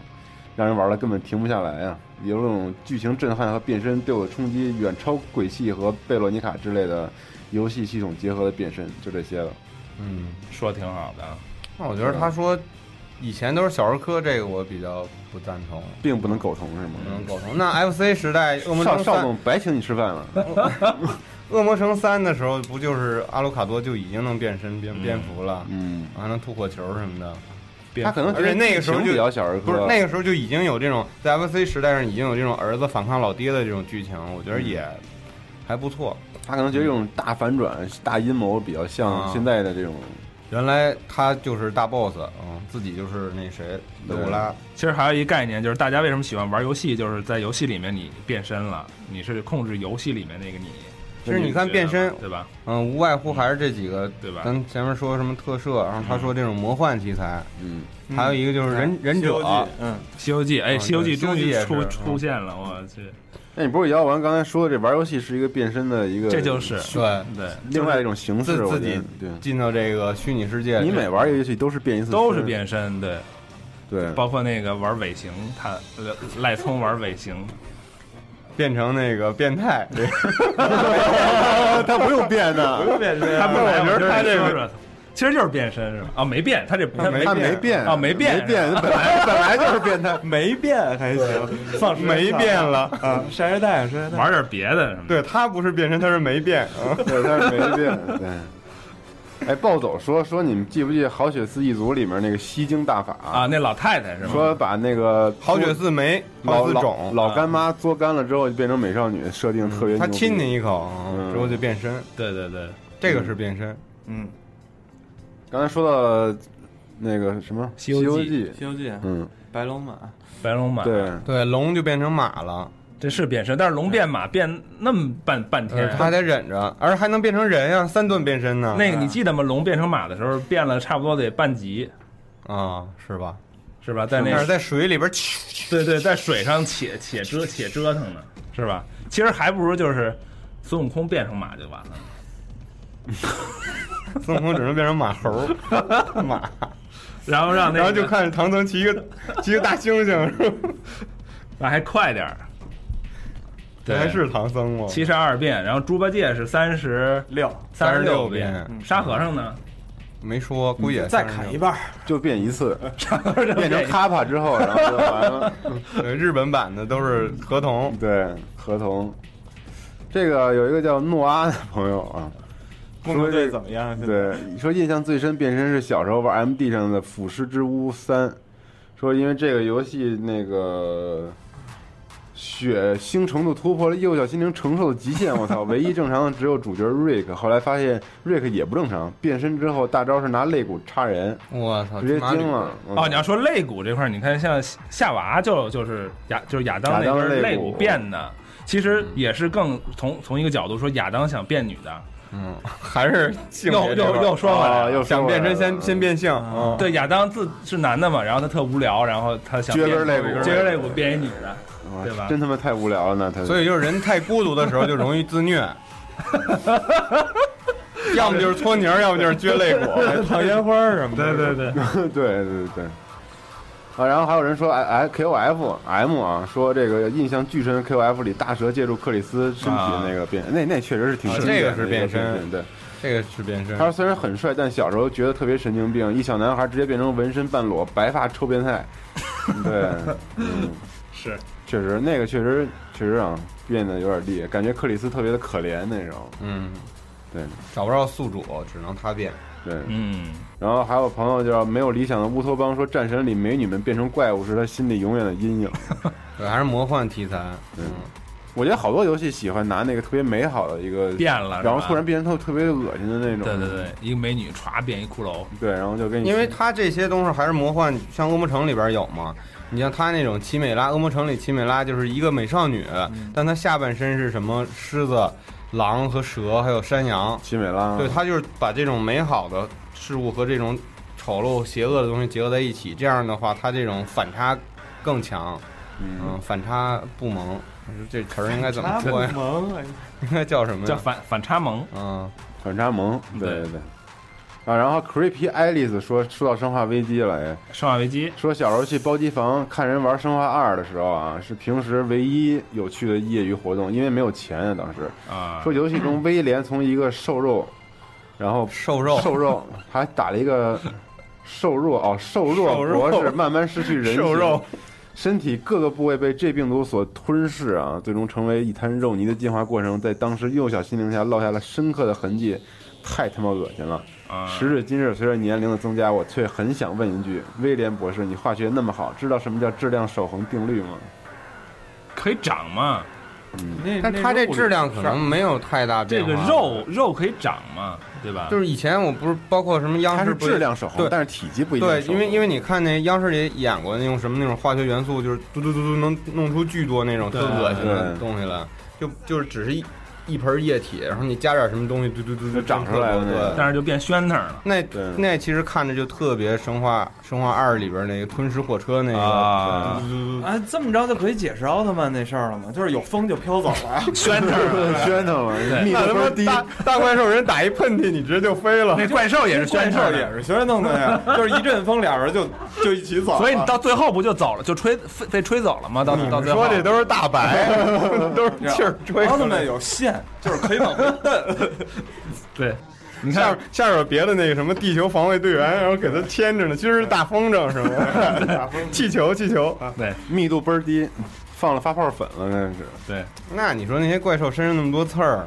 [SPEAKER 6] 让人玩的根本停不下来啊！有种剧情震撼和变身对我的冲击远超《鬼泣》和《贝洛尼卡》之类的游戏系统结合的变身，就这些了。
[SPEAKER 2] 嗯，
[SPEAKER 3] 说挺好的啊。
[SPEAKER 2] 那我觉得他说以前都是小儿科，这个我比较不赞同，
[SPEAKER 6] 并不能苟同是吗？
[SPEAKER 2] 不能苟同。嗯那 FC 时代恶魔
[SPEAKER 6] 少
[SPEAKER 2] 城
[SPEAKER 6] 少
[SPEAKER 2] 三，
[SPEAKER 6] 总白请你吃饭了，
[SPEAKER 2] 恶魔城三的时候，不就是阿鲁卡多就已经能变身变蝙蝠了，
[SPEAKER 6] 嗯，
[SPEAKER 2] 还能吐火球什么的。
[SPEAKER 6] 他可能觉
[SPEAKER 2] 而
[SPEAKER 6] 得
[SPEAKER 2] 且那个时候
[SPEAKER 6] 剧
[SPEAKER 2] 就
[SPEAKER 6] 情比较小儿
[SPEAKER 2] 不
[SPEAKER 6] 科，
[SPEAKER 2] 是那个时候就已经有这种在 FC 时代上已经有这种儿子反抗老爹的这种剧情，我觉得也还不错。
[SPEAKER 6] 他可能觉得这种大反转、大阴谋比较像
[SPEAKER 2] 啊
[SPEAKER 6] 现在的这种，
[SPEAKER 2] 原来他就是大 boss，嗯，自己就是那谁德古拉，
[SPEAKER 3] 其实还有一概念，就是大家为什么喜欢玩游戏，就是在游戏里面你变身了，你是控制游戏里面那个你。
[SPEAKER 2] 其实你看变身
[SPEAKER 3] 对吧？
[SPEAKER 2] 嗯，无外乎还是这几个，
[SPEAKER 3] 对吧
[SPEAKER 2] 咱前面说什么特摄，然后他说这种魔幻题材，
[SPEAKER 6] 嗯，
[SPEAKER 2] 还有一个就是忍忍者，
[SPEAKER 6] 啊
[SPEAKER 5] 嗯，
[SPEAKER 3] 《西游记》哎，
[SPEAKER 2] 嗯
[SPEAKER 3] 《西游记
[SPEAKER 2] 对》
[SPEAKER 3] 终于
[SPEAKER 2] 西游记也
[SPEAKER 3] 出
[SPEAKER 2] 是嗯
[SPEAKER 3] 出现了，我去，
[SPEAKER 6] 那你不是姚完刚才说的这玩游戏是一个变身的一个，
[SPEAKER 3] 这就是
[SPEAKER 2] 对，
[SPEAKER 3] 对，
[SPEAKER 6] 另外一种形式，
[SPEAKER 2] 自
[SPEAKER 6] 我
[SPEAKER 2] 自
[SPEAKER 6] 觉得
[SPEAKER 2] 己
[SPEAKER 6] 对。
[SPEAKER 2] 进到这个虚拟世界里，
[SPEAKER 6] 你每玩一个游戏都是变一次身，
[SPEAKER 3] 都是变身，对，
[SPEAKER 6] 对，
[SPEAKER 3] 包括那个玩尾行，他呃赖聪玩尾行，
[SPEAKER 2] 变成那个变态，
[SPEAKER 6] 他不用变的，
[SPEAKER 5] 变身
[SPEAKER 3] 他不是
[SPEAKER 2] 啊我觉得
[SPEAKER 3] 他
[SPEAKER 2] 他这个
[SPEAKER 3] 个其实就是变身是吧？啊，没变，他这他
[SPEAKER 6] 他没变
[SPEAKER 3] 啊没变
[SPEAKER 6] 没变，本 来本来就是变态。
[SPEAKER 5] 没变还行，丧尸
[SPEAKER 2] 没变
[SPEAKER 6] 嗯
[SPEAKER 2] 了。
[SPEAKER 5] 啊，晒晒太阳，晒晒太阳。
[SPEAKER 3] 玩点别的什么的。
[SPEAKER 2] 对他不是变身，他是没变。嗯
[SPEAKER 6] 对，但是没变。对，哎，暴走说说你们记不记得《好血丝一族》里面那个吸精大法
[SPEAKER 3] 啊，？那老太太是吗？
[SPEAKER 6] 说把那个
[SPEAKER 2] 好血似梅，
[SPEAKER 6] 老
[SPEAKER 2] 好似
[SPEAKER 6] 老
[SPEAKER 2] 种，啊嗯
[SPEAKER 6] 老干妈嘬干了之后就变成美少女，设定特别牛逼。
[SPEAKER 2] 他亲你一口
[SPEAKER 6] 嗯
[SPEAKER 2] 之后就变身，
[SPEAKER 3] 对对对，
[SPEAKER 2] 这个是变身。
[SPEAKER 5] 嗯，
[SPEAKER 6] 刚才说到那个什么《
[SPEAKER 3] 西游记
[SPEAKER 6] 记》，
[SPEAKER 5] 《西游记》
[SPEAKER 6] 嗯，
[SPEAKER 5] 白龙马，
[SPEAKER 3] 白龙马，
[SPEAKER 6] 对，
[SPEAKER 2] 对，龙就变成马了，
[SPEAKER 3] 这是变身，但是龙变马变那么半半天
[SPEAKER 2] 呃，他还得忍着，而还能变成人呀，三顿变身呢。
[SPEAKER 3] 那个你记得吗？龙变成马的时候变了差不多得半级，
[SPEAKER 2] 啊，是吧？
[SPEAKER 3] 是吧？在那
[SPEAKER 2] 但是
[SPEAKER 3] 个
[SPEAKER 2] 嗯在水里边，
[SPEAKER 3] 对对，在水上且且折且折腾呢，是吧？其实还不如就是孙悟空变成马就完了。
[SPEAKER 2] 孙悟空只能变成马猴，马，
[SPEAKER 3] 然后让那个，
[SPEAKER 2] 然后就看唐僧骑一个骑一个大猩猩，是吧？
[SPEAKER 3] 那还快点儿。
[SPEAKER 2] 这还是唐僧吗？
[SPEAKER 3] 七十二变，然后猪八戒是三十
[SPEAKER 5] 六
[SPEAKER 3] 三十
[SPEAKER 2] 36
[SPEAKER 3] 变
[SPEAKER 2] 变，
[SPEAKER 3] 沙和尚呢？
[SPEAKER 2] 没说，估计也
[SPEAKER 5] 再
[SPEAKER 2] 32
[SPEAKER 5] 砍一半儿，
[SPEAKER 6] 就变一次，变成卡帕之后，然后就完了。
[SPEAKER 2] 对呃日本版的都是合同，
[SPEAKER 6] 对，合同。这个有一个叫诺阿的朋友啊，
[SPEAKER 5] 功能队怎么样？现在，
[SPEAKER 6] 对，说印象最深变身是小时候玩 MD 上的《腐尸之屋三》，说因为这个游戏那个血腥程度突破了幼小心灵承受的极限，我操！唯一正常的只有主角 Rick，后来发现 Rick 也不正常，变身之后大招是拿肋骨插人，
[SPEAKER 2] 我操，
[SPEAKER 6] 直接
[SPEAKER 2] 他妈
[SPEAKER 6] 惊了。嗯
[SPEAKER 3] 哦，你要说肋骨这块儿，你看像夏夏娃就就是亚就是亚当那
[SPEAKER 6] 亚当
[SPEAKER 3] 边
[SPEAKER 6] 肋骨
[SPEAKER 3] 肋骨变的，其实也是更从从一个角度说，亚当想变女的，
[SPEAKER 2] 嗯，还是性
[SPEAKER 3] 又
[SPEAKER 2] 别这块儿
[SPEAKER 3] 又又说回来
[SPEAKER 6] 啊，
[SPEAKER 3] 了。
[SPEAKER 6] 又
[SPEAKER 2] 想变身先先
[SPEAKER 6] 变
[SPEAKER 2] 变性，嗯
[SPEAKER 3] 对，亚当自是男的嘛，然后他特无聊，然后他想
[SPEAKER 6] 撅
[SPEAKER 3] 变
[SPEAKER 6] 根肋骨
[SPEAKER 3] 撅根肋骨变一女的，对吧
[SPEAKER 6] 真他妈太无聊了呢，他
[SPEAKER 2] 所以就是人太孤独的时候就容易自 虐，要么就是搓泥儿，要么就是撅肋 骨。哎
[SPEAKER 5] 放烟花儿什么的。对对对，
[SPEAKER 6] 对对对对。啊，然后还有人说，哎哎，K O F M 啊，说这个印象巨深，K O F 里大蛇借助克里斯身体的那个变，那那确实是挺
[SPEAKER 2] 啊
[SPEAKER 6] 经
[SPEAKER 2] 这个
[SPEAKER 6] 典
[SPEAKER 2] 是
[SPEAKER 6] 的一
[SPEAKER 2] 变
[SPEAKER 6] 身
[SPEAKER 2] 身
[SPEAKER 6] 份对。
[SPEAKER 2] 这个是变身
[SPEAKER 6] 他，说虽然很帅，但小时候觉得特别神经病，一小男孩直接变成纹身半裸、白发臭变态， 对，嗯，
[SPEAKER 3] 是，
[SPEAKER 6] 确实那个确实确实啊，变得有点厉害，感觉克里斯特别的可怜那种。
[SPEAKER 2] 嗯，
[SPEAKER 6] 对
[SPEAKER 2] 找不着宿主，只能他变。
[SPEAKER 6] 对，
[SPEAKER 3] 嗯，
[SPEAKER 6] 然后还有朋友叫没有理想的乌托邦说，战神里美女们变成怪物是他心里永远的阴影。
[SPEAKER 2] 对，还是魔幻题材。
[SPEAKER 6] 嗯，我觉得好多游戏喜欢拿那个特别美好的一个
[SPEAKER 3] 变了是吧
[SPEAKER 6] 然后突然变成特特别恶心的那种。
[SPEAKER 3] 对对对，一个美女歘变一骷髅，
[SPEAKER 6] 对，然后就给你
[SPEAKER 2] 因为它这些东西还是魔幻，像《恶魔城》里边有嘛。你像它那种奇美拉，《恶魔城》里奇美拉就是一个美少女，但她下半身是什么狮子、狼和蛇，还有山羊。
[SPEAKER 6] 奇美拉，
[SPEAKER 2] 对，它就是把这种美好的事物和这种丑陋、邪恶的东西结合在一起。这样的话，它这种反差更强。嗯，反差不萌，这词儿应该怎么说呀？
[SPEAKER 5] 萌哎
[SPEAKER 2] 应该叫什么呀？
[SPEAKER 3] 叫反反差萌，
[SPEAKER 2] 嗯，
[SPEAKER 6] 反差萌，对
[SPEAKER 3] 对
[SPEAKER 6] 对对。啊，然后 Creepy Alice 说说到《生化危机》了，哎，
[SPEAKER 3] 《生化危机》
[SPEAKER 6] 说小时候去包机房看人玩《生化二》的时候啊，是平时唯一有趣的业余活动，因为没有钱啊，当时。
[SPEAKER 3] 啊，
[SPEAKER 6] 说游戏中威廉从一个瘦肉，然后
[SPEAKER 2] 瘦肉，
[SPEAKER 6] 瘦肉还打了一个瘦弱哦，瘦弱
[SPEAKER 2] 瘦肉
[SPEAKER 6] 博士慢慢失去人
[SPEAKER 2] 瘦
[SPEAKER 6] 形
[SPEAKER 2] 肉，
[SPEAKER 6] 身体各个部位被这病毒所吞噬啊，最终成为一滩肉泥的进化过程，在当时幼小心灵下落下了深刻的痕迹，太他妈恶心了。
[SPEAKER 3] 啊，
[SPEAKER 6] 时至今日，随着年龄的增加，我却很想问一句：威廉博士，你化学那么好，知道什么叫质量守恒定律吗？
[SPEAKER 3] 可以长嘛？
[SPEAKER 5] 那
[SPEAKER 2] 但它这质量可能没有太大
[SPEAKER 3] 这
[SPEAKER 2] 变化。
[SPEAKER 3] 个肉肉可以长嘛？对吧？
[SPEAKER 2] 就是以前我不是包括什么央
[SPEAKER 6] 它
[SPEAKER 2] 视
[SPEAKER 6] 是
[SPEAKER 2] 不也
[SPEAKER 6] 质量守恒
[SPEAKER 2] 对，
[SPEAKER 6] 但是体积不一定
[SPEAKER 2] 对，
[SPEAKER 6] 守恒。
[SPEAKER 2] 因为因为你看那央视里演过那种什么那种化学元素，就是嘟嘟嘟嘟能弄出巨多那种特
[SPEAKER 3] 对
[SPEAKER 2] 恶心的
[SPEAKER 6] 对
[SPEAKER 2] 东西来，就就是只是一一盆液体，然后你加点什么东西，嘟嘟嘟
[SPEAKER 6] 就长出来了那
[SPEAKER 2] 了。
[SPEAKER 6] 个
[SPEAKER 2] 对，
[SPEAKER 3] 但是就变喧腾了。
[SPEAKER 2] 那
[SPEAKER 6] 对
[SPEAKER 2] 那其实看着就特别《生化生化二》里边那个吞噬火车那个，
[SPEAKER 3] 啊，
[SPEAKER 6] 嗯
[SPEAKER 5] 啊，这么着就可以解释奥特曼那事儿了吗？就是有风就飘走 了，
[SPEAKER 3] 喧腾，
[SPEAKER 6] 喧腾了，密
[SPEAKER 2] 那
[SPEAKER 6] 度
[SPEAKER 2] 他
[SPEAKER 6] 不
[SPEAKER 2] 妈
[SPEAKER 6] 是低，
[SPEAKER 2] 大大怪兽人打一喷嚏，你直接就飞 了。
[SPEAKER 3] 那怪兽也是
[SPEAKER 5] 怪
[SPEAKER 3] 喧
[SPEAKER 5] 兽
[SPEAKER 3] 腾
[SPEAKER 5] 也
[SPEAKER 3] 的，
[SPEAKER 5] 是学弄的呀，就是一阵风俩人就就一起走了。
[SPEAKER 3] 所以你到最后不就走了，就吹被被吹走了吗？到到最后，
[SPEAKER 2] 说这都是大白， 都 是气儿吹
[SPEAKER 5] 奥特
[SPEAKER 2] 出
[SPEAKER 5] 曼
[SPEAKER 2] 来。
[SPEAKER 5] 有线，就是可以往回蹬。
[SPEAKER 3] 对，你
[SPEAKER 2] 下
[SPEAKER 3] 看
[SPEAKER 2] 边下边有别的那个什么地球防卫队员，然后给他牵着呢，今儿是大风筝是 吗？气球气球。
[SPEAKER 3] 对
[SPEAKER 6] 密度倍儿低，放了发泡粉了那是。
[SPEAKER 3] 对，
[SPEAKER 2] 那你说那些怪兽身上那么多刺儿，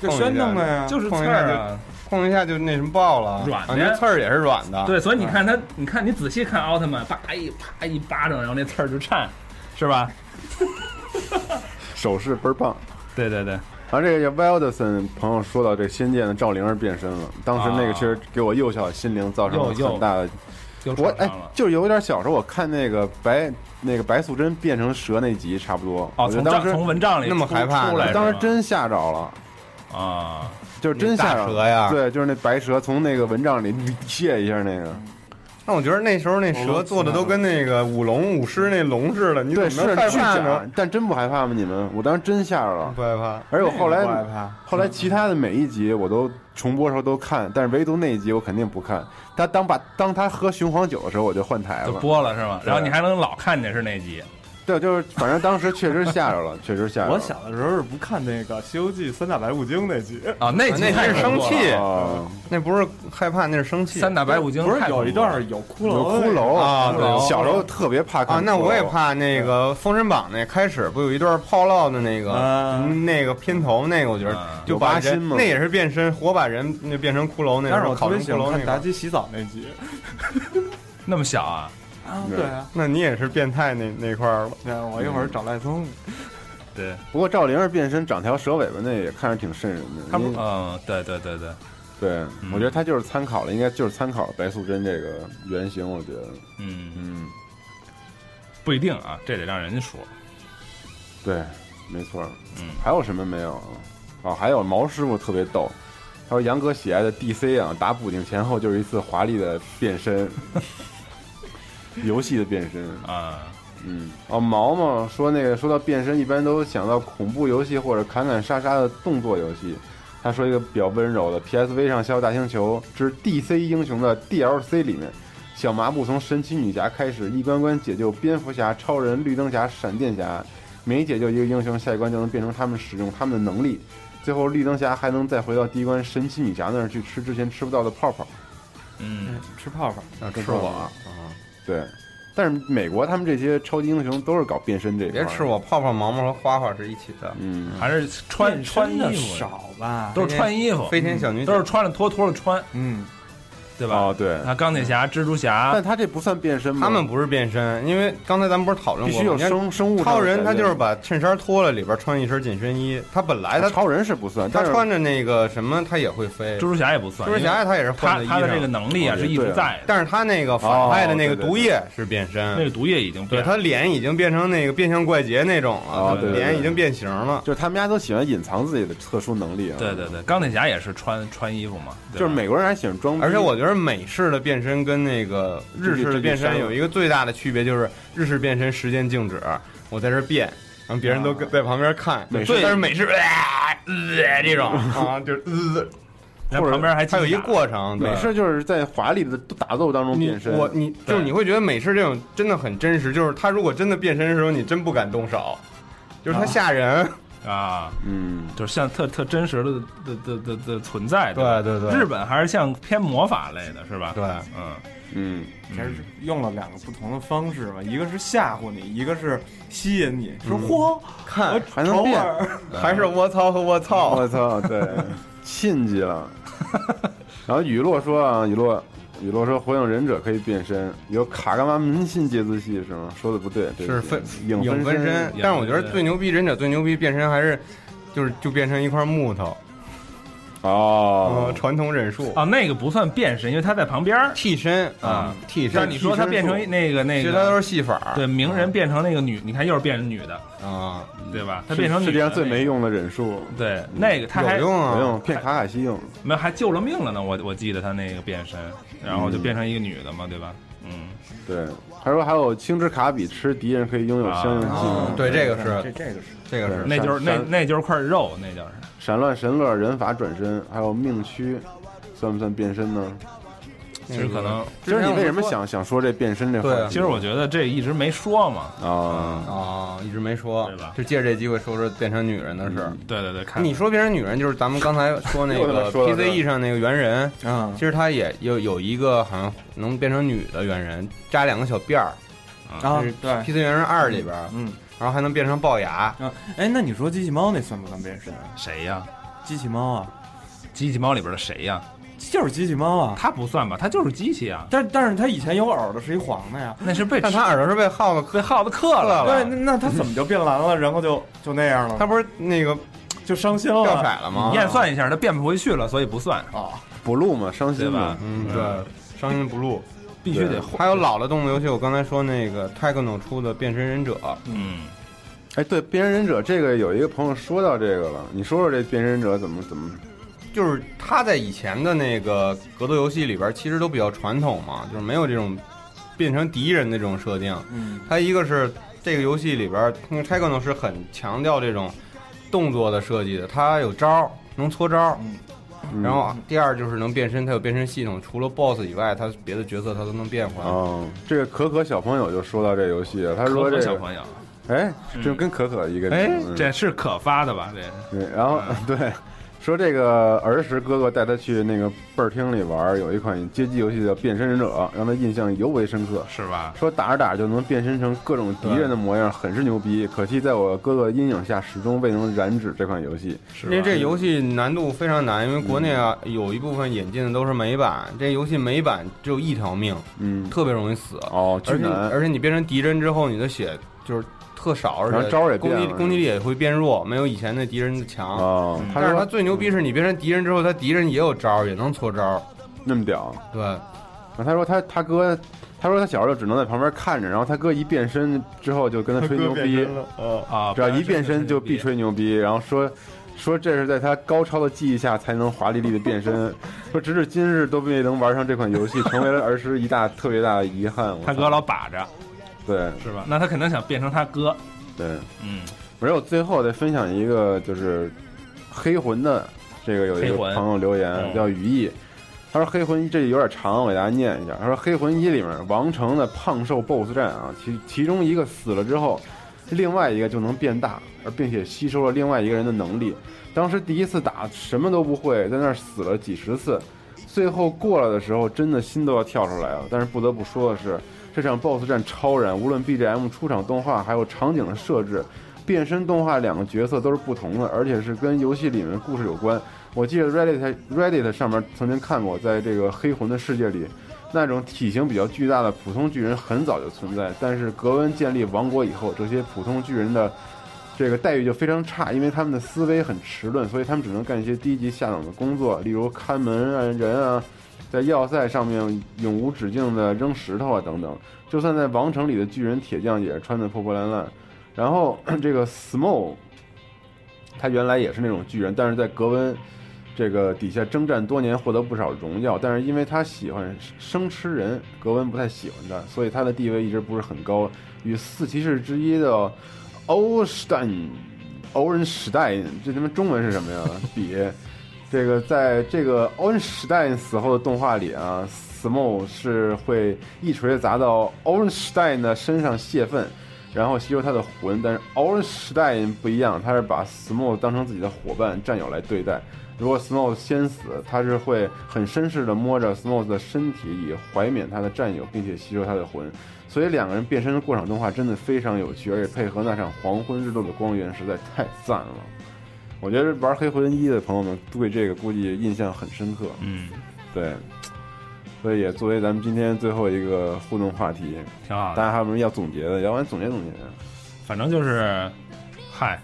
[SPEAKER 5] 就宣弄的呀，
[SPEAKER 3] 就是刺
[SPEAKER 2] 碰一下
[SPEAKER 3] 儿
[SPEAKER 2] 就
[SPEAKER 3] 啊。
[SPEAKER 2] 碰一下就那什么爆了，
[SPEAKER 3] 软的
[SPEAKER 2] 啊，那刺儿也是软的。，
[SPEAKER 3] 对，所以你看他，你看你仔细看奥特曼，叭一啪一巴掌，然后那刺儿就颤，是吧？
[SPEAKER 6] 手势倍儿棒。
[SPEAKER 3] 对对对，
[SPEAKER 6] 然后这个叫 Wilderson 朋友说到这《仙剑》的赵灵儿变身了，当时那个
[SPEAKER 3] 啊
[SPEAKER 6] 确实给我幼小心灵造成了
[SPEAKER 3] 又又
[SPEAKER 6] 很大的。
[SPEAKER 3] 就
[SPEAKER 6] 我
[SPEAKER 3] 创
[SPEAKER 6] 哎
[SPEAKER 3] 伤了，。
[SPEAKER 6] 就是有点小时候我看那个白那个白素贞变成蛇那集差不多，
[SPEAKER 3] 哦，
[SPEAKER 6] 我觉得
[SPEAKER 3] 从
[SPEAKER 6] 当
[SPEAKER 3] 帐
[SPEAKER 6] 时
[SPEAKER 3] 从蚊帐里
[SPEAKER 2] 那么
[SPEAKER 3] 出
[SPEAKER 2] 害怕
[SPEAKER 3] 出
[SPEAKER 2] 呢
[SPEAKER 3] 来
[SPEAKER 6] 我
[SPEAKER 3] 是吧，
[SPEAKER 6] 当时真吓着了，
[SPEAKER 3] 啊，
[SPEAKER 6] 就是真吓
[SPEAKER 2] 那
[SPEAKER 6] 着
[SPEAKER 2] 大蛇呀
[SPEAKER 6] 对，就是那白蛇从那个蚊帐里 卸一下那个，
[SPEAKER 2] 那我觉得那时候那蛇做的都跟那个舞龙舞狮那龙似的，你怎
[SPEAKER 6] 对，
[SPEAKER 2] 么
[SPEAKER 6] 是
[SPEAKER 2] 能害
[SPEAKER 6] 巨
[SPEAKER 2] 怕
[SPEAKER 6] 假
[SPEAKER 2] 呢？，
[SPEAKER 6] 但真不害怕吗？你们？我当时真吓着了。
[SPEAKER 2] 不害怕。
[SPEAKER 6] 而且我后
[SPEAKER 5] 那个不害
[SPEAKER 6] 来
[SPEAKER 5] 怕
[SPEAKER 6] 后来其他的每一集我都重播的时候都看，但是唯独那一集我肯定不看。他当把当他喝雄黄酒的哎时候，我就换台
[SPEAKER 3] 就
[SPEAKER 6] 了。
[SPEAKER 3] 播了是吧？然后你还能老看见是那集，
[SPEAKER 6] 对，就是反正当时确实吓着了，确实吓着了。啊
[SPEAKER 5] 我小的时候是不看那个《西游记》三大白骨精那集，
[SPEAKER 3] 啊，那
[SPEAKER 2] 那
[SPEAKER 3] 还
[SPEAKER 2] 是生气，
[SPEAKER 6] 啊，
[SPEAKER 2] 那不是害怕，那是生气。
[SPEAKER 3] 三大白骨精
[SPEAKER 5] 不是
[SPEAKER 3] 太恐怖
[SPEAKER 5] 有一段儿有骷
[SPEAKER 6] 有
[SPEAKER 5] 髅的
[SPEAKER 6] 骷髅
[SPEAKER 2] 啊
[SPEAKER 6] 骷
[SPEAKER 2] 对
[SPEAKER 6] 髅小时候特别怕看
[SPEAKER 2] 啊，那
[SPEAKER 6] 骷髅
[SPEAKER 2] 我也。怕那个《封神榜》那开始不有一段炮烙的那个、
[SPEAKER 5] 啊
[SPEAKER 2] 那个片头，那个我觉得
[SPEAKER 3] 啊
[SPEAKER 2] 就把
[SPEAKER 6] 有八心
[SPEAKER 2] 人
[SPEAKER 6] 嘛
[SPEAKER 2] 那也是变身，活把人那变成骷髅那
[SPEAKER 5] 但是
[SPEAKER 2] 种
[SPEAKER 5] 我特
[SPEAKER 2] 烤成
[SPEAKER 5] 别喜
[SPEAKER 2] 骷
[SPEAKER 5] 欢
[SPEAKER 2] 髅那
[SPEAKER 5] 看妲
[SPEAKER 2] 个。
[SPEAKER 5] 己洗澡那集
[SPEAKER 3] 那么小啊？
[SPEAKER 5] 啊，对啊，
[SPEAKER 2] 那你也是变态那那块
[SPEAKER 6] 啊
[SPEAKER 2] 儿了，
[SPEAKER 5] 那我一会儿找赖聪，
[SPEAKER 3] 对，
[SPEAKER 6] 不过赵灵儿变身长条蛇尾巴那也看着挺瘆人的。
[SPEAKER 3] 他不
[SPEAKER 6] 因为
[SPEAKER 3] 嗯，对对对对，
[SPEAKER 6] 对，
[SPEAKER 3] 嗯
[SPEAKER 6] 我觉得他就是参考了，应该就是参考了白素贞这个原型。我觉得，
[SPEAKER 3] 嗯，
[SPEAKER 6] 嗯，
[SPEAKER 3] 不一定啊，这得让人家说。
[SPEAKER 6] 对，没错。
[SPEAKER 3] 嗯
[SPEAKER 6] 还有什么没有啊？哦，还有毛师傅特别逗，他说杨哥喜爱的 DC 啊，打补丁前后就是一次华丽的变身， 游戏的变身。
[SPEAKER 3] 啊，
[SPEAKER 6] 嗯，哦，毛毛说那个说到变身，一般都想到恐怖游戏或者砍砍杀杀的动作游戏。他说一个比较温柔的，PSV 上《小大星球之 DC 英雄》的 DLC 里面，小麻布从神奇女侠开始，一关关解救蝙蝠侠、超人、绿灯侠、闪电侠，每解救一个英雄，下一关就能变成他们使用他们的能力。最后，绿灯侠还能再回到第一关神奇女侠那儿去吃之前吃不到的泡泡。
[SPEAKER 3] 嗯，
[SPEAKER 5] 吃泡泡，
[SPEAKER 2] 啊，
[SPEAKER 6] 吃
[SPEAKER 2] 吃
[SPEAKER 6] 过
[SPEAKER 2] 我
[SPEAKER 6] 啊对，但是美国他们这些超级英雄都是搞变身这一块
[SPEAKER 2] 别
[SPEAKER 6] 儿。
[SPEAKER 2] 吃我泡泡毛毛和花花是一起的，
[SPEAKER 6] 嗯，
[SPEAKER 3] 还是穿穿衣
[SPEAKER 5] 的
[SPEAKER 3] 服
[SPEAKER 5] 少吧？
[SPEAKER 3] 都是穿衣服，嗯
[SPEAKER 2] 飞天小女警
[SPEAKER 3] 都是穿着脱脱的穿，
[SPEAKER 5] 嗯，
[SPEAKER 3] 对吧？
[SPEAKER 6] 哦，对，
[SPEAKER 3] 那钢铁侠、蜘蛛侠
[SPEAKER 6] 但他这不算变身吗？
[SPEAKER 2] 他们不是变身，因为刚才咱们不是讨论
[SPEAKER 6] 必
[SPEAKER 2] 过吗，
[SPEAKER 6] 须有
[SPEAKER 2] 你看
[SPEAKER 6] 生生物上的
[SPEAKER 2] 超人，他
[SPEAKER 6] 改变
[SPEAKER 2] 就是把衬衫脱了，里边穿一身紧身衣。他本来他
[SPEAKER 6] 啊超人是不算，
[SPEAKER 2] 他
[SPEAKER 6] 但是
[SPEAKER 2] 穿着那个什么，他也会飞。
[SPEAKER 3] 蜘
[SPEAKER 2] 蜘
[SPEAKER 3] 蛛侠也不算，
[SPEAKER 2] 蛛侠他也是
[SPEAKER 3] 因为他
[SPEAKER 2] 换衣
[SPEAKER 3] 他的
[SPEAKER 2] 裳
[SPEAKER 3] 这个，能力啊
[SPEAKER 6] 哦
[SPEAKER 3] 是一
[SPEAKER 6] 对
[SPEAKER 3] 直
[SPEAKER 6] 啊
[SPEAKER 3] 在的，
[SPEAKER 2] 但是他那个反派的那个
[SPEAKER 6] 哦对对对
[SPEAKER 2] 毒液是变身，
[SPEAKER 3] 那个毒液已经
[SPEAKER 2] 对
[SPEAKER 3] 变了
[SPEAKER 2] 他脸已经变成那个变相怪杰那种了，
[SPEAKER 6] 哦
[SPEAKER 2] 他
[SPEAKER 6] 对对
[SPEAKER 2] 脸
[SPEAKER 6] 对
[SPEAKER 2] 已经变形了。
[SPEAKER 6] 就是他们家都喜欢隐藏自己的特殊能力啊。
[SPEAKER 3] 对对对，钢铁侠也是穿穿衣服嘛，对吧
[SPEAKER 6] 就是美国人还喜欢装逼，
[SPEAKER 2] 而且我觉得美式的变身跟那个日式的变
[SPEAKER 6] 这
[SPEAKER 2] 身
[SPEAKER 6] 这
[SPEAKER 2] 有一个最大的区别，就是日式变身时间静止，我在这儿变，然后别人都跟在旁边看。
[SPEAKER 6] 啊美式
[SPEAKER 2] 对但是美式啊呃这种啊，就是呃，
[SPEAKER 3] 然后旁边还
[SPEAKER 2] 它有一
[SPEAKER 3] 机甲
[SPEAKER 2] 过程。对
[SPEAKER 6] 美式就是在华丽的打斗当中
[SPEAKER 2] 你
[SPEAKER 6] 变身。
[SPEAKER 2] 我你就是你会觉得美式这种真的很真实，就是他如果真的变身的时候，你真不敢动手，就是他吓人。
[SPEAKER 3] 啊，
[SPEAKER 6] 嗯，
[SPEAKER 3] 就是像特特真实的的的的的存在。吧
[SPEAKER 2] 对
[SPEAKER 3] 日本还是像偏魔法类的是吧？
[SPEAKER 2] 对，
[SPEAKER 3] 嗯，
[SPEAKER 6] 嗯，
[SPEAKER 5] 其实用了两个不同的方式嘛，一个是吓唬你，一个是吸引你，说嚯，
[SPEAKER 2] 看
[SPEAKER 6] 还能变，
[SPEAKER 2] 还是我操和我操，
[SPEAKER 6] 我操， 对，亲极了。然后雨落说啊，雨落，雨落说火影忍者可以变身，有卡伽马门信杰兹系是吗？说的不对，对不
[SPEAKER 2] 是
[SPEAKER 6] 起
[SPEAKER 2] 分
[SPEAKER 6] 影
[SPEAKER 2] 影
[SPEAKER 6] 分
[SPEAKER 2] 分身。但是我觉得最牛逼忍者最牛逼变身还是就是就变成一块木头，
[SPEAKER 6] 哦
[SPEAKER 2] 嗯，，传统忍术
[SPEAKER 3] 哦，那个不算变身，因为他在旁边儿。
[SPEAKER 2] 替身
[SPEAKER 3] 啊
[SPEAKER 2] 替身。
[SPEAKER 3] 但你说他变成
[SPEAKER 2] 替身术
[SPEAKER 3] 那个那
[SPEAKER 2] 其实他都
[SPEAKER 3] 个，
[SPEAKER 2] 是戏法
[SPEAKER 3] 对鸣人变成那个女，你看又是变成女的，
[SPEAKER 2] 啊，
[SPEAKER 3] 对吧？他
[SPEAKER 6] 是
[SPEAKER 3] 变成女
[SPEAKER 6] 世
[SPEAKER 3] 的
[SPEAKER 6] 界上最
[SPEAKER 3] 那个
[SPEAKER 6] 没。用的忍术，
[SPEAKER 3] 对，那个他还
[SPEAKER 2] 有用
[SPEAKER 6] 没
[SPEAKER 2] 啊。
[SPEAKER 6] 用，骗卡卡西用。
[SPEAKER 3] 没有还救了命了呢。我我记得他那个变身，然后就变成一个女的嘛，对吧？嗯，
[SPEAKER 6] 对，他说还有青之卡比吃敌人可以拥有相应技
[SPEAKER 2] 啊
[SPEAKER 6] 能，，
[SPEAKER 3] 嗯
[SPEAKER 2] 对，这个
[SPEAKER 5] 这
[SPEAKER 2] 是
[SPEAKER 5] 这个是
[SPEAKER 2] 这个是
[SPEAKER 3] 那就是那
[SPEAKER 6] 闪
[SPEAKER 3] 那就是块肉，那就是
[SPEAKER 6] 闪乱神乐、忍法转身，还有命区，算不算变身呢？
[SPEAKER 3] 其实可能，
[SPEAKER 6] 其实你为什么想想说这变身这话
[SPEAKER 2] 对
[SPEAKER 6] 题？
[SPEAKER 2] 啊
[SPEAKER 3] 其实我觉得这一直没说嘛。
[SPEAKER 6] 啊，
[SPEAKER 2] 啊，一直没说
[SPEAKER 3] 对吧，
[SPEAKER 2] 就借这机会说说变成女人的事儿。
[SPEAKER 3] 对对对，看
[SPEAKER 2] 你说变成女人，就是咱们刚才说那
[SPEAKER 6] 嗯 又
[SPEAKER 2] 个
[SPEAKER 6] 他妈说到这儿嗯
[SPEAKER 2] PCE 上那个猿人，
[SPEAKER 5] 啊
[SPEAKER 2] 其实他也有有一个好像能变成女的猿人，扎两个小辫儿。
[SPEAKER 5] 啊
[SPEAKER 2] 就是
[SPEAKER 5] 对，
[SPEAKER 2] PCE 猿人二里边，
[SPEAKER 5] 嗯
[SPEAKER 2] 然后还能变成龅牙，
[SPEAKER 5] 啊，哎，那你说机器猫那算不算变身？啊
[SPEAKER 3] 谁呀？
[SPEAKER 5] 机器猫啊，
[SPEAKER 3] 机器猫里边的谁呀？
[SPEAKER 5] 就是机器猫啊，
[SPEAKER 3] 他不算吧？他就是机器啊，
[SPEAKER 5] 但但是它以前有耳朵是一黄的呀，
[SPEAKER 3] 那是被
[SPEAKER 2] 但他耳朵是被耗子
[SPEAKER 3] 被耗子克了。
[SPEAKER 5] 对，那那它怎么就变蓝了？然后就就那样了，
[SPEAKER 2] 他不是那个
[SPEAKER 5] 就伤心
[SPEAKER 2] 掉色
[SPEAKER 5] 了
[SPEAKER 2] 了吗
[SPEAKER 3] 你？验算一下，他变不回去了，所以不算，
[SPEAKER 5] 啊，
[SPEAKER 6] 补录嘛，伤
[SPEAKER 3] 对
[SPEAKER 6] 心
[SPEAKER 3] 吧
[SPEAKER 6] 嘛，？
[SPEAKER 2] 嗯，对，伤心不露。
[SPEAKER 3] 必须得
[SPEAKER 6] 对
[SPEAKER 3] 换。
[SPEAKER 2] 还有老的动作游戏，我刚才说那个 Techno 出的《变身忍者》，
[SPEAKER 3] 嗯，
[SPEAKER 6] 哎，对，变身忍者这个有一个朋友说到这个了，你说说这变身忍者怎么怎么？
[SPEAKER 2] 就是他在以前的那个格斗游戏里边，其实都比较传统嘛，就是没有这种变成敌人的这种设定。
[SPEAKER 5] 嗯，
[SPEAKER 2] 它一个是这个游戏里边，那个 Techno 是很强调这种动作的设计的，它有招儿，能搓招儿。
[SPEAKER 6] 嗯
[SPEAKER 2] 然后第二就是能变身，它有变身系统，除了 BOSS 以外，它别的角色它都能变回来。
[SPEAKER 6] 哦，这个可可小朋友就说到这游戏了，他
[SPEAKER 3] 可
[SPEAKER 6] 说
[SPEAKER 3] 可
[SPEAKER 6] 这
[SPEAKER 3] 小
[SPEAKER 6] 个，
[SPEAKER 3] 朋友，嗯
[SPEAKER 6] 哎，就跟可可一个
[SPEAKER 3] 哎
[SPEAKER 6] 人，嗯
[SPEAKER 3] 这是可发的吧？这
[SPEAKER 6] 对，然后对，说这个儿时哥哥带他去那个倍儿厅里玩儿，有一款街机游戏叫《变身忍者》，让他印象尤为深刻。
[SPEAKER 3] 是吧？
[SPEAKER 6] 说打着打着就能变身成各种敌人的模样，很是牛逼。可惜在我哥哥阴影下，始终未能染指这款游戏。
[SPEAKER 3] 是
[SPEAKER 2] 因
[SPEAKER 3] 吧
[SPEAKER 2] 为这个游戏难度非常难，因为国内啊
[SPEAKER 6] 嗯
[SPEAKER 2] 有一部分引进的都是美版，这游戏美版只有一条命，
[SPEAKER 6] 嗯，
[SPEAKER 2] 特别容易死。啊
[SPEAKER 6] 哦，巨
[SPEAKER 2] 而且
[SPEAKER 6] 难。
[SPEAKER 2] 而且你变成敌人之后，你的血就是特少，而
[SPEAKER 6] 然
[SPEAKER 2] 且
[SPEAKER 6] 后招儿也
[SPEAKER 2] 攻
[SPEAKER 6] 变
[SPEAKER 2] 击
[SPEAKER 6] 了
[SPEAKER 2] 攻击力也会变弱，没有以前的敌人的强。
[SPEAKER 6] 哦，他
[SPEAKER 2] 但是
[SPEAKER 6] 说
[SPEAKER 2] 他最牛逼是你变成敌人之后，他敌人也有招儿，也能搓招儿。
[SPEAKER 6] 那么屌。
[SPEAKER 2] 对，
[SPEAKER 6] 然后他说他他哥，他说他小时候只能在旁边看着，然后他哥一变身之后就跟他吹牛逼，
[SPEAKER 3] 啊，
[SPEAKER 6] 哦只要一变身就必
[SPEAKER 3] 吹。
[SPEAKER 6] 吹牛逼，然后说说这是在他高超的技艺下才能华丽丽的变 身，说直至今日都未能玩上这款游戏，成为了儿时一大特别大的遗憾。我
[SPEAKER 3] 他
[SPEAKER 6] 操
[SPEAKER 3] 哥老把着
[SPEAKER 6] 对
[SPEAKER 3] 是吧？那他肯定想变成他哥。
[SPEAKER 6] 对，
[SPEAKER 3] 嗯，
[SPEAKER 6] 没有最后再分享一个就是黑魂的这个有一
[SPEAKER 3] 黑
[SPEAKER 6] 个
[SPEAKER 3] 魂
[SPEAKER 6] 朋友留言
[SPEAKER 3] 嗯
[SPEAKER 6] 叫羽翼。他说：“黑魂一这有点长，我给大家念一下。他说：黑魂一里面王城的胖瘦 BOSS 战啊，其其中一个死了之后，另外一个就能变大，而并且吸收了另外一个人的能力。当时第一次打什么都不会，在那儿死了几十次，最后过了的时候，真的心都要跳出来了。但是不得不说的是，这场 BOSS 战超燃，无论 BGM、出场动画还有场景的设置，变身动画两个角色都是不同的，而且是跟游戏里面的故事有关。我记得 Reddit Reddit 上面曾经看过，在这个黑魂的世界里，那种体型比较巨大的普通巨人很早就存在，但是格温建立王国以后，这些普通巨人的这个待遇就非常差，因为他们的思维很迟钝，所以他们只能干一些低级下等的工作，例如看门啊、人啊，在要塞上面永无止境的扔石头啊等等。就算在王城里的巨人铁匠也是穿的破破烂烂。然后 这个 Smoke，他原来也是那种巨人，但是在格温这个底下征战多年，获得不少荣耀。但是因为他喜欢生吃人，格温不太喜欢他，所以他的地位一直不是很高，与四骑士之一的。欧史代，欧人史代，这他妈中文是什么呀？比这个在这个欧人史代死后的动画里啊，Smo 是会一锤砸到欧人史代的身上泄愤，然后吸收他的魂。但是欧人史代不一样，他是把 Smo 当成自己的伙伴、战友来对待。如果 Smo 先死，他是会很绅士的摸着 Smo 的身体，以怀缅他的战友，并且吸收他的魂。所以两个人变身的过场动画真的非常有趣，而且配合那场黄昏日落的光源实在太赞了。我觉得玩《黑魂一》的朋友们对这个估计印象很深刻。
[SPEAKER 3] 嗯，
[SPEAKER 6] 对，所以也作为咱们今天最后一个互动话题，
[SPEAKER 3] 挺好的
[SPEAKER 6] 大家还有什么要总结的？要不然总结总结。
[SPEAKER 3] 反正就是，嗨，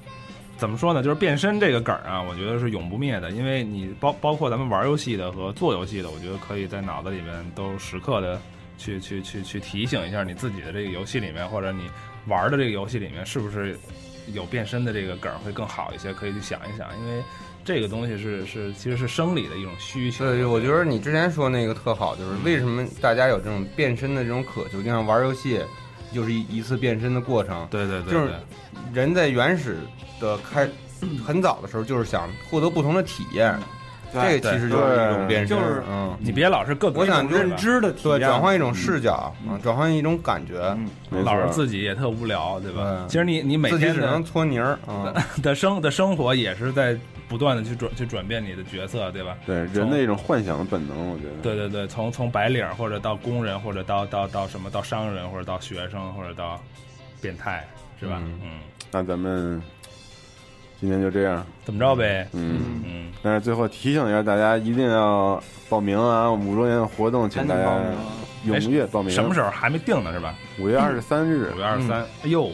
[SPEAKER 3] 怎么说呢？就是变身这个梗儿啊，我觉得是永不灭的，因为你包包括咱们玩游戏的和做游戏的，我觉得可以在脑子里面都时刻的去去去去提醒一下你自己的这个游戏里面，或者你玩的这个游戏里面是不是有变身的这个梗儿会更好一些，可以去想一想，因为这个东西是是其实是生理的一种需求。
[SPEAKER 2] 对，我觉得你之前说那个特好，就是为什么大家有这种变身的这种渴求，就像玩游戏，就是一一次变身的过程。
[SPEAKER 3] 对对对
[SPEAKER 2] 就
[SPEAKER 3] 对
[SPEAKER 2] 是人在原始的开很早的时候，就是想获得不同的体验，这
[SPEAKER 3] 对
[SPEAKER 2] 个其实就是一种变身。
[SPEAKER 3] 就是
[SPEAKER 2] 嗯，
[SPEAKER 3] 你别老是各
[SPEAKER 2] 我想就是
[SPEAKER 3] 认知的体验嗯
[SPEAKER 2] 对，转换一种视角，嗯，转换一种感觉。
[SPEAKER 3] 没错老是自己也特无聊，对吧？其实你你
[SPEAKER 2] 嗯
[SPEAKER 3] 每
[SPEAKER 2] 自己
[SPEAKER 3] 天
[SPEAKER 2] 只
[SPEAKER 3] 的
[SPEAKER 2] 能搓泥儿，嗯，
[SPEAKER 3] 的生的生活也是在不断的去转去转变你的角色，对吧？
[SPEAKER 6] 对人的一种幻想的本能，我觉得。
[SPEAKER 3] 对对对，从从白领或者到工人，或者到到到什么到商人，或者到学生，或者到变态，是吧？嗯，
[SPEAKER 6] 那咱们今天就这样，
[SPEAKER 3] 怎么着呗？
[SPEAKER 6] 嗯
[SPEAKER 3] 嗯。
[SPEAKER 6] 但是最后提醒一下大家，一定要报名啊！五周年的活动，请大家踊跃报名。
[SPEAKER 3] 什么时候？还啊没定呢，是吧？
[SPEAKER 6] 五月二十三日，
[SPEAKER 3] 五月二十三。哎呦，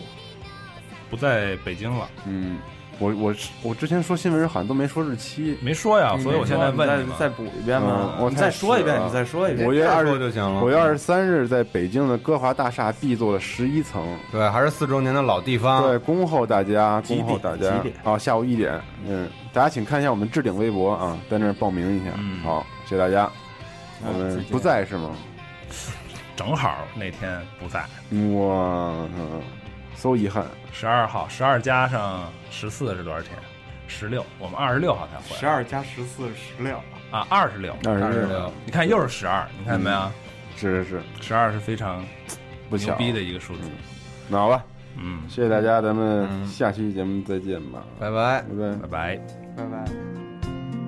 [SPEAKER 3] 不在北京了。
[SPEAKER 6] 嗯，我我我之前说新闻时好像都没说日期，
[SPEAKER 3] 嗯没说呀所以我现在问
[SPEAKER 5] 你嘛再再补一遍嘛
[SPEAKER 6] 嗯我
[SPEAKER 5] 嗯你再说一遍你再说一遍
[SPEAKER 6] 五啊月 二
[SPEAKER 5] 再
[SPEAKER 6] 十
[SPEAKER 5] 说就行了
[SPEAKER 6] 五月二十三日在北京的歌华大厦 B 座的十一层，
[SPEAKER 2] 嗯对，还是四周年的老地方。
[SPEAKER 6] 对，恭候大家，恭候大家
[SPEAKER 2] 啊几点。
[SPEAKER 6] 好，下午一点，嗯，大家请看一下我们置顶微博啊，在那儿报名一下。好，谢谢大家。我们不在是吗？
[SPEAKER 3] 正好那天不在，
[SPEAKER 6] 哇，so 遗憾。
[SPEAKER 3] 十二号，十二加上十四是多少天？十六，我们二十六号才回来。
[SPEAKER 5] 十二加十四十六，
[SPEAKER 3] 啊，二十六，
[SPEAKER 6] 26
[SPEAKER 3] 你看又是十二，你看见没有？
[SPEAKER 6] 是是
[SPEAKER 3] 是，十二是非常
[SPEAKER 6] 不
[SPEAKER 3] 牛
[SPEAKER 6] 巧
[SPEAKER 3] 逼的一个数字。
[SPEAKER 6] 那好吧，
[SPEAKER 3] 嗯，
[SPEAKER 6] 谢谢大家，咱们下期节目再见吧，
[SPEAKER 2] 拜拜，
[SPEAKER 6] 拜
[SPEAKER 3] 拜，
[SPEAKER 5] 拜拜。